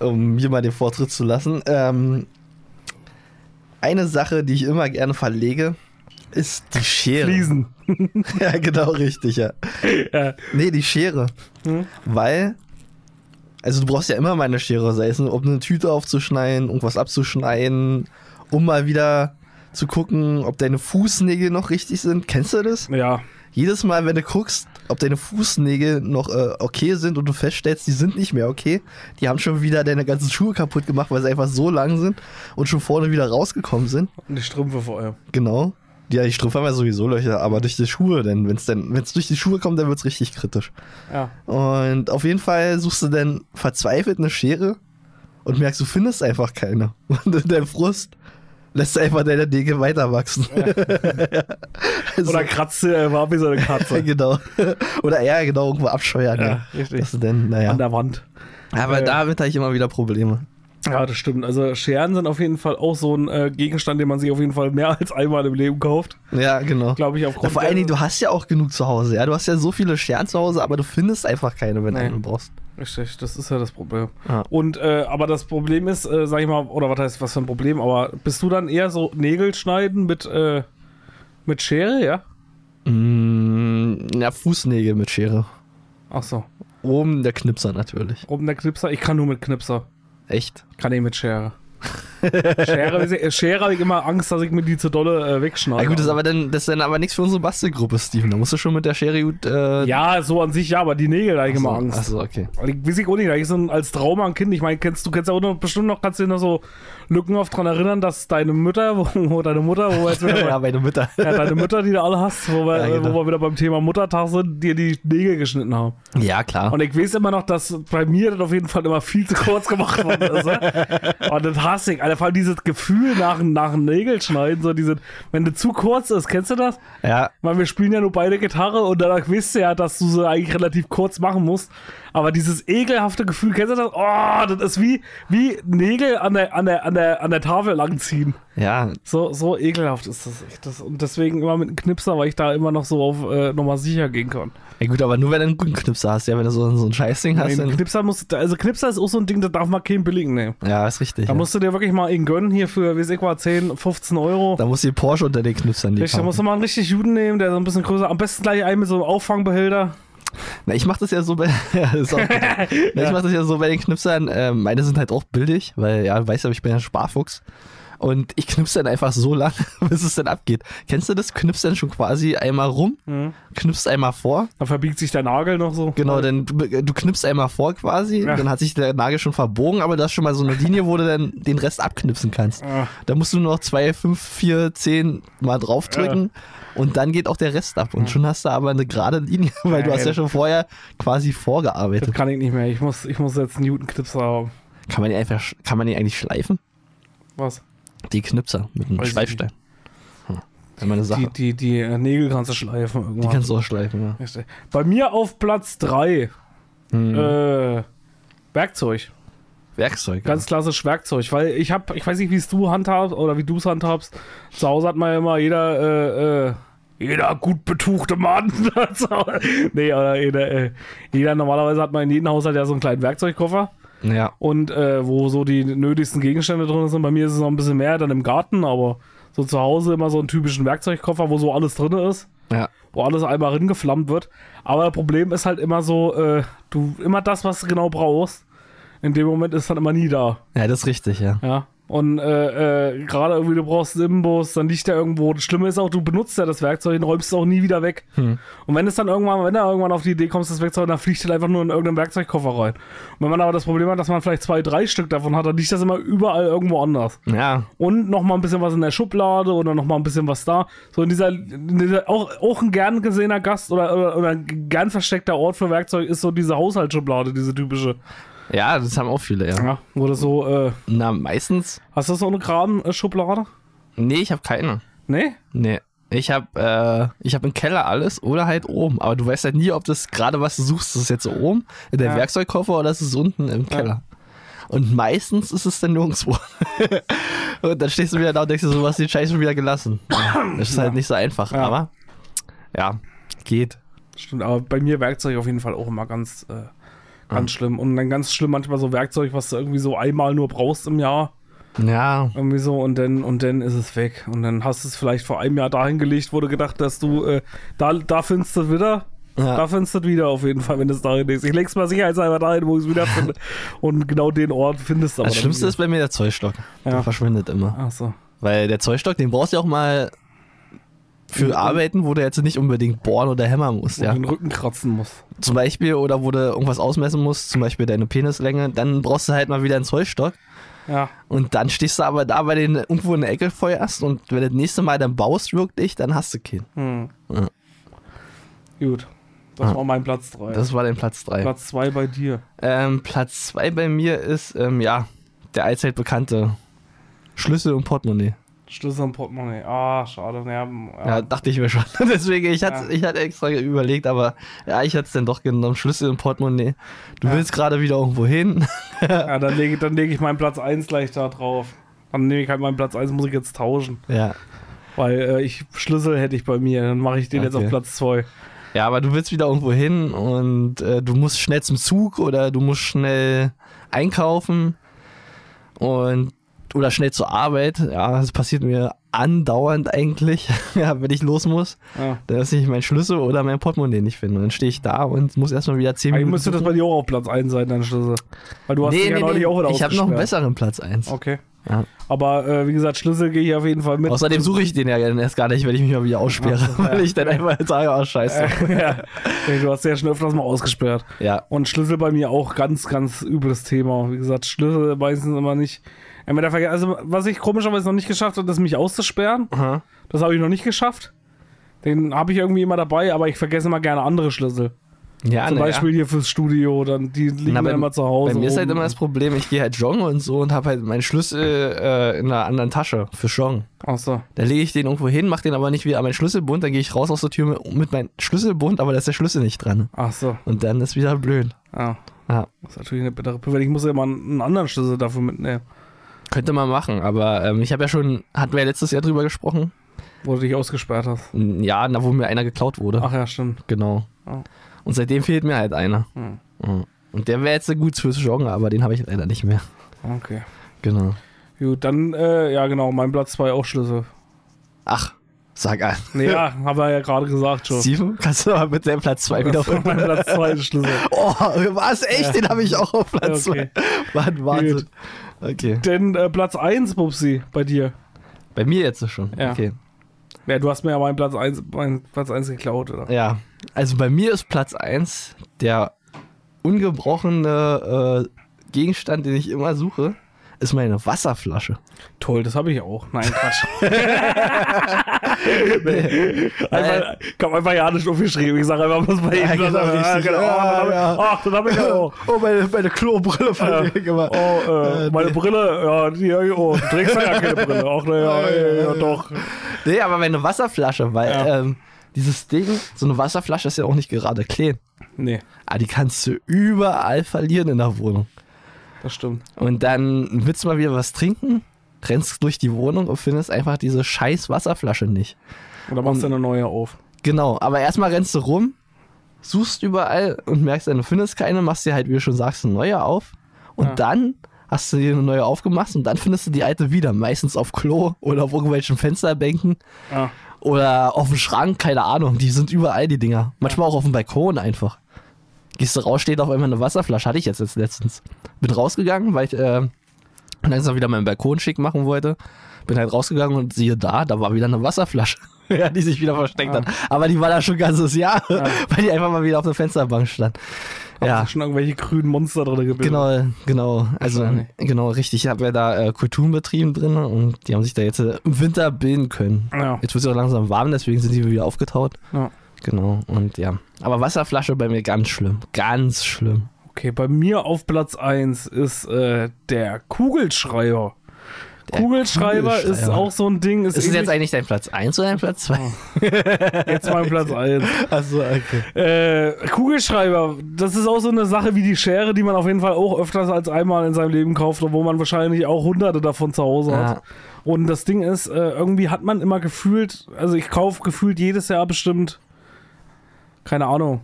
[SPEAKER 2] um mir mal den Vortritt zu lassen. Ähm, eine Sache, die ich immer gerne verlege, ist die Schere.
[SPEAKER 1] Fliesen. Äh,
[SPEAKER 2] Ja, genau richtig, ja.
[SPEAKER 1] Ja.
[SPEAKER 2] Nee, die Schere.
[SPEAKER 1] Hm?
[SPEAKER 2] Weil, also du brauchst ja immer mal eine Schere, sei es nur, um eine Tüte aufzuschneiden, irgendwas abzuschneiden, um mal wieder zu gucken, ob deine Fußnägel noch richtig sind. Kennst du das?
[SPEAKER 1] ja.
[SPEAKER 2] Jedes Mal, wenn du guckst, ob deine Fußnägel noch äh, okay sind und du feststellst, die sind nicht mehr okay, die haben schon wieder deine ganzen Schuhe kaputt gemacht, weil sie einfach so lang sind und schon vorne wieder rausgekommen sind.
[SPEAKER 1] Und die Strümpfe vor allem.
[SPEAKER 2] Genau. Ja, die Strümpfe haben ja sowieso Löcher, aber durch die Schuhe, denn wenn es denn, wenn's durch die Schuhe kommt, dann wird es richtig kritisch.
[SPEAKER 1] Ja.
[SPEAKER 2] Und auf jeden Fall suchst du dann verzweifelt eine Schere und merkst, du findest einfach keine. Und in deinem Frust lässt du einfach deine Nägel weiter wachsen. also,
[SPEAKER 1] Oder kratzt äh, war wie so eine Katze.
[SPEAKER 2] genau. Oder ja, genau, irgendwo abscheuern.
[SPEAKER 1] Ja,
[SPEAKER 2] Ja,
[SPEAKER 1] richtig.
[SPEAKER 2] Dass du denn, naja.
[SPEAKER 1] an der Wand.
[SPEAKER 2] Aber
[SPEAKER 1] äh,
[SPEAKER 2] damit habe ich immer wieder Probleme.
[SPEAKER 1] Ja, das stimmt. Also Scheren sind auf jeden Fall auch so ein äh, Gegenstand, den man sich auf jeden Fall mehr als einmal im Leben kauft.
[SPEAKER 2] Ja, genau.
[SPEAKER 1] Glaube ich
[SPEAKER 2] Ja,
[SPEAKER 1] aufgrund
[SPEAKER 2] vor allen Dingen,
[SPEAKER 1] der-
[SPEAKER 2] du hast ja auch genug zu Hause. Ja, du hast ja so viele Scheren zu Hause, aber du findest einfach keine, wenn
[SPEAKER 1] Nee.
[SPEAKER 2] du einen brauchst.
[SPEAKER 1] Richtig, das ist ja das Problem.
[SPEAKER 2] Ja.
[SPEAKER 1] Und äh, aber das Problem ist, äh, sag ich mal, oder was heißt was für ein Problem, aber bist du dann eher so Nägel schneiden mit, äh, mit Schere, ja?
[SPEAKER 2] Mm, ja, Fußnägel mit Schere.
[SPEAKER 1] Ach so,
[SPEAKER 2] Oben der Knipser natürlich.
[SPEAKER 1] oben der Knipser. Ich kann nur mit Knipser.
[SPEAKER 2] Echt?
[SPEAKER 1] Kann ich mit Schere. Schere, äh, Schere habe ich immer Angst, dass ich mir die zu dolle äh, wegschneide.
[SPEAKER 2] Ja, gut, das ist aber dann, das ist dann aber nichts für unsere Bastelgruppe, Steven. Da musst du schon mit der Schere gut. Äh,
[SPEAKER 1] ja, so an sich ja, aber die Nägel da habe ich
[SPEAKER 2] so,
[SPEAKER 1] immer Angst.
[SPEAKER 2] Achso, okay.
[SPEAKER 1] Weil Also Ich weiß ich auch nicht, ich so ein, als Trauma ein Kind. Ich meine, kennst, du kennst ja auch noch, bestimmt noch, kannst du dich noch so lückenhaft dran erinnern, dass deine Mütter, wo, wo deine Mutter, wo wir jetzt wieder
[SPEAKER 2] ja,
[SPEAKER 1] bei,
[SPEAKER 2] meine Mutter.
[SPEAKER 1] ja, deine Mütter, die du alle hast, wo wir,
[SPEAKER 2] Ja,
[SPEAKER 1] äh,
[SPEAKER 2] genau.
[SPEAKER 1] wo wir wieder beim Thema Muttertag sind, dir die Nägel geschnitten haben.
[SPEAKER 2] Ja, klar.
[SPEAKER 1] Und ich weiß immer noch, dass bei mir das auf jeden Fall immer viel zu kurz gemacht worden ist. ne? Und das hasse ich. Alter, vor allem dieses Gefühl nach, nach einem Nägelschneiden, so dieses, wenn du zu kurz ist, kennst du das?
[SPEAKER 2] Ja,
[SPEAKER 1] Weil wir spielen ja nur beide Gitarre und danach wisst ihr ja, dass du sie eigentlich relativ kurz machen musst. Aber dieses ekelhafte Gefühl, kennst du das? Oh, das ist wie, wie Nägel an der, an der, an der, an der Tafel langziehen.
[SPEAKER 2] ja.
[SPEAKER 1] So, so ekelhaft ist das echt. Das, und deswegen immer mit einem Knipser, weil ich da immer noch so auf äh, nochmal sicher gehen kann.
[SPEAKER 2] Ja, gut, aber nur wenn du einen guten Knipser hast. Ja, wenn du so, so ein Scheißding hast,
[SPEAKER 1] Ein
[SPEAKER 2] dann.
[SPEAKER 1] Knipser muss, also Knipser ist auch so ein Ding, da darf man keinen billigen nehmen.
[SPEAKER 2] Ja, ist richtig.
[SPEAKER 1] Da
[SPEAKER 2] ja.
[SPEAKER 1] musst du dir wirklich mal einen gönnen hier für, wie ich war, 10, 15 Euro.
[SPEAKER 2] da musst du die Porsche unter den Knipsern liegen.
[SPEAKER 1] Ich, da musst du mal einen richtig Juden nehmen, der so ein bisschen größer, am besten gleich einen mit so einem Auffangbehälter.
[SPEAKER 2] Na, ich mach das ja so bei. ja, ist auch gut. Na, Ich mach das ja so bei den Knipsern. Ähm, meine sind halt auch billig, weil ja, weißt du, ich bin ja ein Sparfuchs. Und ich knipse dann einfach so lange, bis es dann abgeht. Kennst du das? Knipst dann schon quasi einmal rum,
[SPEAKER 1] Mhm.
[SPEAKER 2] knipst einmal vor.
[SPEAKER 1] Dann verbiegt sich der Nagel noch so.
[SPEAKER 2] Genau, dann du, du knipst einmal vor quasi,
[SPEAKER 1] Ja.
[SPEAKER 2] dann hat sich der Nagel schon verbogen, aber da ist schon mal so eine Linie, wo du dann den Rest abknipsen kannst.
[SPEAKER 1] Ah.
[SPEAKER 2] Da musst du nur noch 2, 5, 4, 10 mal draufdrücken und dann geht auch der Rest ab. Und schon hast du aber eine gerade Linie, weil du
[SPEAKER 1] Ja,
[SPEAKER 2] hast
[SPEAKER 1] ja.
[SPEAKER 2] ja schon vorher quasi
[SPEAKER 1] Das
[SPEAKER 2] vorgearbeitet.
[SPEAKER 1] kann ich nicht mehr. Ich muss, ich muss jetzt einen Newton-Knipser haben.
[SPEAKER 2] Kann man die einfach, sch- kann man die eigentlich schleifen?
[SPEAKER 1] Was?
[SPEAKER 2] Die Knipser mit einem
[SPEAKER 1] Weiß ich
[SPEAKER 2] Schleifstein. Hm. Das ist meine Sache.
[SPEAKER 1] Die, die,
[SPEAKER 2] Die,
[SPEAKER 1] die äh, Nägel kannst du schleifen irgendwann.
[SPEAKER 2] kannst du auch schleifen, ja.
[SPEAKER 1] Richtig. Bei mir auf Platz 3.
[SPEAKER 2] Hm.
[SPEAKER 1] Äh, Werkzeug.
[SPEAKER 2] Werkzeug.
[SPEAKER 1] Ganz klassisch Werkzeug. Weil ich habe, ich weiß nicht, wie es du handhabst oder wie du es handhabst. Zu Hause hat man ja immer jeder, äh, äh, jeder gut betuchte Mann. zu Hause- nee, oder jeder, äh, jeder normalerweise hat man in jedem Haushalt ja so einen kleinen Werkzeugkoffer.
[SPEAKER 2] ja. ja.
[SPEAKER 1] und äh, wo so die nötigsten Gegenstände drin sind. Bei mir ist es noch ein bisschen mehr dann im Garten, aber so zu Hause immer so einen typischen Werkzeugkoffer, wo so alles drin ist.
[SPEAKER 2] Ja.
[SPEAKER 1] wo alles einmal hingeflammt wird. Aber das Problem ist halt immer so, äh, du immer das, was du genau brauchst. In dem Moment ist dann immer nie da.
[SPEAKER 2] Ja, das ist richtig, ja.
[SPEAKER 1] Ja. Und äh, äh, gerade irgendwie, du brauchst einen Imbus, dann liegt der irgendwo. Das Schlimme ist auch, du benutzt ja das Werkzeug und räumst es auch nie wieder weg. Und wenn es dann irgendwann, wenn du irgendwann auf die Idee kommst, das Werkzeug, dann fliegt es einfach nur in irgendeinen Werkzeugkoffer rein. Und wenn man aber das Problem hat, dass man vielleicht zwei, drei Stück davon hat, dann liegt das immer überall irgendwo anders.
[SPEAKER 2] Ja,
[SPEAKER 1] Und nochmal ein bisschen was in der Schublade oder nochmal ein bisschen was da. So in dieser, in dieser auch, auch ein gern gesehener Gast oder, oder, oder ein gern versteckter Ort für Werkzeug ist so diese Haushaltsschublade, diese typische.
[SPEAKER 2] ja, das haben auch viele, ja.
[SPEAKER 1] Ja, wo das so, äh,
[SPEAKER 2] Na, meistens.
[SPEAKER 1] hast du so eine Kramschublade?
[SPEAKER 2] Nee, ich habe keine.
[SPEAKER 1] Nee?
[SPEAKER 2] Nee. Ich habe äh, ich hab im Keller alles oder halt oben. Aber du weißt halt nie, ob das gerade was du suchst. Ist es jetzt oben in der
[SPEAKER 1] Ja.
[SPEAKER 2] Werkzeugkoffer oder ist es unten im Keller? Und meistens ist es dann nirgendwo. und dann stehst du wieder da und denkst dir so, was den Scheiß schon wieder gelassen. Das ist halt nicht so einfach.
[SPEAKER 1] Ja.
[SPEAKER 2] Aber ja, geht.
[SPEAKER 1] Stimmt, aber bei mir Werkzeug auf jeden Fall auch immer ganz, äh, ganz schlimm. Und dann ganz schlimm manchmal so Werkzeug, was du irgendwie so einmal nur brauchst im Jahr.
[SPEAKER 2] Ja,
[SPEAKER 1] Irgendwie so und dann, und dann ist es weg. Und dann hast du es vielleicht vor einem Jahr dahin gelegt, wo du gedacht dass du, äh, da, da findest du es wieder.
[SPEAKER 2] Ja.
[SPEAKER 1] Da findest du es wieder auf jeden Fall, wenn du es dahin legst. Ich leg's mal sicherheitshalber dahin, wo ich es wieder finde. und genau den Ort findest du aber.
[SPEAKER 2] Das
[SPEAKER 1] dann
[SPEAKER 2] Schlimmste
[SPEAKER 1] wieder.
[SPEAKER 2] ist bei mir der Zollstock.
[SPEAKER 1] Ja.
[SPEAKER 2] Der verschwindet immer.
[SPEAKER 1] Ach so.
[SPEAKER 2] Weil der Zollstock, den brauchst du ja auch mal
[SPEAKER 1] Mhm.
[SPEAKER 2] für Arbeiten, wo du jetzt nicht unbedingt bohren oder hämmern musst.
[SPEAKER 1] Wo du
[SPEAKER 2] Ja.
[SPEAKER 1] den Rücken kratzen musst.
[SPEAKER 2] Zum Beispiel, oder wo du irgendwas ausmessen musst, zum Beispiel deine Penislänge, dann brauchst du halt mal wieder einen Zollstock.
[SPEAKER 1] Ja.
[SPEAKER 2] Und dann stehst du aber da bei den irgendwo in der Ecke feuerst und wenn du das nächste Mal dann baust wirklich, dann hast du keinen.
[SPEAKER 1] Hm.
[SPEAKER 2] Ja.
[SPEAKER 1] Gut. Das
[SPEAKER 2] Ja.
[SPEAKER 1] war mein Platz 3.
[SPEAKER 2] Das war dein Platz 3.
[SPEAKER 1] Platz 2 bei dir.
[SPEAKER 2] Ähm, Platz 2 bei mir ist, ähm, ja, der allzeit bekannte Schlüssel und Portemonnaie.
[SPEAKER 1] Schlüssel und Portemonnaie. Ah, schade. Ja, m- ja.
[SPEAKER 2] Ja, dachte ich mir schon. Deswegen, ich hatte,
[SPEAKER 1] Ja.
[SPEAKER 2] ich hatte extra überlegt, aber ja, ich hatte es dann doch genommen. Schlüssel im Portemonnaie. Du willst gerade wieder irgendwo hin.
[SPEAKER 1] ja dann lege dann leg ich meinen Platz 1 gleich da drauf. Dann nehme ich halt meinen Platz 1, muss ich jetzt tauschen.
[SPEAKER 2] Ja.
[SPEAKER 1] Weil äh, ich Schlüssel hätte ich bei mir, dann mache ich den jetzt auf
[SPEAKER 2] Okay.
[SPEAKER 1] Platz 2.
[SPEAKER 2] Ja, aber du willst wieder irgendwo hin und äh, du musst schnell zum Zug oder du musst schnell einkaufen und oder schnell zur Arbeit. Ja, das passiert mir andauernd eigentlich, ja, wenn ich los muss,
[SPEAKER 1] Ja.
[SPEAKER 2] dass ich meinen Schlüssel oder mein Portemonnaie nicht finde. Und dann stehe ich da und muss erstmal wieder 10
[SPEAKER 1] Eigentlich
[SPEAKER 2] Minuten.
[SPEAKER 1] müsste das bei
[SPEAKER 2] suchen.
[SPEAKER 1] dir auch auf Platz 1 sein, dein Schlüssel. Weil du hast
[SPEAKER 2] nee,
[SPEAKER 1] dich ja
[SPEAKER 2] nee,
[SPEAKER 1] neulich
[SPEAKER 2] nee.
[SPEAKER 1] auch wieder
[SPEAKER 2] Ich habe noch einen
[SPEAKER 1] ausgesperrt.
[SPEAKER 2] besseren Platz 1.
[SPEAKER 1] Okay.
[SPEAKER 2] Ja.
[SPEAKER 1] Aber äh, wie gesagt, Schlüssel gehe ich auf jeden Fall mit.
[SPEAKER 2] Außerdem suche ich den ja dann erst gar nicht, wenn ich mich mal wieder aussperre, weil ich dann einfach sage, oh scheiße.
[SPEAKER 1] ja. Du hast ja schon öfters mal ausgesperrt.
[SPEAKER 2] Ja.
[SPEAKER 1] Und Schlüssel bei mir auch ganz, ganz übles Thema. Wie gesagt, Schlüssel meistens immer nicht. Entweder verge- Also, was ich komischerweise noch nicht geschafft habe, ist mich auszusperren.
[SPEAKER 2] Aha.
[SPEAKER 1] Das habe ich noch nicht geschafft. Den habe ich irgendwie immer dabei, aber ich vergesse immer gerne andere Schlüssel.
[SPEAKER 2] Ja,
[SPEAKER 1] Zum
[SPEAKER 2] na ja.
[SPEAKER 1] Beispiel hier fürs Studio, dann die liegen
[SPEAKER 2] Ah, Na,
[SPEAKER 1] dann immer zu Hause.
[SPEAKER 2] Bei mir ist halt
[SPEAKER 1] oben.
[SPEAKER 2] immer das Problem, ich gehe halt joggen und so und habe halt meinen Schlüssel äh, in einer anderen Tasche für joggen.
[SPEAKER 1] Ach so.
[SPEAKER 2] Da lege ich den irgendwo hin, mache den aber nicht wieder an meinen Schlüsselbund, dann gehe ich raus aus der Tür mit, mit meinem Schlüsselbund, aber da ist der Schlüssel nicht dran.
[SPEAKER 1] Ach so.
[SPEAKER 2] Und dann ist wieder blöd.
[SPEAKER 1] Ja.
[SPEAKER 2] Ja.
[SPEAKER 1] Das ist natürlich eine bittere Pille, weil ich muss ja immer einen anderen Schlüssel dafür mitnehmen,
[SPEAKER 2] Könnte man machen, aber ähm, ich habe ja schon, hatten wir ja letztes Jahr drüber gesprochen.
[SPEAKER 1] wo du dich ausgesperrt hast.
[SPEAKER 2] Ja, da wo mir einer geklaut wurde.
[SPEAKER 1] Ach ja, stimmt.
[SPEAKER 2] Genau.
[SPEAKER 1] Ja.
[SPEAKER 2] Und seitdem fehlt mir halt einer.
[SPEAKER 1] Hm.
[SPEAKER 2] Ja. Und der wäre jetzt gut fürs Joggen, aber den habe ich leider nicht mehr.
[SPEAKER 1] Okay.
[SPEAKER 2] Genau.
[SPEAKER 1] Gut, dann, äh, ja genau, mein Platz 2 auch Schlüssel.
[SPEAKER 2] Ach, sag an.
[SPEAKER 1] Nee, ja, haben wir ja gerade gesagt schon.
[SPEAKER 2] Steven, kannst du mal mit deinem Platz 2
[SPEAKER 1] Das war
[SPEAKER 2] wiederholen?
[SPEAKER 1] mein Platz 2 Schlüssel.
[SPEAKER 2] Oh, was? Echt? Den habe ich auch auf Platz 2.
[SPEAKER 1] Okay.
[SPEAKER 2] Mann, Wahnsinn. Okay.
[SPEAKER 1] Denn äh, Platz 1, Bubsi, bei dir.
[SPEAKER 2] Bei mir jetzt schon.
[SPEAKER 1] Ja.
[SPEAKER 2] Okay.
[SPEAKER 1] Ja, du hast mir ja meinen Platz 1, meinen Platz 1 geklaut, oder?
[SPEAKER 2] Ja. Also bei mir ist Platz 1 der ungebrochene äh, Gegenstand, den ich immer suche, ist meine Wasserflasche.
[SPEAKER 1] Toll, das habe ich auch. Nein, Quatsch.
[SPEAKER 2] Äh,
[SPEAKER 1] einfach, ich habe einfach ja nicht aufgeschrieben. Ich sage einfach, was bei
[SPEAKER 2] Ja,
[SPEAKER 1] ihm
[SPEAKER 2] genau,
[SPEAKER 1] Ah,
[SPEAKER 2] richtig.
[SPEAKER 1] genau.
[SPEAKER 2] Ja, ja.
[SPEAKER 1] Ach, das habe ich auch.
[SPEAKER 2] oh, meine, meine Klobrille von
[SPEAKER 1] Äh, oh, äh, meine Brille, ja, die, ja, oh, du trägst ja gar keine Brille. Ach, na, ja, ja, ja, doch.
[SPEAKER 2] Nee, aber meine Wasserflasche, weil
[SPEAKER 1] Ja.
[SPEAKER 2] ähm, dieses Ding, so eine Wasserflasche ist ja auch nicht gerade clean.
[SPEAKER 1] Nee,
[SPEAKER 2] Ah, die kannst du überall verlieren in der Wohnung.
[SPEAKER 1] das stimmt.
[SPEAKER 2] Und dann willst du mal wieder was trinken, rennst durch die Wohnung und findest einfach diese scheiß Wasserflasche nicht.
[SPEAKER 1] Oder machst du eine neue auf?
[SPEAKER 2] Genau, aber erstmal rennst du rum, suchst überall und merkst, dann, du findest keine, machst dir halt, wie du schon sagst, eine neue auf. Und
[SPEAKER 1] Ja.
[SPEAKER 2] dann hast du dir eine neue aufgemacht und dann findest du die alte wieder. Meistens auf Klo oder auf irgendwelchen Fensterbänken
[SPEAKER 1] Ah.
[SPEAKER 2] oder auf dem Schrank, keine Ahnung. Die sind überall, die Dinger. Manchmal auch auf dem Balkon einfach. Gehst du raus, steht auf einmal eine Wasserflasche. Hatte ich jetzt, jetzt letztens. Bin rausgegangen, weil ich äh, langsam wieder meinen Balkon schick machen wollte. Bin halt rausgegangen und siehe da, da war wieder eine Wasserflasche. Ja, die sich wieder versteckt hat. Aber die war da schon ganzes Jahr, weil die einfach mal wieder auf der Fensterbank stand.
[SPEAKER 1] Haben
[SPEAKER 2] Ja.
[SPEAKER 1] sich schon irgendwelche grünen Monster drin gebildet.
[SPEAKER 2] Genau, genau. Also,
[SPEAKER 1] Wahrscheinlich.
[SPEAKER 2] genau, richtig. Ich habe ja da äh, Kulturen betrieben drin und die haben sich da jetzt äh, im Winter bilden können.
[SPEAKER 1] Ja.
[SPEAKER 2] Jetzt wird es auch langsam warm, deswegen sind die wieder aufgetaut.
[SPEAKER 1] Ja.
[SPEAKER 2] Genau, und ja. Aber Wasserflasche bei mir ganz schlimm. Ganz schlimm.
[SPEAKER 1] Okay, bei mir auf Platz 1 ist äh, der Kugelschreier.
[SPEAKER 2] Der
[SPEAKER 1] Kugelschreiber, ist
[SPEAKER 2] Kugelschreiber.
[SPEAKER 1] auch so ein Ding. Ist,
[SPEAKER 2] Ist es jetzt
[SPEAKER 1] ähnlich-
[SPEAKER 2] eigentlich dein Platz 1 oder dein Platz 2?
[SPEAKER 1] jetzt mein Platz 1.
[SPEAKER 2] Achso, okay.
[SPEAKER 1] Äh, Kugelschreiber, das ist auch so eine Sache wie die Schere, die man auf jeden Fall auch öfters als einmal in seinem Leben kauft, wo man wahrscheinlich auch hunderte davon zu Hause hat.
[SPEAKER 2] Ja.
[SPEAKER 1] Und das Ding ist, äh, irgendwie hat man immer gefühlt, also ich kaufe gefühlt jedes Jahr bestimmt, keine Ahnung,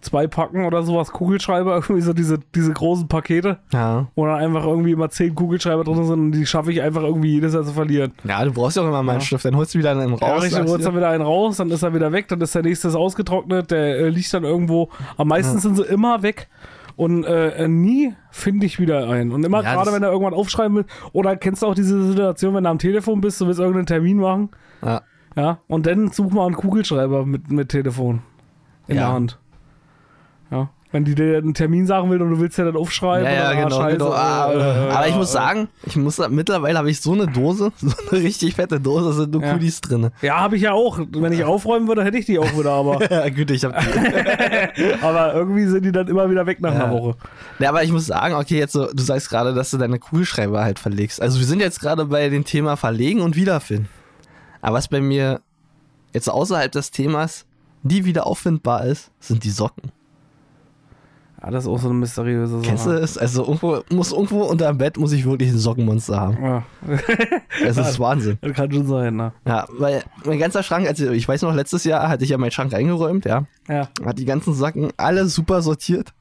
[SPEAKER 1] zwei Packen oder sowas Kugelschreiber, irgendwie so diese, diese großen Pakete,
[SPEAKER 2] Ja.
[SPEAKER 1] wo dann einfach irgendwie immer zehn Kugelschreiber drin sind und die schaffe ich einfach irgendwie jedes Jahr zu verlieren.
[SPEAKER 2] ja, du brauchst ja auch immer meinen Stift, dann holst du wieder einen
[SPEAKER 1] Ja,
[SPEAKER 2] raus.
[SPEAKER 1] richtig,
[SPEAKER 2] sagst
[SPEAKER 1] holst
[SPEAKER 2] dir-
[SPEAKER 1] dann wieder einen raus, dann ist er wieder weg, dann ist der nächste ausgetrocknet, der äh, liegt dann irgendwo. Am meisten sind sie immer weg. Und äh, äh, nie finde ich wieder einen. Und immer
[SPEAKER 2] Ja,
[SPEAKER 1] gerade,
[SPEAKER 2] das-
[SPEAKER 1] wenn er irgendwann aufschreiben will. Oder kennst du auch diese Situation, wenn du am Telefon bist, du willst irgendeinen Termin machen.
[SPEAKER 2] ja.
[SPEAKER 1] Ja, und dann such mal einen Kugelschreiber mit, mit Telefon in
[SPEAKER 2] Ja.
[SPEAKER 1] der Hand. Ja. Wenn die dir einen Termin sagen will und du willst ja dann aufschreiben.
[SPEAKER 2] Ja,
[SPEAKER 1] oder,
[SPEAKER 2] ja,
[SPEAKER 1] ah,
[SPEAKER 2] genau.
[SPEAKER 1] Scheiße,
[SPEAKER 2] genau. Ah,
[SPEAKER 1] äh,
[SPEAKER 2] äh, aber ich
[SPEAKER 1] äh,
[SPEAKER 2] muss sagen, ich muss da- mittlerweile habe ich so eine Dose, so eine richtig fette Dose, da sind nur
[SPEAKER 1] Ja.
[SPEAKER 2] Kulis drin.
[SPEAKER 1] Ja, habe ich ja auch. Wenn ich aufräumen würde, hätte ich die auch wieder, aber,
[SPEAKER 2] Ja, gut, ich habe
[SPEAKER 1] aber irgendwie sind die dann immer wieder weg nach einer
[SPEAKER 2] Ja.
[SPEAKER 1] Woche.
[SPEAKER 2] Ja, aber ich muss sagen, okay, jetzt so, du sagst gerade, dass du deine Kugelschreiber halt verlegst. Also wir sind jetzt gerade bei dem Thema Verlegen und Wiederfinden. Aber was bei mir jetzt außerhalb des Themas nie wieder auffindbar ist, sind die Socken.
[SPEAKER 1] Ja, das ist auch so eine mysteriöse Sache.
[SPEAKER 2] Kennst du es? Also irgendwo, muss irgendwo unter dem Bett muss ich wirklich ein Sockenmonster haben.
[SPEAKER 1] Ja,
[SPEAKER 2] Das ist Wahnsinn.
[SPEAKER 1] das kann schon sein, ne?
[SPEAKER 2] Ja, weil mein ganzer Schrank, also ich weiß noch, letztes Jahr hatte ich ja meinen Schrank eingeräumt, ja.
[SPEAKER 1] Ja.
[SPEAKER 2] Hat die ganzen Socken alle super sortiert.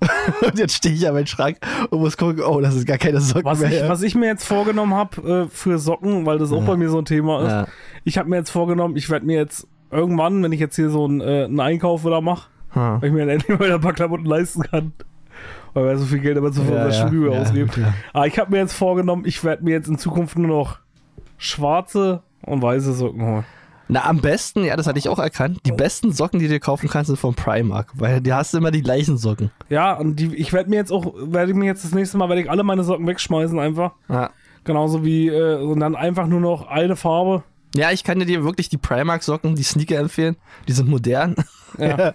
[SPEAKER 2] und jetzt stehe ich an meinem Schrank und muss gucken, oh, das ist gar keine Socken
[SPEAKER 1] Was
[SPEAKER 2] mehr.
[SPEAKER 1] ich, was ich mir jetzt vorgenommen habe äh, für Socken, weil das auch bei mir so ein Thema ist,
[SPEAKER 2] Ja.
[SPEAKER 1] ich habe mir jetzt vorgenommen, ich werde mir jetzt irgendwann, wenn ich jetzt hier so einen, äh, einen Einkauf wieder mache,
[SPEAKER 2] Hm.
[SPEAKER 1] weil ich mir dann endlich mal wieder ein paar Klamotten leisten kann. Weil wir so viel Geld immer zu
[SPEAKER 2] Ja,
[SPEAKER 1] ja,
[SPEAKER 2] ja,
[SPEAKER 1] Schule
[SPEAKER 2] ja,
[SPEAKER 1] ausgeben.
[SPEAKER 2] klar.
[SPEAKER 1] Aber ich habe mir jetzt vorgenommen, ich werde mir jetzt in Zukunft nur noch schwarze und weiße Socken holen.
[SPEAKER 2] Na, am besten, ja, das hatte ich auch erkannt, die besten Socken, die du dir kaufen kannst, sind von Primark, weil da hast du immer die gleichen Socken.
[SPEAKER 1] Ja, und die, ich werde mir jetzt auch, werde mir jetzt das nächste Mal, werde ich alle meine Socken wegschmeißen einfach.
[SPEAKER 2] Ja.
[SPEAKER 1] Genauso wie, äh, und dann einfach nur noch eine Farbe.
[SPEAKER 2] ja, ich kann dir wirklich die Primark-Socken, die Sneaker empfehlen, die sind modern.
[SPEAKER 1] Ja.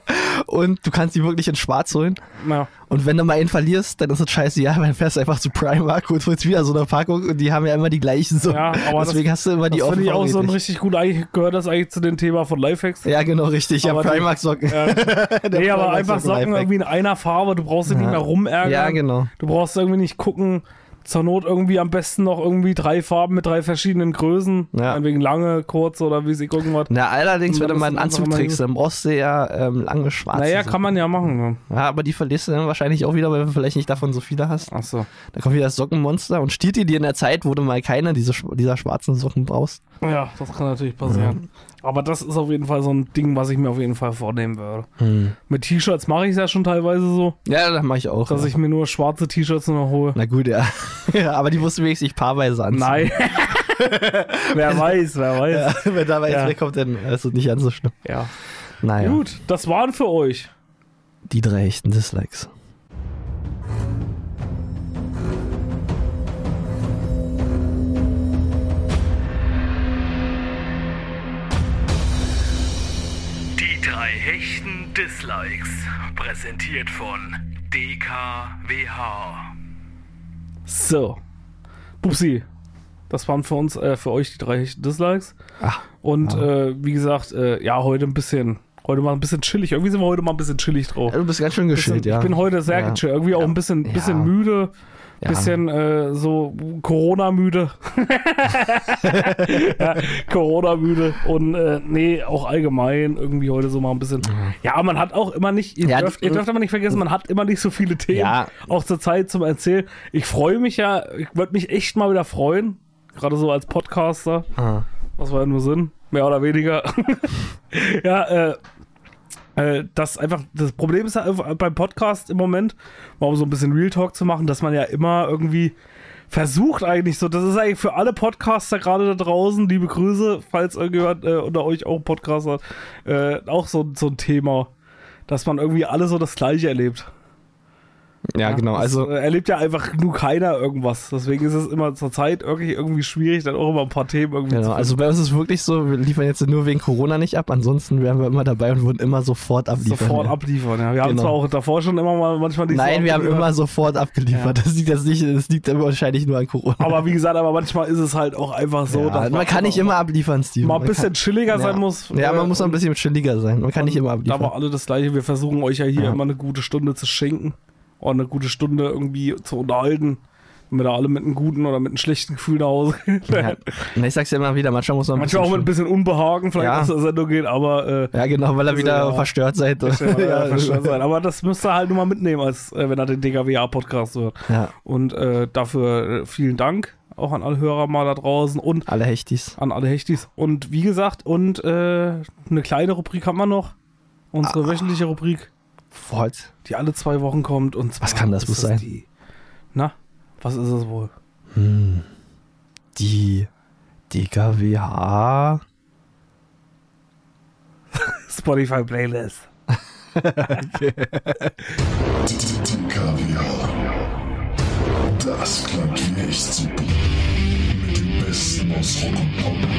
[SPEAKER 2] Und du kannst die wirklich in schwarz holen.
[SPEAKER 1] Ja,
[SPEAKER 2] Und wenn du mal einen verlierst, dann ist es scheiße, ja, weil dann fährst du einfach zu Primark und holst wieder so eine Packung und die haben ja immer die gleichen Socken.
[SPEAKER 1] Ja, aber
[SPEAKER 2] Deswegen hast du immer die
[SPEAKER 1] das finde ich
[SPEAKER 2] offen
[SPEAKER 1] auch so ein
[SPEAKER 2] vorrätig.
[SPEAKER 1] richtig gut. Eigentlich gehört das eigentlich zu dem Thema von Lifehacks.
[SPEAKER 2] Ja, genau, richtig. Ja,
[SPEAKER 1] Aber die-
[SPEAKER 2] Primark-Socken.
[SPEAKER 1] Ja. nee, aber einfach Socken
[SPEAKER 2] Primark-Socken-Lifehack.
[SPEAKER 1] irgendwie in einer Farbe. Du brauchst dich nicht mehr rumärgern.
[SPEAKER 2] Ja, genau.
[SPEAKER 1] Du brauchst irgendwie nicht gucken. Zur Not irgendwie am besten noch irgendwie drei Farben mit drei verschiedenen Größen.
[SPEAKER 2] Ja.
[SPEAKER 1] Wegen lange, kurz oder wie sie irgendwas.
[SPEAKER 2] Na, allerdings,
[SPEAKER 1] Und
[SPEAKER 2] wenn
[SPEAKER 1] dann
[SPEAKER 2] du mal einen
[SPEAKER 1] ist es
[SPEAKER 2] Anzug
[SPEAKER 1] einfach mal
[SPEAKER 2] trägst, dann brauchst du ja ähm, lange schwarze
[SPEAKER 1] Naja,
[SPEAKER 2] Socken.
[SPEAKER 1] kann man ja machen. ne?
[SPEAKER 2] Ja, aber die verlierst du dann wahrscheinlich auch wieder, weil du vielleicht nicht davon so viele hast.
[SPEAKER 1] Achso.
[SPEAKER 2] Da kommt wieder das Sockenmonster und stiehlt die dir in der Zeit, wo du mal keine diese, sch- dieser schwarzen Socken brauchst.
[SPEAKER 1] Ja, das kann natürlich passieren. Aber das ist auf jeden Fall so ein Ding, was ich mir auf jeden Fall vornehmen würde. Mit T-Shirts mache ich es ja schon teilweise so,
[SPEAKER 2] Ja, das mache ich auch.
[SPEAKER 1] dass
[SPEAKER 2] ja.
[SPEAKER 1] ich mir nur schwarze T-Shirts nur noch hole.
[SPEAKER 2] Na gut, ja. ja. Aber die musst du wenigstens nicht paarweise anziehen.
[SPEAKER 1] Nein. wer weiß, wer
[SPEAKER 2] Ja,
[SPEAKER 1] weiß.
[SPEAKER 2] wenn dabei jetzt
[SPEAKER 1] Ja.
[SPEAKER 2] wegkommt, dann ist es nicht ganz so schlimm.
[SPEAKER 1] Ja.
[SPEAKER 2] Naja.
[SPEAKER 1] Gut, das waren für euch.
[SPEAKER 2] Die drei echten Dislikes.
[SPEAKER 3] Die drei hechten Dislikes. Präsentiert von DKWH.
[SPEAKER 1] So. Pupsi. Das waren für uns, äh, für euch die drei Dislikes.
[SPEAKER 2] Ach,
[SPEAKER 1] Und
[SPEAKER 2] Ja.
[SPEAKER 1] äh, wie gesagt, äh, ja, heute ein bisschen, heute mal ein bisschen chillig. Irgendwie sind wir heute mal ein bisschen chillig drauf.
[SPEAKER 2] du bist ganz schön geschillt,
[SPEAKER 1] ich
[SPEAKER 2] Äh, ja.
[SPEAKER 1] bin heute sehr
[SPEAKER 2] Ja.
[SPEAKER 1] gechillt. Irgendwie auch ein bisschen, bisschen müde.
[SPEAKER 2] Ja.
[SPEAKER 1] Bisschen äh, so Corona-müde. ja, Corona-müde. Und äh, nee, auch allgemein irgendwie heute so mal ein bisschen. Ja, man hat auch immer nicht, ihr,
[SPEAKER 2] Ja,
[SPEAKER 1] dürft,
[SPEAKER 2] die-
[SPEAKER 1] ihr dürft aber nicht vergessen, man hat immer nicht so viele Themen.
[SPEAKER 2] Ja.
[SPEAKER 1] Auch zur Zeit zum Erzählen. Ich freue mich ja, ich würde mich echt mal wieder freuen. Gerade so als Podcaster.
[SPEAKER 2] Ah.
[SPEAKER 1] Was war denn nur Sinn? Mehr oder weniger. ja, äh, äh, das einfach, das Problem ist ja einfach beim Podcast im Moment, mal um so ein bisschen Real Talk zu machen, dass man ja immer irgendwie versucht eigentlich so, das ist eigentlich für alle Podcaster gerade da draußen, liebe Grüße, falls irgendjemand äh, unter euch auch einen Podcast hat, äh, auch so, so ein Thema, dass man irgendwie alle so das Gleiche erlebt.
[SPEAKER 2] ja, genau.
[SPEAKER 1] Das,
[SPEAKER 2] Also,
[SPEAKER 1] äh, erlebt ja einfach nur keiner irgendwas, deswegen ist es immer zur Zeit irgendwie, irgendwie schwierig, dann auch immer ein paar Themen irgendwie
[SPEAKER 2] genau.
[SPEAKER 1] zu
[SPEAKER 2] also bei uns ist es wirklich so, wir liefern jetzt nur wegen Corona nicht ab. Ansonsten wären wir immer dabei und würden immer sofort abliefern.
[SPEAKER 1] Sofort
[SPEAKER 2] ja.
[SPEAKER 1] abliefern, ja. Wir haben
[SPEAKER 2] Genau.
[SPEAKER 1] zwar auch davor schon immer mal manchmal nicht so
[SPEAKER 2] Nein, wir haben
[SPEAKER 1] abgeliefert.
[SPEAKER 2] immer sofort abgeliefert. Das liegt jetzt nicht, das liegt aber wahrscheinlich nur an Corona.
[SPEAKER 1] Aber wie gesagt, aber manchmal ist es halt auch einfach so,
[SPEAKER 2] ja, man, kann nicht
[SPEAKER 1] immer
[SPEAKER 2] immer abliefern, Steve.
[SPEAKER 1] mal ein
[SPEAKER 2] Man
[SPEAKER 1] bisschen
[SPEAKER 2] kann,
[SPEAKER 1] chilliger
[SPEAKER 2] ja.
[SPEAKER 1] sein muss.
[SPEAKER 2] Ja, man muss
[SPEAKER 1] äh,
[SPEAKER 2] ein bisschen chilliger sein. Man kann nicht immer
[SPEAKER 1] Da war
[SPEAKER 2] abliefern.
[SPEAKER 1] alle das gleiche. Wir versuchen euch ja hier
[SPEAKER 2] Ja.
[SPEAKER 1] immer eine gute Stunde zu schenken und eine gute Stunde irgendwie zu unterhalten, damit ihr alle mit einem guten oder mit einem schlechten Gefühl nach Hause geht.
[SPEAKER 2] Ja. Na, Ich sag's ja immer wieder, manchmal muss man ein
[SPEAKER 1] Manchmal auch mit ein bisschen Unbehagen vielleicht
[SPEAKER 2] Ja.
[SPEAKER 1] aus der Sendung geht, aber äh,
[SPEAKER 2] Ja, genau, weil er wieder
[SPEAKER 1] Ja.
[SPEAKER 2] verstört seid.
[SPEAKER 1] ja, verstanden
[SPEAKER 2] ja.
[SPEAKER 1] sein. Aber das müsst ihr halt nur mal mitnehmen, als äh, wenn er den DKWA-Podcast hört.
[SPEAKER 2] ja,
[SPEAKER 1] Und äh, dafür äh, vielen Dank auch an alle Hörer mal da draußen und
[SPEAKER 2] alle Hechtis.
[SPEAKER 1] an alle Hechtis. Und wie gesagt, und äh, eine kleine Rubrik haben wir noch.
[SPEAKER 2] Ah.
[SPEAKER 1] Unsere wöchentliche Rubrik,
[SPEAKER 2] What?
[SPEAKER 1] die alle zwei Wochen kommt. Und zwar
[SPEAKER 2] Was kann das
[SPEAKER 1] ist
[SPEAKER 2] bloß sein?
[SPEAKER 1] Die, na, was ist es wohl?
[SPEAKER 2] Hm. Die DKWH.
[SPEAKER 1] Spotify Playlist.
[SPEAKER 4] Kaviar. Das klingt wie echt super. Mit dem Besten aus Rock und Pop.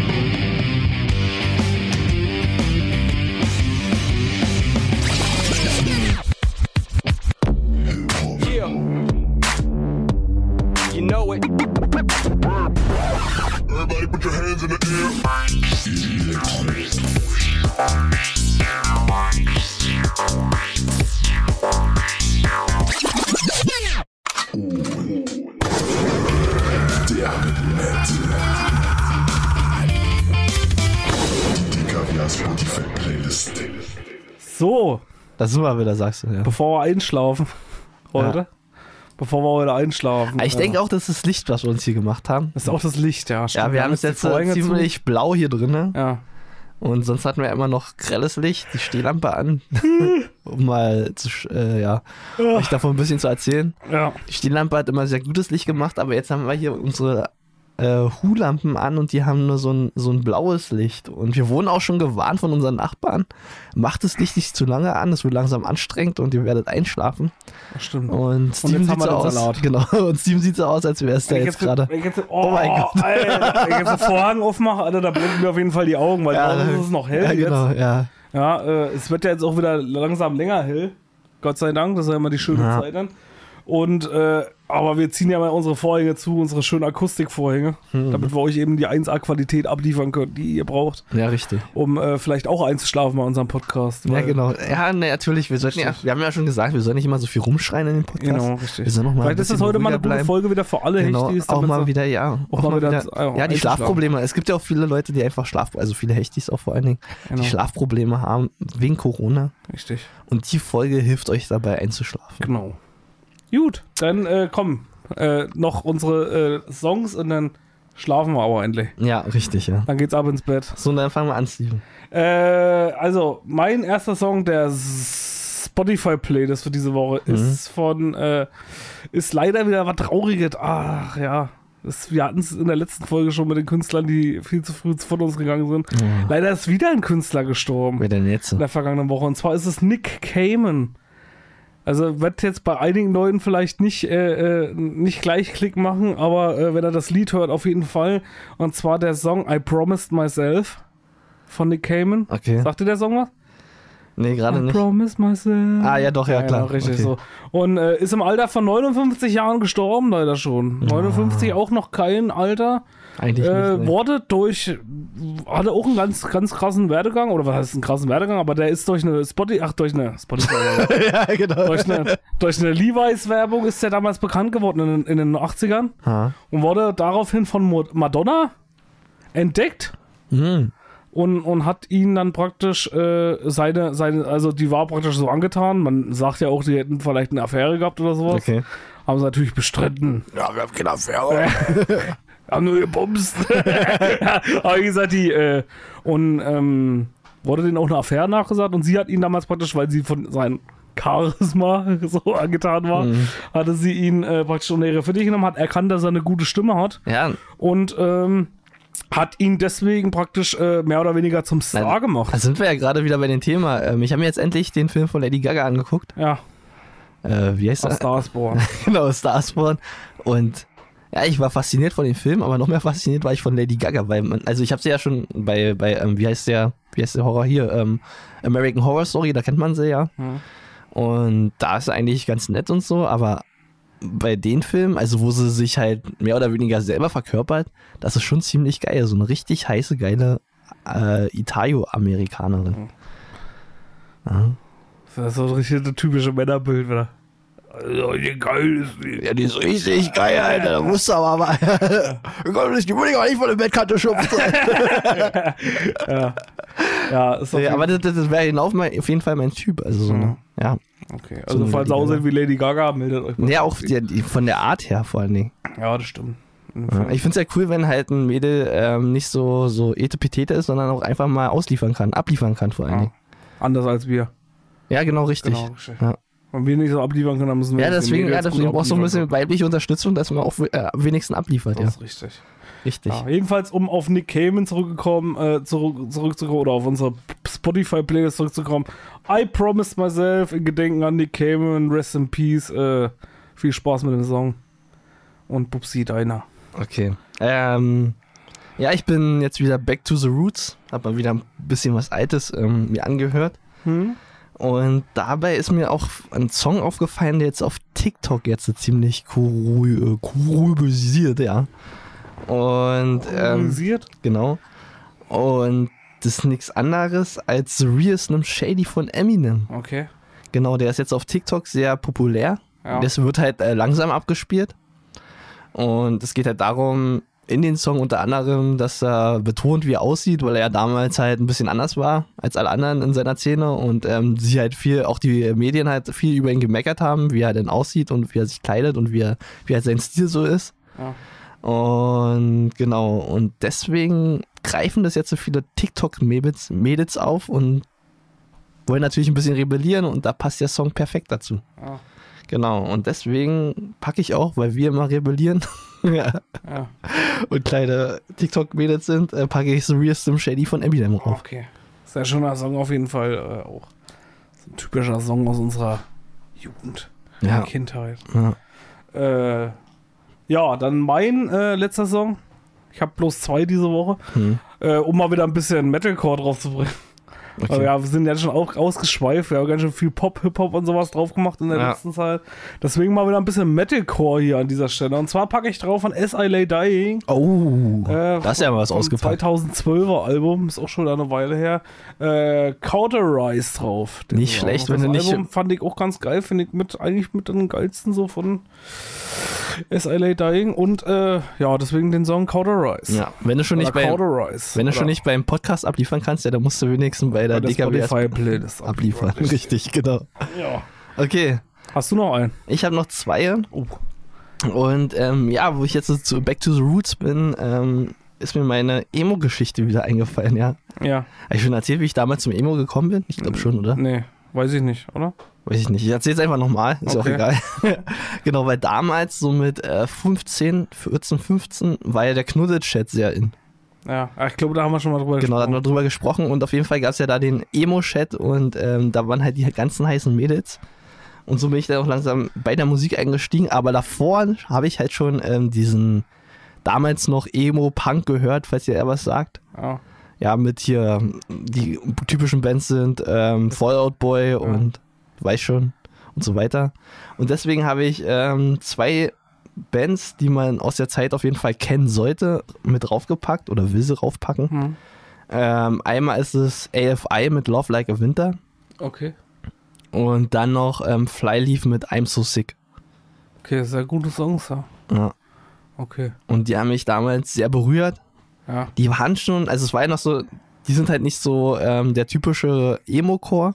[SPEAKER 4] Hip-Hop,
[SPEAKER 5] Yeah. You know it.
[SPEAKER 4] Everybody put your hands in the air. Electronic. Und der Metal. Die Kaviar Spotify Playlist.
[SPEAKER 1] So,
[SPEAKER 2] Da sind wir wieder, sagst du. Ja.
[SPEAKER 1] bevor wir einschlafen heute.
[SPEAKER 2] Ja. Ah,
[SPEAKER 1] Bevor wir heute einschlafen.
[SPEAKER 2] Ich
[SPEAKER 1] äh,
[SPEAKER 2] denke auch, das ist Licht, was wir uns hier gemacht haben.
[SPEAKER 1] Das ist auch das Licht, ja. stimmt.
[SPEAKER 2] Ja, wir haben es
[SPEAKER 1] die
[SPEAKER 2] jetzt
[SPEAKER 1] Vorhänge
[SPEAKER 2] äh,
[SPEAKER 1] zu.
[SPEAKER 2] ziemlich blau hier drin. Ne?
[SPEAKER 1] Ja.
[SPEAKER 2] Und sonst hatten wir immer noch grelles Licht, die Stehlampe an, um mal zu, sch- äh, ja,
[SPEAKER 1] Ah.
[SPEAKER 2] euch davon ein bisschen zu erzählen.
[SPEAKER 1] ja.
[SPEAKER 2] Die Stehlampe hat immer sehr gutes Licht gemacht, aber jetzt haben wir hier unsere äh, Hu-Lampen an und die haben nur so ein, so ein blaues Licht. Und wir wurden auch schon gewarnt von unseren Nachbarn, macht das Licht nicht zu lange an, es wird langsam anstrengend und ihr werdet einschlafen.
[SPEAKER 1] Stimmt.
[SPEAKER 2] Und Steven
[SPEAKER 1] jetzt haben
[SPEAKER 2] sieht
[SPEAKER 1] wir
[SPEAKER 2] so
[SPEAKER 1] den
[SPEAKER 2] aus,
[SPEAKER 1] Salat.
[SPEAKER 2] genau, und Steven sieht so aus, als wäre es da
[SPEAKER 1] Wenn ich
[SPEAKER 2] jetzt gerade.
[SPEAKER 1] wenn ich jetzt- Oh,
[SPEAKER 2] mein
[SPEAKER 1] mein
[SPEAKER 2] Gott.
[SPEAKER 1] Gott. Alter, wenn ich jetzt den Vorhang aufmache, Alter, da brennen mir auf jeden Fall die Augen, weil draußen ist es noch hell.
[SPEAKER 2] Ja, genau,
[SPEAKER 1] jetzt.
[SPEAKER 2] ja.
[SPEAKER 1] ja äh, es wird ja jetzt auch wieder langsam länger hell. Gott sei Dank, das ist ja immer die schöne
[SPEAKER 2] Ja.
[SPEAKER 1] Zeit dann. Und, äh, aber wir ziehen ja mal unsere Vorhänge zu, unsere schönen Akustikvorhänge,
[SPEAKER 2] Hm.
[SPEAKER 1] damit wir euch eben die 1A-Qualität abliefern können, die ihr braucht,
[SPEAKER 2] Ja, richtig.
[SPEAKER 1] um äh, vielleicht auch einzuschlafen bei unserem Podcast.
[SPEAKER 2] Ja,
[SPEAKER 1] weil- äh,
[SPEAKER 2] genau. Ja, ne, natürlich. Wir, sollten ja, wir haben ja schon gesagt, wir sollen nicht immer so viel rumschreien in den Podcast.
[SPEAKER 1] Genau, richtig.
[SPEAKER 2] Wir sollen noch mal
[SPEAKER 1] Vielleicht
[SPEAKER 2] ein
[SPEAKER 1] ist das
[SPEAKER 2] bisschen
[SPEAKER 1] heute mal eine
[SPEAKER 2] ruhiger
[SPEAKER 1] gute
[SPEAKER 2] bleiben.
[SPEAKER 1] Folge wieder für alle
[SPEAKER 2] Genau,
[SPEAKER 1] Hechtis,
[SPEAKER 2] auch
[SPEAKER 1] damit
[SPEAKER 2] mal
[SPEAKER 1] sie-
[SPEAKER 2] wieder, ja. Auch, mal wieder,
[SPEAKER 1] äh,
[SPEAKER 2] ja, die
[SPEAKER 1] einzuschlafen.
[SPEAKER 2] Schlafprobleme. Es gibt ja auch viele Leute, die einfach Schlaf, also viele Hechtis auch vor allen Dingen,
[SPEAKER 1] Genau.
[SPEAKER 2] die Schlafprobleme haben wegen Corona.
[SPEAKER 1] Richtig.
[SPEAKER 2] Und die Folge hilft euch dabei einzuschlafen.
[SPEAKER 1] Genau. Gut, dann äh, komm, äh, noch unsere äh, Songs und dann schlafen wir aber endlich.
[SPEAKER 2] Ja, richtig, ja.
[SPEAKER 1] Dann geht's ab ins Bett.
[SPEAKER 2] So, dann fangen wir an, Steven.
[SPEAKER 1] Äh, also, mein erster Song der S- Spotify-Playlist für diese Woche ist von, äh, ist leider wieder was Trauriges. Ach ja. Das, wir hatten es in der letzten Folge schon mit den Künstlern, die viel zu früh von uns gegangen sind. Leider ist wieder ein Künstler gestorben
[SPEAKER 2] Wer denn jetzt?
[SPEAKER 1] in der vergangenen Woche. Und zwar ist es Nick Cayman. Also wird jetzt bei einigen Leuten vielleicht nicht, äh, äh, nicht gleich Klick machen, aber äh, wenn er das Lied hört, auf jeden Fall. Und zwar der Song I Promised Myself von Nick Cayman.
[SPEAKER 2] Okay.
[SPEAKER 1] Sagt dir der Song was?
[SPEAKER 2] Nee, gerade
[SPEAKER 1] I
[SPEAKER 2] nicht.
[SPEAKER 1] promise myself.
[SPEAKER 2] Ah, ja, doch, ja, klar.
[SPEAKER 1] richtig
[SPEAKER 2] Okay.
[SPEAKER 1] so. Und äh, ist im Alter von 59 Jahren gestorben, leider schon. 59 auch noch kein Alter.
[SPEAKER 2] Eigentlich
[SPEAKER 1] Äh,
[SPEAKER 2] nicht. nee.
[SPEAKER 1] wurde durch, hatte auch einen ganz, ganz krassen Werdegang, oder was heißt einen krassen Werdegang, aber der ist durch eine Spotify, ach, durch eine Spotify,
[SPEAKER 2] ja, genau.
[SPEAKER 1] durch eine, durch eine Levi's-Werbung ist der damals bekannt geworden in, den- in den 80ern
[SPEAKER 2] Ah.
[SPEAKER 1] und wurde daraufhin von Mo- Madonna entdeckt
[SPEAKER 2] Hm.
[SPEAKER 1] und, und hat ihn dann praktisch äh, seine, seine, also die war praktisch so angetan. Man sagt ja auch, die hätten vielleicht eine Affäre gehabt oder sowas.
[SPEAKER 2] Okay.
[SPEAKER 1] Haben sie natürlich bestritten.
[SPEAKER 2] Ja, wir haben keine Affäre.
[SPEAKER 1] Haben nur gebumst. Aber wie gesagt, die, äh, und ähm, wurde denen auch eine Affäre nachgesagt und sie hat ihn damals praktisch, weil sie von seinem Charisma so angetan war, hatte sie ihn äh, praktisch unter ihre Fittiche genommen, hat erkannt, dass er eine gute Stimme hat
[SPEAKER 2] Ja,
[SPEAKER 1] und ähm, hat ihn deswegen praktisch äh, mehr oder weniger zum Star
[SPEAKER 2] Nein.
[SPEAKER 1] gemacht.
[SPEAKER 2] da sind wir ja gerade wieder bei dem Thema. Ähm, Ich habe mir jetzt endlich den Film von Lady Gaga angeguckt.
[SPEAKER 1] Ja,
[SPEAKER 2] Äh, wie heißt
[SPEAKER 1] A
[SPEAKER 2] er?
[SPEAKER 1] Star is Born.
[SPEAKER 2] genau, Starsborn. Und ja, ich war fasziniert von dem Film, aber noch mehr fasziniert war ich von Lady Gaga, weil man, also ich habe sie ja schon bei, bei ähm, wie heißt der, wie heißt der Horror hier, ähm, American Horror Story, da kennt man sie ja. Und da ist sie eigentlich ganz nett und so, aber bei den Filmen, also wo sie sich halt mehr oder weniger selber verkörpert, das ist schon ziemlich geil. So eine richtig heiße, geile äh, Italo-Amerikanerin.
[SPEAKER 1] Das ist so ein richtiges typische Männerbild wieder. Also, wie geil ist die.
[SPEAKER 2] Ja, die ist richtig geil, Alter. Da musst du aber mal. Wir können uns die Mutter aber nicht von der Bettkante schubsen.
[SPEAKER 1] Ja, ist doch
[SPEAKER 2] Ja, aber das, das das wäre hinauf mein, auf jeden Fall mein Typ. Also, so eine, ja.
[SPEAKER 1] okay.
[SPEAKER 2] so
[SPEAKER 1] Also,
[SPEAKER 2] eine
[SPEAKER 1] falls ihr
[SPEAKER 2] Lady
[SPEAKER 1] aussieht wie Lady Gaga, meldet euch mal.
[SPEAKER 2] Ja, auch die, die, von der Art her vor allen Dingen. ne?
[SPEAKER 1] Ja, das stimmt.
[SPEAKER 2] Ich finde es ja cool, wenn halt ein Mädel ähm, nicht so, so etepetete ist, sondern auch einfach mal ausliefern kann, abliefern kann vor allen
[SPEAKER 1] Ja.
[SPEAKER 2] Dingen.
[SPEAKER 1] Anders als wir.
[SPEAKER 2] Ja, genau, richtig.
[SPEAKER 1] Genau, richtig.
[SPEAKER 2] Ja.
[SPEAKER 1] Wenn wir nicht so abliefern können, dann müssen wir
[SPEAKER 2] Ja,
[SPEAKER 1] uns die
[SPEAKER 2] deswegen,
[SPEAKER 1] Mädels
[SPEAKER 2] ja,
[SPEAKER 1] gut
[SPEAKER 2] deswegen brauchst du ein
[SPEAKER 1] abliefern
[SPEAKER 2] bisschen weibliche Unterstützung, dass man auch äh, am wenigsten abliefert,
[SPEAKER 1] können.
[SPEAKER 2] ja.
[SPEAKER 1] Das ist richtig.
[SPEAKER 2] Richtig.
[SPEAKER 1] Ja, jedenfalls, um auf Nick Cayman zurückgekommen, äh, zurück, zurückzukommen oder auf unsere Spotify-Playlist zurückzukommen. I promised myself in Gedenken an Nick Cayman, rest in peace. Äh, viel Spaß mit dem Song. Und Bubsi Deiner.
[SPEAKER 2] Okay. Ähm, ja, ich bin jetzt wieder back to the roots. Hab mal wieder ein bisschen was Altes ähm, mir angehört.
[SPEAKER 1] Hm?
[SPEAKER 2] Und dabei ist mir auch ein Song aufgefallen, der jetzt auf TikTok jetzt so ziemlich kurü- äh, kurübisiert, ja. Und
[SPEAKER 1] Äh,
[SPEAKER 2] ähm,
[SPEAKER 1] Organisiert?
[SPEAKER 2] genau. Und das ist nichts anderes als The Real Slim Shady von Eminem.
[SPEAKER 1] Okay.
[SPEAKER 2] Genau, der ist jetzt auf TikTok sehr populär.
[SPEAKER 1] Ja.
[SPEAKER 2] Das wird halt äh, langsam abgespielt. Und es geht halt darum, in den Song unter anderem, dass er betont, wie er aussieht, weil er ja damals halt ein bisschen anders war als alle anderen in seiner Szene und ähm, sie halt viel, auch die Medien halt viel über ihn gemeckert haben, wie er denn aussieht und wie er sich kleidet und wie er, wie halt sein Stil so ist.
[SPEAKER 1] Ja.
[SPEAKER 2] Und genau, und deswegen greifen das jetzt so viele TikTok-Mädels Mädels auf und wollen natürlich ein bisschen rebellieren und da passt der Song perfekt dazu.
[SPEAKER 1] Ja.
[SPEAKER 2] Genau, und deswegen packe ich auch, weil wir immer rebellieren ja,
[SPEAKER 1] Ja.
[SPEAKER 2] und kleine TikTok-Mädels sind, äh, packe ich The Real Slim Shady von Eminem auf.
[SPEAKER 1] Okay. Sehr schöner Song auf jeden Fall äh, auch. So ein typischer Song aus unserer Jugend,
[SPEAKER 2] Ja.
[SPEAKER 1] Kindheit.
[SPEAKER 2] Ja.
[SPEAKER 1] Äh, ja, dann mein äh, letzter Song. Ich habe bloß zwei diese Woche,
[SPEAKER 2] Hm.
[SPEAKER 1] äh, um mal wieder ein bisschen Metalcore drauf zu bringen.
[SPEAKER 2] Okay.
[SPEAKER 1] Aber Oh, ja, wir sind ja schon auch ausgeschweift. Wir haben ganz schön viel Pop, Hip-Hop und sowas drauf gemacht in der
[SPEAKER 2] Ja.
[SPEAKER 1] letzten Zeit. Deswegen mal wieder ein bisschen Metalcore hier an dieser Stelle. Und zwar packe ich drauf von S.I. Lay Dying.
[SPEAKER 2] Oh,
[SPEAKER 1] Äh,
[SPEAKER 2] das ist ja mal was
[SPEAKER 1] vom
[SPEAKER 2] ausgepackt.
[SPEAKER 1] 2012er Album, ist auch schon eine Weile her. Äh, Cauterize drauf. Den
[SPEAKER 2] Nicht
[SPEAKER 1] Song.
[SPEAKER 2] schlecht,
[SPEAKER 1] das
[SPEAKER 2] wenn du nicht-
[SPEAKER 1] Album fand ich auch ganz geil, finde ich mit, eigentlich mit den geilsten so von SLA Dying und äh, ja, deswegen den Song Cauterize.
[SPEAKER 2] Ja, wenn du schon nicht
[SPEAKER 1] Oder
[SPEAKER 2] bei,
[SPEAKER 1] Cauterize.
[SPEAKER 2] wenn du schon
[SPEAKER 1] Oder
[SPEAKER 2] nicht beim Podcast abliefern kannst, ja, dann musst du wenigstens bei
[SPEAKER 1] bei
[SPEAKER 2] der
[SPEAKER 1] der
[SPEAKER 2] DKWS
[SPEAKER 1] Spotify-Playlist
[SPEAKER 2] abliefern. Richtig, genau.
[SPEAKER 1] Ja.
[SPEAKER 2] Okay,
[SPEAKER 1] Hast du noch einen?
[SPEAKER 2] ich habe noch zwei.
[SPEAKER 1] Oh.
[SPEAKER 2] Und ähm, ja, wo ich jetzt so zu Back to the Roots bin, ähm, ist mir meine Emo-Geschichte wieder eingefallen, ja.
[SPEAKER 1] Ja,
[SPEAKER 2] Hab ich schon erzählt, wie ich damals zum Emo gekommen bin? Ich
[SPEAKER 1] Mhm.
[SPEAKER 2] glaube schon, oder?
[SPEAKER 1] nee, weiß ich nicht, oder?
[SPEAKER 2] Weiß ich nicht. Ich erzähl's einfach nochmal. Ist auch
[SPEAKER 1] Okay.
[SPEAKER 2] egal. genau, weil damals so mit äh, 15, 14, 15 war ja der Knuddel-Chat sehr in.
[SPEAKER 1] Ja, Ah, ich glaube, da haben wir schon mal drüber
[SPEAKER 2] Genau, da hatten wir
[SPEAKER 1] gesprochen.
[SPEAKER 2] drüber gesprochen und auf jeden Fall gab's ja da den Emo-Chat und ähm, da waren halt die ganzen heißen Mädels. Und so bin ich dann auch langsam bei der Musik eingestiegen, aber davor habe ich halt schon ähm, diesen damals noch Emo-Punk gehört, falls ihr eher was sagt.
[SPEAKER 1] Ja.
[SPEAKER 2] ja, mit hier, die typischen Bands sind ähm, Fallout Boy und weiß schon und so weiter. Und deswegen habe ich ähm, zwei Bands, die man aus der Zeit auf jeden Fall kennen sollte, mit draufgepackt oder will sie raufpacken.
[SPEAKER 1] Hm.
[SPEAKER 2] Ähm, einmal ist es AFI mit Love Like a Winter
[SPEAKER 1] Okay.
[SPEAKER 2] und dann noch ähm, Flyleaf mit I'm So Sick.
[SPEAKER 1] Okay, sehr gute Songs, ja.
[SPEAKER 2] Ja.
[SPEAKER 1] Okay.
[SPEAKER 2] Und die haben mich damals sehr berührt.
[SPEAKER 1] Ja.
[SPEAKER 2] Die waren schon, also es war ja noch so, die sind halt nicht so ähm, der typische Emo-Core,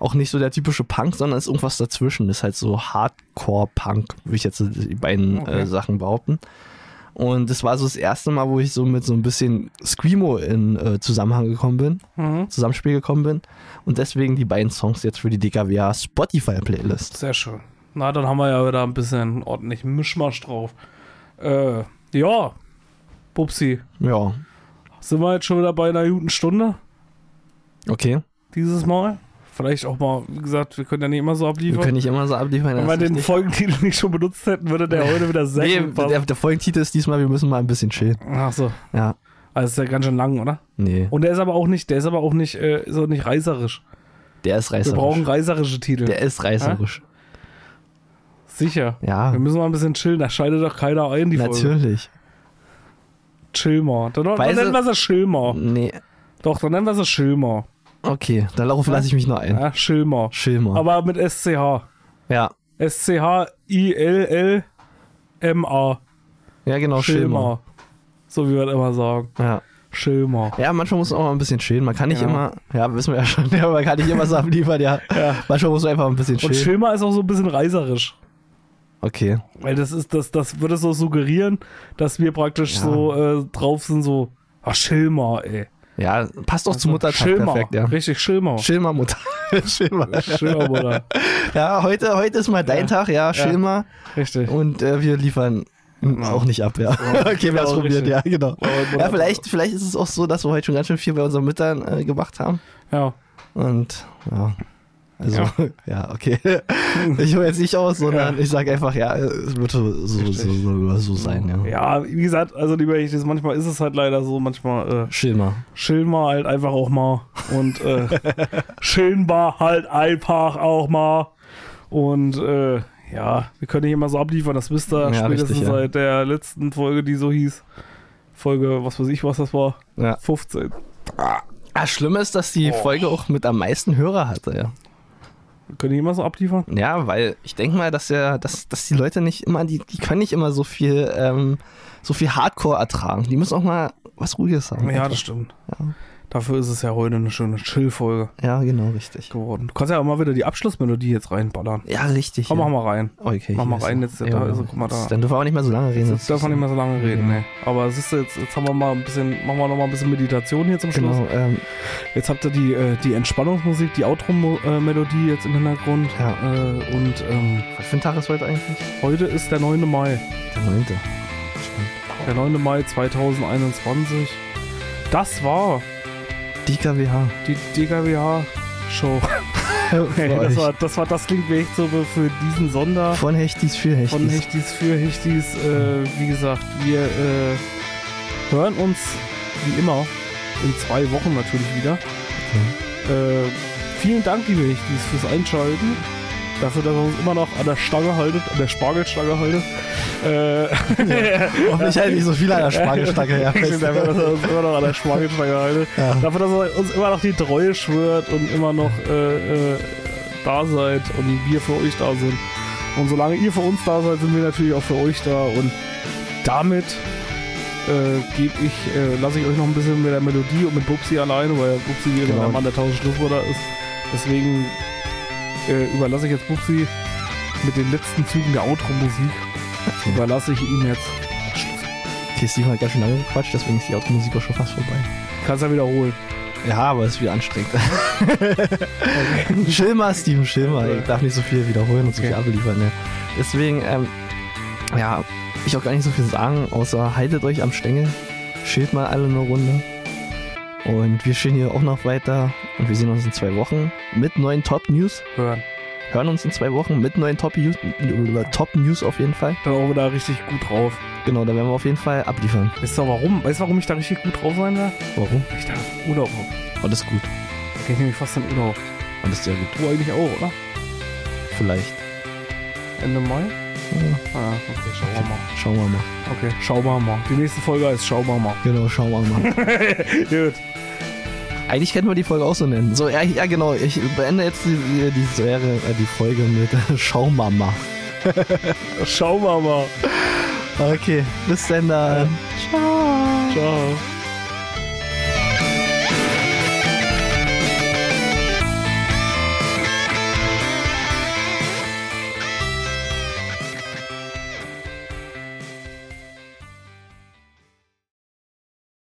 [SPEAKER 2] auch nicht so der typische Punk, sondern ist irgendwas dazwischen. Ist halt so Hardcore-Punk, würde ich jetzt die beiden
[SPEAKER 1] Okay.
[SPEAKER 2] äh, Sachen behaupten. Und das war so das erste Mal, wo ich so mit so ein bisschen Screamo in äh, Zusammenhang gekommen bin,
[SPEAKER 1] Mhm.
[SPEAKER 2] Zusammenspiel gekommen bin. Und deswegen die beiden Songs jetzt für die DKWH Spotify-Playlist.
[SPEAKER 1] Sehr schön. Na, dann haben wir ja wieder ein bisschen ordentlichen Mischmasch drauf. Äh, ja. Bubsi,
[SPEAKER 2] Ja,
[SPEAKER 1] sind wir jetzt schon wieder bei einer guten Stunde
[SPEAKER 2] okay.
[SPEAKER 1] dieses Mal? Vielleicht auch mal, wie gesagt, wir können ja nicht immer so
[SPEAKER 2] Wir
[SPEAKER 1] abliefern.
[SPEAKER 2] können nicht immer so abliefern.
[SPEAKER 1] Wenn
[SPEAKER 2] das
[SPEAKER 1] wir
[SPEAKER 2] ist
[SPEAKER 1] den
[SPEAKER 2] richtig.
[SPEAKER 1] Folgentitel nicht schon benutzt hätten, würde der heute wieder sehr
[SPEAKER 2] Nee,
[SPEAKER 1] gut passen.
[SPEAKER 2] der, der Folgentitel ist diesmal, wir müssen mal ein bisschen chillen.
[SPEAKER 1] Ach so.
[SPEAKER 2] Ja.
[SPEAKER 1] Also ist ja ganz schön lang, oder?
[SPEAKER 2] Nee.
[SPEAKER 1] Und der ist aber auch nicht, der ist aber auch nicht äh, so nicht reißerisch.
[SPEAKER 2] der ist
[SPEAKER 1] Wir
[SPEAKER 2] reißerisch.
[SPEAKER 1] brauchen reißerische Titel.
[SPEAKER 2] der ist reißerisch.
[SPEAKER 1] Sicher.
[SPEAKER 2] Ja,
[SPEAKER 1] Wir müssen mal ein bisschen chillen, da scheidet doch keiner ein, die Folge.
[SPEAKER 2] natürlich.
[SPEAKER 1] Chillmar. Dann, dann
[SPEAKER 2] Weißt
[SPEAKER 1] nennen
[SPEAKER 2] du-
[SPEAKER 1] wir es Schillmar.
[SPEAKER 2] Nee.
[SPEAKER 1] Doch, dann nennen wir es Schillmar.
[SPEAKER 2] Okay, darauf lasse ich mich noch ein.
[SPEAKER 1] Ja, Schillmar.
[SPEAKER 2] Schilmer.
[SPEAKER 1] Aber mit SCH.
[SPEAKER 2] ja.
[SPEAKER 1] S-C-H-I-L-L-M-A.
[SPEAKER 2] Ja, genau, Schilmer.
[SPEAKER 1] Schillmar. So wie wir das immer sagen.
[SPEAKER 2] Ja.
[SPEAKER 1] Schillmar.
[SPEAKER 2] ja, manchmal muss man auch mal ein bisschen chillen. Man kann nicht
[SPEAKER 1] Ja.
[SPEAKER 2] immer, ja, wissen wir ja schon, ja, man kann nicht immer so abliefern, ja.
[SPEAKER 1] Ja.
[SPEAKER 2] Manchmal muss man einfach ein bisschen
[SPEAKER 1] Und
[SPEAKER 2] chillen.
[SPEAKER 1] Schillmar ist auch so ein bisschen reißerisch.
[SPEAKER 2] okay.
[SPEAKER 1] Weil das ist, das, das würde so suggerieren, dass wir praktisch
[SPEAKER 2] Ja.
[SPEAKER 1] so äh, drauf sind, so, ach, Schilmer, ey.
[SPEAKER 2] Ja, passt auch zu Muttertag
[SPEAKER 1] Also Schilmer,
[SPEAKER 2] perfekt, ja.
[SPEAKER 1] richtig Schilmer.
[SPEAKER 2] Schilmer Mutter. Schilmer.
[SPEAKER 1] Schilmer, Bruder.
[SPEAKER 2] Ja, heute, heute ist mal dein Tag, ja, Schilmer.
[SPEAKER 1] Richtig.
[SPEAKER 2] Und äh, wir liefern auch nicht ab, Genau. ja. okay, wir haben es
[SPEAKER 1] Genau,
[SPEAKER 2] probiert,
[SPEAKER 1] richtig.
[SPEAKER 2] ja, genau.
[SPEAKER 1] wunderbar.
[SPEAKER 2] Ja, vielleicht, vielleicht ist es auch so, dass wir heute schon ganz schön viel bei unseren Müttern äh, gemacht haben.
[SPEAKER 1] Ja.
[SPEAKER 2] Und ja. Also, ja, okay. Ich hole jetzt nicht aus, sondern ich sage einfach, ja, äh, es wird so, so, so, so, so sein, ja.
[SPEAKER 1] ja, wie gesagt, also lieber ich, das, manchmal ist es halt leider so, manchmal äh,
[SPEAKER 2] Schilmer.
[SPEAKER 1] Schilmer halt einfach auch mal und äh, Schilmer halt einfach auch mal und äh, ja, wir können nicht immer so abliefern, das wisst ihr
[SPEAKER 2] Ja,
[SPEAKER 1] spätestens
[SPEAKER 2] richtig, ja.
[SPEAKER 1] seit der letzten Folge, die so hieß. Folge, was weiß ich, was das war,
[SPEAKER 2] Ja.
[SPEAKER 1] 15.
[SPEAKER 2] Ah, schlimm ist, dass die Folge auch mit am meisten Hörer hatte, ja.
[SPEAKER 1] Wir können nicht immer so abliefern.
[SPEAKER 2] Ja, weil ich denke mal, dass ja, dass, dass die Leute nicht immer, die, die können nicht immer so viel, ähm, so viel Hardcore ertragen. Die müssen auch mal was Ruhiges haben.
[SPEAKER 1] Ja, das stimmt.
[SPEAKER 2] Ja.
[SPEAKER 1] Dafür ist es ja heute eine schöne Chill-Folge
[SPEAKER 2] Ja, genau, richtig.
[SPEAKER 1] geworden. Du kannst ja auch mal wieder die Abschlussmelodie jetzt reinballern.
[SPEAKER 2] Ja, richtig.
[SPEAKER 1] Komm,
[SPEAKER 2] ja.
[SPEAKER 1] mach mal rein.
[SPEAKER 2] Okay,
[SPEAKER 1] mach
[SPEAKER 2] hier
[SPEAKER 1] mal
[SPEAKER 2] ist
[SPEAKER 1] rein
[SPEAKER 2] er.
[SPEAKER 1] jetzt, da ist er, guck mal da.
[SPEAKER 2] Dann dürfen wir auch nicht mehr so lange reden.
[SPEAKER 1] Jetzt darf man nicht mehr so lange reden, ne? Aber siehst du, jetzt, jetzt haben wir mal ein bisschen, machen wir noch mal ein bisschen Meditation hier zum Schluss.
[SPEAKER 2] Genau, ähm,
[SPEAKER 1] Jetzt habt ihr die, äh, die Entspannungsmusik, die Outro-Melodie jetzt im Hintergrund.
[SPEAKER 2] Ja.
[SPEAKER 1] Äh, und ähm,
[SPEAKER 2] was für ein Tag ist heute eigentlich?
[SPEAKER 1] heute ist der 9. Mai.
[SPEAKER 2] Der 9.
[SPEAKER 1] Der 9. Mai 2021. Das war
[SPEAKER 2] Die KWH.
[SPEAKER 1] die DKWH-Show. Ey, das, war, das war das klingt mir echt so für diesen Sonder
[SPEAKER 2] Von Hechtis für Hechtis.
[SPEAKER 1] von Hechtis für Hechtis. Äh, wie gesagt, wir äh, hören uns wie immer in zwei Wochen natürlich wieder. Äh, vielen Dank, liebe Hechtis, fürs Einschalten. Dafür, dass ihr uns immer noch an der Stange haltet, an der Spargelstange haltet. Äh,
[SPEAKER 2] Hoffentlich hält nicht so viel an der Spargelstange. ja,
[SPEAKER 1] Ich bin dafür, dass er uns immer noch an der Spargelstange haltet.
[SPEAKER 2] Ja.
[SPEAKER 1] Dafür, dass er uns immer noch die Treue schwört und immer noch äh, äh, da seid und wir für euch da sind. Und solange ihr für uns da seid, sind wir natürlich auch für euch da. Und damit äh, geb ich, äh, lasse ich euch noch ein bisschen mit der Melodie und mit Bubsi alleine, weil Bubsi wie immer
[SPEAKER 2] Genau.
[SPEAKER 1] der Mann der tausend Schlusswörter ist. Deswegen äh, überlasse ich jetzt Bubsi mit den letzten Zügen der Outro-Musik. Überlasse ich ihm jetzt.
[SPEAKER 2] Okay, Steven hat ganz schön lange gequatscht, deswegen ist die Automusik auch schon fast vorbei.
[SPEAKER 1] Kannst ja wiederholen.
[SPEAKER 2] Ja, aber ist wieder anstrengend. Schilmer, Steven, Schilmer. Ich darf nicht so viel wiederholen und so viel
[SPEAKER 1] Okay.
[SPEAKER 2] abliefern. Ne? Deswegen, ähm, ja, ich auch gar nicht so viel sagen, außer haltet euch am Stängel, schilt mal alle eine Runde. Und wir stehen hier auch noch weiter und wir sehen uns in zwei Wochen mit neuen Top-News.
[SPEAKER 1] Hören.
[SPEAKER 2] Hören uns in zwei Wochen mit neuen Top-News Top -News auf jeden Fall.
[SPEAKER 1] Dann auch wieder richtig gut drauf.
[SPEAKER 2] Genau, da werden wir auf jeden Fall abliefern.
[SPEAKER 1] Weißt du warum? Weißt du, warum ich da richtig gut drauf sein werde?
[SPEAKER 2] Warum?
[SPEAKER 1] Weil Ich da Urlaub hab.
[SPEAKER 2] Alles gut.
[SPEAKER 1] Da gehe ich nämlich fast in Urlaub.
[SPEAKER 2] Alles sehr gut.
[SPEAKER 1] Du eigentlich auch, oder?
[SPEAKER 2] Vielleicht.
[SPEAKER 1] Ende Mai? Ah,
[SPEAKER 2] Ja.
[SPEAKER 1] okay, schauen wir mal.
[SPEAKER 2] Schauen wir mal.
[SPEAKER 1] Okay, schauen wir mal. Die nächste Folge heißt Schauen wir mal.
[SPEAKER 2] Genau, schauen wir mal.
[SPEAKER 1] Gut.
[SPEAKER 2] Eigentlich könnten wir die Folge auch so nennen. So, ja, ja genau. Ich beende jetzt die, die, die, Serie, äh, die Folge mit Schaumama.
[SPEAKER 1] Schauen wir mal.
[SPEAKER 2] Okay, bis dann. Ciao.
[SPEAKER 1] Ciao.